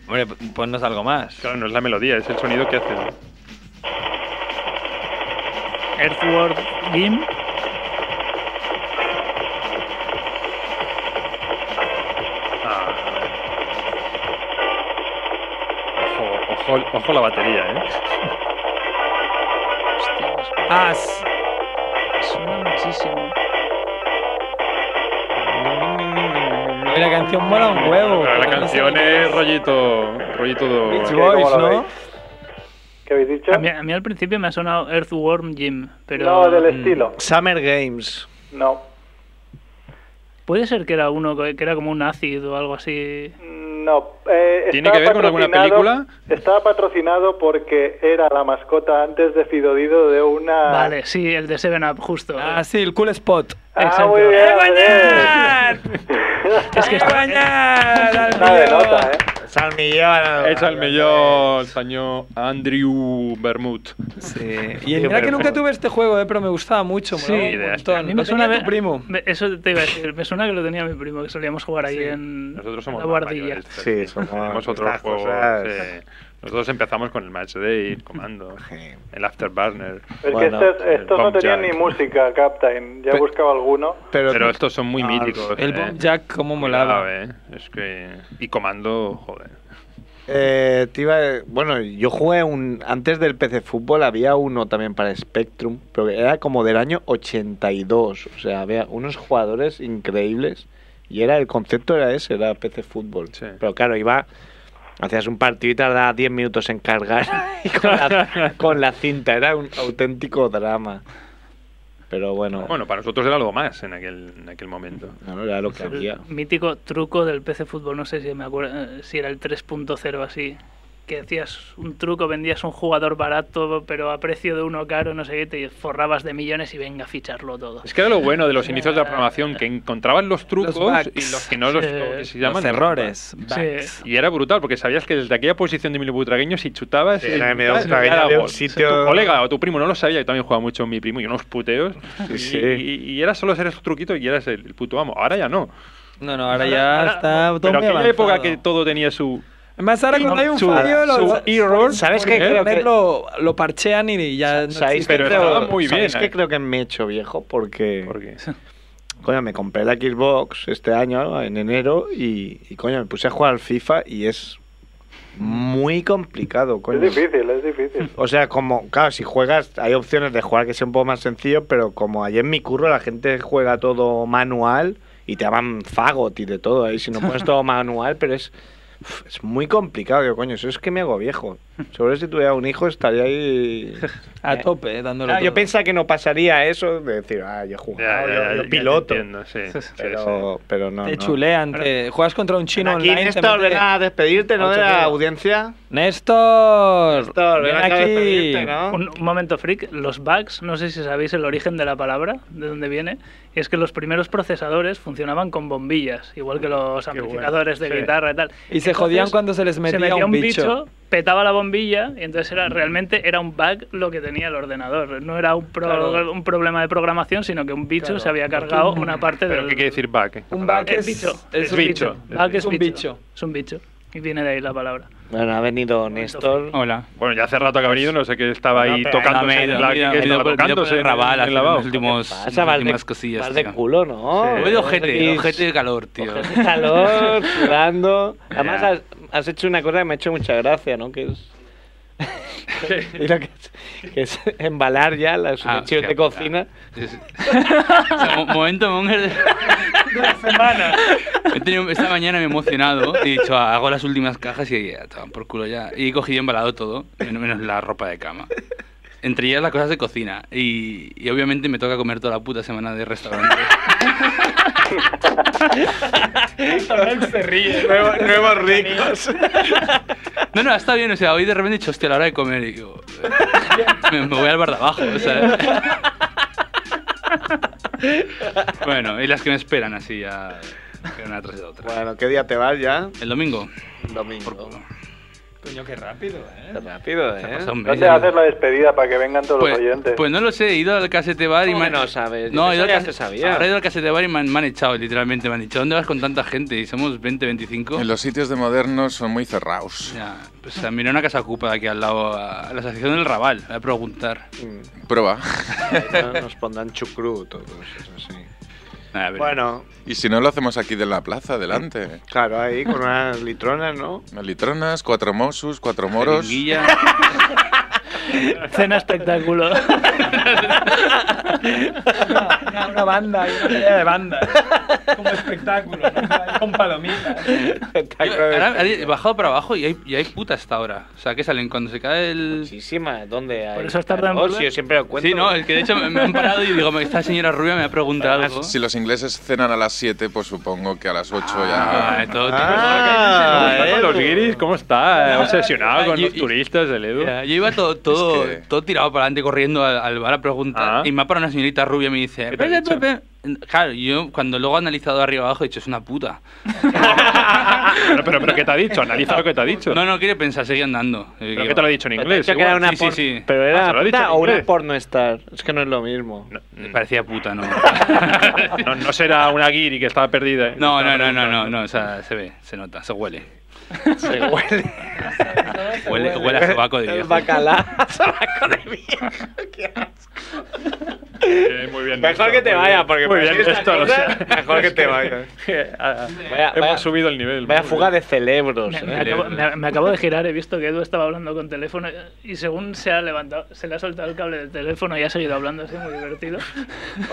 [SPEAKER 3] Hombre, ponnos algo más.
[SPEAKER 2] Claro, no es la melodía, es el sonido que hace.
[SPEAKER 6] Earthworm Jim.
[SPEAKER 2] Ah. Ojo, ojo, ojo la batería, ¿eh?
[SPEAKER 3] As.
[SPEAKER 6] Suena muchísimo.
[SPEAKER 3] Y la canción mola un huevo.
[SPEAKER 2] Pero la
[SPEAKER 3] porque no
[SPEAKER 2] canción
[SPEAKER 3] sé qué
[SPEAKER 2] es rollito. rollito do-
[SPEAKER 3] Beach Boys, ¿no?
[SPEAKER 17] ¿Qué habéis dicho?
[SPEAKER 6] A mí, a mí al principio me ha sonado Earthworm Jim, pero...
[SPEAKER 17] No, del estilo.
[SPEAKER 3] Mm.
[SPEAKER 4] Summer Games.
[SPEAKER 17] No.
[SPEAKER 6] Puede ser que era uno que que era como un ácido o algo así.
[SPEAKER 17] No. Eh,
[SPEAKER 6] ¿Tiene
[SPEAKER 17] estaba
[SPEAKER 6] que ver con alguna
[SPEAKER 17] patrocinado- Estaba patrocinado porque era la mascota antes de Fidodido de una.
[SPEAKER 6] Vale, sí, el de Seven Up, justo. ¡Eh,
[SPEAKER 3] Ah, sí, el cool spot.
[SPEAKER 17] Ah, muy bien.
[SPEAKER 6] bañar!
[SPEAKER 17] es
[SPEAKER 6] que
[SPEAKER 2] Ah,
[SPEAKER 17] está... bañar! Una de nota, ¿eh?
[SPEAKER 4] Salmillón.
[SPEAKER 2] El salmillón, señor Andrew Bermud.
[SPEAKER 3] Sí. Y mira que nunca tuve este juego, eh, pero me gustaba mucho.
[SPEAKER 6] Sí,
[SPEAKER 3] molaba un
[SPEAKER 6] de-
[SPEAKER 3] montón.
[SPEAKER 6] a mí me
[SPEAKER 3] Lo
[SPEAKER 6] suena
[SPEAKER 3] tenía
[SPEAKER 6] ver-
[SPEAKER 3] tu primo.
[SPEAKER 6] Me- Eso te iba a decir. Me suena que lo tenía mi primo, que solíamos jugar ahí
[SPEAKER 2] Sí.
[SPEAKER 6] en
[SPEAKER 2] Nosotros somos
[SPEAKER 6] la
[SPEAKER 2] más
[SPEAKER 6] guardilla.
[SPEAKER 2] mayores,
[SPEAKER 4] Sí,
[SPEAKER 2] pero
[SPEAKER 3] Ah,
[SPEAKER 4] somos-
[SPEAKER 2] Tenemos otros
[SPEAKER 4] las
[SPEAKER 2] juegos.
[SPEAKER 4] cosas-
[SPEAKER 2] sí. Nosotros empezamos con el Match Day, el Comando, el Afterburner.
[SPEAKER 17] Porque estos,
[SPEAKER 2] eh,
[SPEAKER 17] estos este no tenían ni música, Captain. Ya he buscado alguno.
[SPEAKER 2] Pero, estos son muy míticos.
[SPEAKER 3] Ah, El
[SPEAKER 2] eh.
[SPEAKER 3] Bomb Jack, cómo molaba.
[SPEAKER 2] Cuidado, eh. Es que... Y Comando, joder.
[SPEAKER 4] Eh, te iba- bueno, yo jugué un. Antes del PC Fútbol había uno también para Spectrum, pero era como del año 82. O sea, había unos jugadores increíbles. Y era el concepto era ese, era PC Fútbol. Pero claro, iba. Hacías un partido y tardaba 10 minutos en cargar y con, la, con la cinta. Era un auténtico drama. Pero bueno.
[SPEAKER 2] Bueno, para nosotros era algo más en aquel, en aquel momento.
[SPEAKER 4] No, era lo que había.
[SPEAKER 6] Mítico truco del PC Fútbol, no sé si me acuerdo eh, si era el 3.0 así. Que hacías un truco, vendías un jugador barato, pero a precio de uno caro, no sé qué, te forrabas de millones y venga a ficharlo todo.
[SPEAKER 2] Es que era lo bueno de los inicios de la programación, que encontraban los trucos
[SPEAKER 6] bugs.
[SPEAKER 2] y los que no los,
[SPEAKER 6] Sí.
[SPEAKER 2] lo que se
[SPEAKER 6] Los
[SPEAKER 2] llaman
[SPEAKER 6] errores,
[SPEAKER 2] bugs. Y era brutal, porque sabías que desde aquella posición de Emilio Butragueño, si chutabas,
[SPEAKER 4] Sí,
[SPEAKER 2] eh,
[SPEAKER 4] era Emilio
[SPEAKER 2] chutabas,
[SPEAKER 4] Butragueño,
[SPEAKER 2] era
[SPEAKER 4] había un
[SPEAKER 2] gol.
[SPEAKER 4] sitio-
[SPEAKER 2] Tu colega o tu primo no lo sabía, yo también jugaba mucho mi primo y unos puteos. y,
[SPEAKER 4] sí.
[SPEAKER 2] y- y era solo hacer esos truquitos y eras el, el puto amo. Ahora ya no.
[SPEAKER 3] No, no, ahora ya está todo
[SPEAKER 2] Pero
[SPEAKER 3] muy
[SPEAKER 2] aquella época
[SPEAKER 3] avanzado.
[SPEAKER 2] que todo tenía su.
[SPEAKER 3] Además, ahora cuando hay un
[SPEAKER 2] Su-
[SPEAKER 3] fallo,
[SPEAKER 2] su
[SPEAKER 3] lo,
[SPEAKER 2] error,
[SPEAKER 3] ¿sabes
[SPEAKER 2] ¿por
[SPEAKER 3] qué?
[SPEAKER 2] qué?
[SPEAKER 3] Creo que lo, lo parchean y ya. no
[SPEAKER 4] ¿Sabéis
[SPEAKER 3] existe.
[SPEAKER 4] que creo- ¿sabéis
[SPEAKER 3] ¿sabéis
[SPEAKER 4] que creo que me he hecho viejo porque. Coño, me compré la Xbox este año, ¿no? en enero, y, y, coño, me puse a jugar al FIFA y es muy complicado, coño.
[SPEAKER 17] Es difícil, es difícil.
[SPEAKER 4] O sea, como, claro, si juegas, hay opciones de jugar que sea un poco más sencillo, pero como allí en mi curro la gente juega todo manual y te llaman fagot y de todo ahí, si no pones todo manual, pero es, uf, es muy complicado, yo coño, eso es que me hago viejo. Seguro que si tuviera un hijo estaría ahí...
[SPEAKER 3] A tope, eh, dándolo.
[SPEAKER 4] Ah, yo
[SPEAKER 3] todo.
[SPEAKER 4] pensaba que no pasaría eso de decir, ah, yo he jugado,
[SPEAKER 2] Ya, ya,
[SPEAKER 4] yo-
[SPEAKER 2] ya,
[SPEAKER 4] yo
[SPEAKER 2] ya te
[SPEAKER 4] piloto.
[SPEAKER 2] entiendo, sí, sí,
[SPEAKER 4] pero, pero no. no.
[SPEAKER 3] te chulean, te juegas contra un chino
[SPEAKER 4] Aquí
[SPEAKER 3] online. te
[SPEAKER 4] Néstor,
[SPEAKER 3] mete-
[SPEAKER 4] ven a despedirte, ¿no? De
[SPEAKER 3] Ocho
[SPEAKER 4] la
[SPEAKER 3] tiros.
[SPEAKER 4] audiencia.
[SPEAKER 3] Néstor,
[SPEAKER 4] Néstor, ven acá a despedirte, ¿no?
[SPEAKER 6] Un, un momento, Frick. Los bugs, no sé si sabéis el origen de la palabra, de dónde viene. Es que los primeros procesadores funcionaban con bombillas, igual que los amplificadores
[SPEAKER 3] bueno,
[SPEAKER 6] de
[SPEAKER 3] sí.
[SPEAKER 6] guitarra y tal.
[SPEAKER 3] Y se jodían cuando se les metía un bicho.
[SPEAKER 6] petaba la bombilla, y entonces era realmente era un bug lo que tenía el ordenador. No era un, pro-
[SPEAKER 2] Claro.
[SPEAKER 6] un problema de programación, sino que un bicho
[SPEAKER 2] Claro.
[SPEAKER 6] se había cargado
[SPEAKER 2] Porque un-
[SPEAKER 6] una parte
[SPEAKER 2] ¿Pero
[SPEAKER 6] del.
[SPEAKER 2] qué quiere decir back?
[SPEAKER 3] Un bug
[SPEAKER 6] Es
[SPEAKER 3] es-
[SPEAKER 6] bicho.
[SPEAKER 3] es un bicho.
[SPEAKER 6] Bug es
[SPEAKER 3] Es un
[SPEAKER 6] bicho. Es un bicho. Y viene de ahí la palabra.
[SPEAKER 4] Bueno, ha venido Néstor.
[SPEAKER 18] Hola.
[SPEAKER 2] Bueno, ya hace rato que ha venido, no sé qué estaba ahí tocándose.
[SPEAKER 18] me he
[SPEAKER 2] en la-
[SPEAKER 18] ido-
[SPEAKER 2] que estaba
[SPEAKER 18] me he ido por- me he ido por
[SPEAKER 2] tocándose
[SPEAKER 18] el
[SPEAKER 2] en-
[SPEAKER 18] Raval
[SPEAKER 2] en
[SPEAKER 18] a
[SPEAKER 2] el
[SPEAKER 18] hacer
[SPEAKER 2] lavabo.
[SPEAKER 18] los últimos,
[SPEAKER 4] Vas
[SPEAKER 18] las
[SPEAKER 4] a vas de-
[SPEAKER 18] últimas cosillas.
[SPEAKER 4] vas de culo, ¿no?
[SPEAKER 18] Voy de ojete,
[SPEAKER 4] Aquí
[SPEAKER 18] de ojete de calor, tío.
[SPEAKER 4] de calor, sudando. Además,
[SPEAKER 18] Ya.
[SPEAKER 4] has, has hecho una cosa que me ha hecho mucha gracia, ¿no? Que es. Y lo que, es- que es embalar ya la
[SPEAKER 18] Ah,
[SPEAKER 4] su
[SPEAKER 18] hostia,
[SPEAKER 4] de cocina.
[SPEAKER 18] Es-
[SPEAKER 2] Ah.
[SPEAKER 18] O sea, mo- momento, monger de... semana. esta mañana me he emocionado y he dicho, "Ah, hago las últimas cajas y ya, toma, por culo ya. Y he cogido y embalado todo, men- menos la ropa de cama. Entre ellas las cosas de cocina. Y, y obviamente me toca comer toda la puta semana de restaurante.
[SPEAKER 4] se ríe. Nuevo- nuevos ricos.
[SPEAKER 18] No, no, está bien, o sea, hoy de repente he dicho, hostia, a la hora de comer, y digo, "Eh, me, me voy al bar de abajo, o sea. Bueno, y las que me esperan así ya, que una tras de otra.
[SPEAKER 4] Bueno, ¿qué día te vas ya?
[SPEAKER 18] El domingo.
[SPEAKER 4] Domingo.
[SPEAKER 3] Coño, qué rápido, eh.
[SPEAKER 4] Qué rápido, eh.
[SPEAKER 18] pasado un
[SPEAKER 17] No
[SPEAKER 18] mes,
[SPEAKER 17] te
[SPEAKER 18] ¿no?
[SPEAKER 17] haces la despedida para que vengan todos los oyentes.
[SPEAKER 18] Pues no lo sé, he ido al casete bar y me han... No
[SPEAKER 4] sabes,
[SPEAKER 18] No, he ido, al
[SPEAKER 4] ya
[SPEAKER 18] cas-
[SPEAKER 4] se sabía.
[SPEAKER 18] Ahora he ido al casete bar y me han, me han echado, literalmente, me han dicho, ¿dónde vas con tanta gente? Y somos 20, 25.
[SPEAKER 5] En los sitios de modernos son muy cerrados.
[SPEAKER 18] Ya, pues a mí era una casa ocupa de aquí al lado, a la sección del Raval, a preguntar.
[SPEAKER 4] Mm.
[SPEAKER 5] Prueba.
[SPEAKER 4] Nos pondrán chucrú todos, eso sí.
[SPEAKER 5] Bueno. Y si no lo hacemos aquí de la plaza, ¿eh? delante.
[SPEAKER 4] Claro, ahí con unas litronas, ¿no?
[SPEAKER 5] Unas litronas, cuatro mosus, cuatro moros.
[SPEAKER 6] Cena espectáculo.
[SPEAKER 3] Una, una banda, una batalla de banda. Como espectáculo, ¿no? Con palomitas.
[SPEAKER 18] Ahora he bajado para abajo y hay, y hay puta hasta ahora. O sea, que salen cuando se cae el...
[SPEAKER 4] Muchísimas, ¿dónde hay?
[SPEAKER 18] Por eso has tardado en
[SPEAKER 4] Oh,
[SPEAKER 18] volver.
[SPEAKER 4] sí, yo siempre lo cuento.
[SPEAKER 18] Sí, no, es que de hecho me, me han parado y digo, esta señora rubia me ha preguntado algo.
[SPEAKER 5] Si los ingleses cenan a las 7, pues supongo que a las 8 ya.
[SPEAKER 18] Ah, todo
[SPEAKER 2] Ah, ¿Cómo está con los guiris? ¿Cómo está? Eh, Obsesionado con
[SPEAKER 18] Yo-
[SPEAKER 2] los turistas, el Edu.
[SPEAKER 18] Ya, yo iba todo, todo,
[SPEAKER 5] Es que-
[SPEAKER 18] todo tirado para adelante corriendo al, al bar a preguntar.
[SPEAKER 5] Ah.
[SPEAKER 18] Y me ha parado una señorita rubia y me dice,
[SPEAKER 5] te ha
[SPEAKER 18] "Pepe,
[SPEAKER 5] dicho?
[SPEAKER 18] Pepe". Claro, yo cuando luego he analizado arriba abajo he dicho, es una puta.
[SPEAKER 2] Pero, pero, pero ¿qué te ha dicho? Analiza lo que te ha dicho.
[SPEAKER 18] No, no quiere pensar, sigue andando.
[SPEAKER 2] ¿Pero qué te lo ha dicho en
[SPEAKER 4] Pero te ha
[SPEAKER 2] inglés?
[SPEAKER 4] dicho que era
[SPEAKER 2] igual?
[SPEAKER 4] una
[SPEAKER 2] sí, sí,
[SPEAKER 4] por-
[SPEAKER 2] sí.
[SPEAKER 4] Pero
[SPEAKER 2] Ah,
[SPEAKER 4] era
[SPEAKER 2] ¿se lo ha dicho
[SPEAKER 4] puta
[SPEAKER 2] en
[SPEAKER 4] o una
[SPEAKER 2] inglés?
[SPEAKER 4] porno estar. Es que no es lo mismo.
[SPEAKER 18] Parecía puta, ¿no?
[SPEAKER 2] No, no será una guiri que estaba perdida. ¿eh?
[SPEAKER 18] No, no, no, no, no, no, o sea, se ve, se nota, se huele.
[SPEAKER 4] Se huele.
[SPEAKER 18] Huele, huele a sobaco de viejo.
[SPEAKER 4] sobaco de viejo. Qué
[SPEAKER 2] Eh, muy bien.
[SPEAKER 4] Mejor que te vaya, porque
[SPEAKER 2] Muy
[SPEAKER 4] para
[SPEAKER 2] bien,
[SPEAKER 4] decir estas
[SPEAKER 2] esto, o sea,
[SPEAKER 4] cosas, mejor que te vaya. Vaya-
[SPEAKER 2] Hemos
[SPEAKER 4] vaya-
[SPEAKER 2] subido el nivel.
[SPEAKER 4] Vaya
[SPEAKER 2] muy
[SPEAKER 4] fuga
[SPEAKER 2] bien.
[SPEAKER 4] de cerebros.
[SPEAKER 6] Me,
[SPEAKER 4] eh.
[SPEAKER 6] me acabo, me- me acabo de girar, he visto que Edu estaba hablando con teléfono y según se ha levantado, se le ha soltado el cable del teléfono y ha seguido hablando así, muy divertido.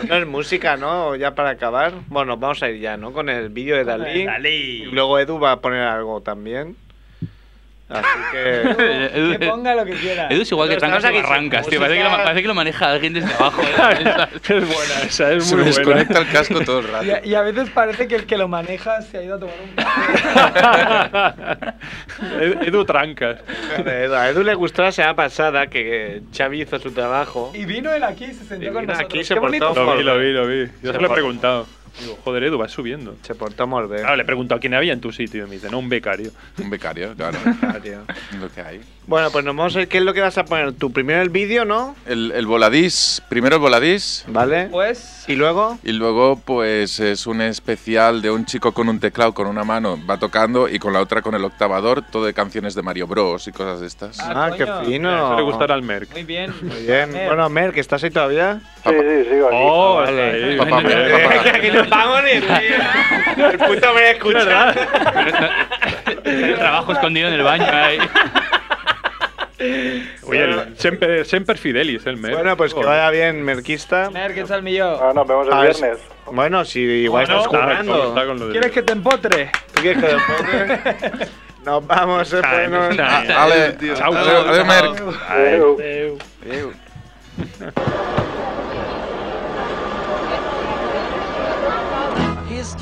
[SPEAKER 4] No es música, ¿no? Ya para acabar. Bueno, vamos a ir ya, ¿no? Con el vídeo de Dalí. Y luego Edu va a poner algo también. Así que.
[SPEAKER 18] Edu-
[SPEAKER 3] Que ponga lo que quiera.
[SPEAKER 18] Edu es igual que
[SPEAKER 4] Estamos
[SPEAKER 18] trancas y
[SPEAKER 4] aquí sin
[SPEAKER 18] barrancas, tío. Parece que, lo,
[SPEAKER 4] música.
[SPEAKER 18] parece que lo maneja alguien desde abajo.
[SPEAKER 2] es buena esa, es
[SPEAKER 5] Se
[SPEAKER 2] muy
[SPEAKER 5] me
[SPEAKER 2] buena.
[SPEAKER 5] desconecta el casco todo el
[SPEAKER 3] Y
[SPEAKER 5] rato.
[SPEAKER 3] a, y a veces parece que el que lo maneja se ha ido a tomar un
[SPEAKER 2] Ed- Edu Trancas.
[SPEAKER 4] Joder, Edu, a Edu le gustó la semana pasada que Xavi hizo su trabajo.
[SPEAKER 3] Y vino él aquí y se sentó con
[SPEAKER 4] vino
[SPEAKER 3] nosotros.
[SPEAKER 4] aquí, se
[SPEAKER 3] Qué
[SPEAKER 4] portó
[SPEAKER 3] bonito.
[SPEAKER 2] Lo
[SPEAKER 4] Joder.
[SPEAKER 2] vi, lo vi, lo vi. Yo
[SPEAKER 4] Se
[SPEAKER 2] se lo he
[SPEAKER 4] por-
[SPEAKER 2] preguntado. Digo, joder, Edu, vas subiendo.
[SPEAKER 4] Se portó muy bien.
[SPEAKER 2] Claro, le he preguntado quién había en tu sitio y me dice, no, un becario.
[SPEAKER 5] Un becario, claro. Lo que hay.
[SPEAKER 4] Bueno, pues nos vamos a ver qué es lo que vas a poner. Tú primero el vídeo, ¿no?
[SPEAKER 5] El, el voladís, primero el voladís.
[SPEAKER 4] Vale.
[SPEAKER 3] Pues.
[SPEAKER 4] ¿Y luego?
[SPEAKER 5] Y luego, pues es un especial de un chico con un teclado, con una mano, va tocando y con la otra con el octavador, todo de canciones de Mario Bros y cosas de estas.
[SPEAKER 4] Ah, qué fino.
[SPEAKER 2] Eso le gustará al Merck.
[SPEAKER 3] Muy bien.
[SPEAKER 4] Muy bien. Bueno, Mer, que estás ahí todavía.
[SPEAKER 17] Sí, sí, sigo aquí.
[SPEAKER 2] Oh,
[SPEAKER 4] Vale.
[SPEAKER 2] está ahí. Papá,
[SPEAKER 4] Eh,
[SPEAKER 2] papá.
[SPEAKER 4] que aquí no pago ni tío. El puto me escucha.
[SPEAKER 18] Trabajo escondido en el baño. ahí.
[SPEAKER 2] Oye, el Semper, Semper Fidelis, el Merck.
[SPEAKER 4] Bueno, pues que vaya bien, Merquista.
[SPEAKER 3] Mer, ¿qué tal mi yo? Ah,
[SPEAKER 17] Ah, nos vemos el
[SPEAKER 4] A ver,
[SPEAKER 17] viernes.
[SPEAKER 4] Bueno, si igual
[SPEAKER 2] Bueno,
[SPEAKER 4] estás
[SPEAKER 2] está-
[SPEAKER 4] currando.
[SPEAKER 2] está con lo de-
[SPEAKER 3] ¿Quieres que te empotre?
[SPEAKER 4] ¿Tú quieres que lo ponga? Nos vamos, eh. pues, no-
[SPEAKER 5] Ah, Vale,
[SPEAKER 4] Tío,
[SPEAKER 5] chao,
[SPEAKER 4] chao,
[SPEAKER 5] adiós,
[SPEAKER 4] chao.
[SPEAKER 5] Merck.
[SPEAKER 4] Adeu.
[SPEAKER 19] Kissed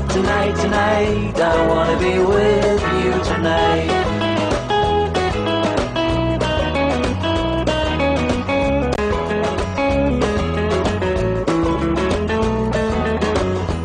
[SPEAKER 19] tonight, tonight, I wanna be with you tonight.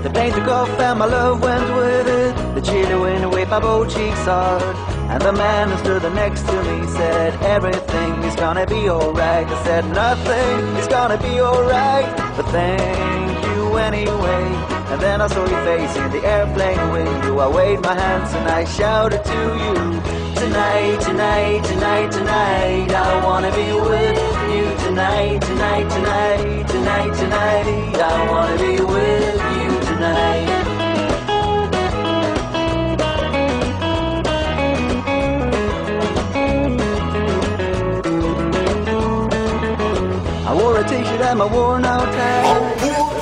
[SPEAKER 19] The plane took off and my love went with it. The chilly wind waved my both cheeks hard. And the man who stood next to me said, Everything is gonna be alright. I said, Nothing is gonna be alright. But thank you anyway. And then I saw your face in the airplane window. I waved my hands and I shouted to you. Tonight, tonight, tonight, tonight, I wanna be with you. Tonight, tonight, tonight, tonight, tonight, I wanna be with you tonight. I wore a t-shirt and my worn out tie.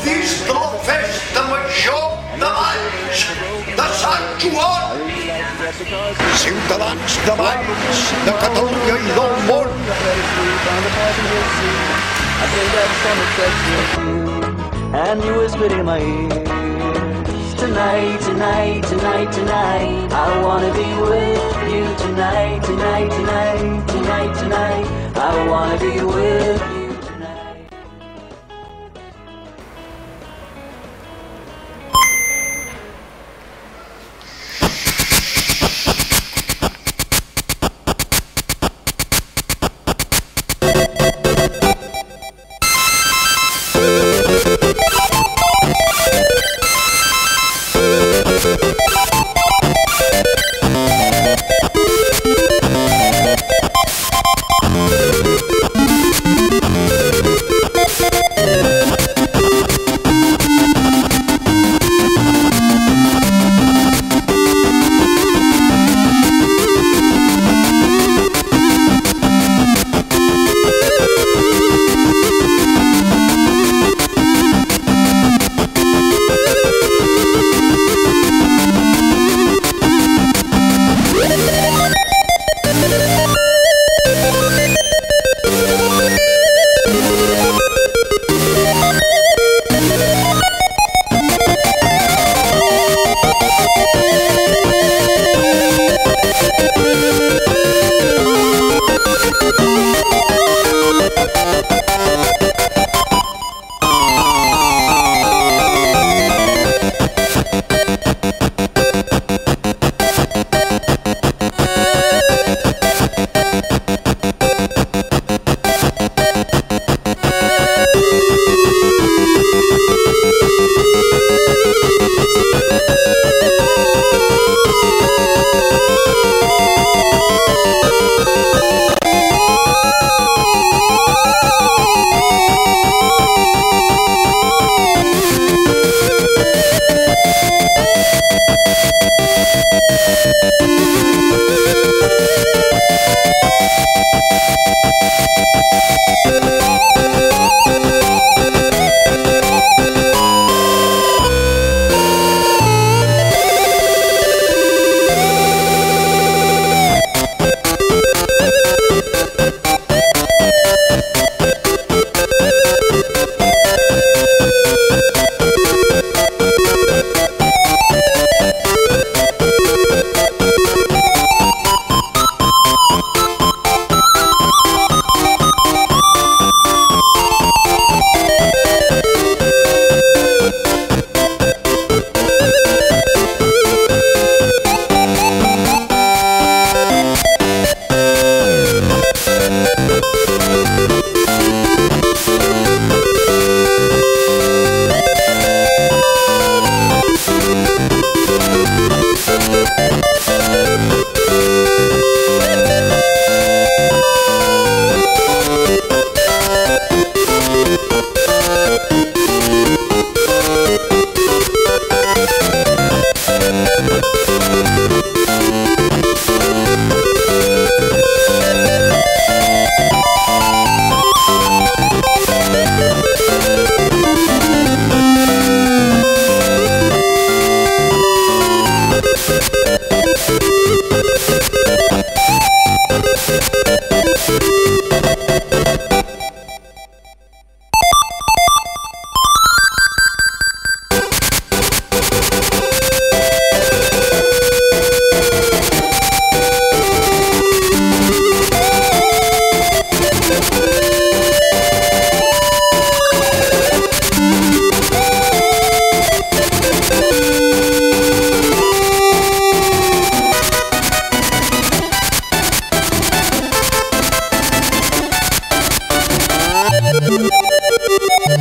[SPEAKER 7] Visto festa major de de Sant Joan. Ciutadans de Valls, de Catalunya i del món.
[SPEAKER 19] I think that someone said to you, and you whispered in my ears, tonight, tonight, tonight, tonight, I wanna be with you tonight, tonight, tonight, tonight, tonight, I wanna be with you.
[SPEAKER 7] Thank you.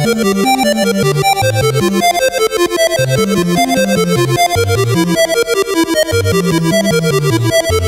[SPEAKER 8] Thank you.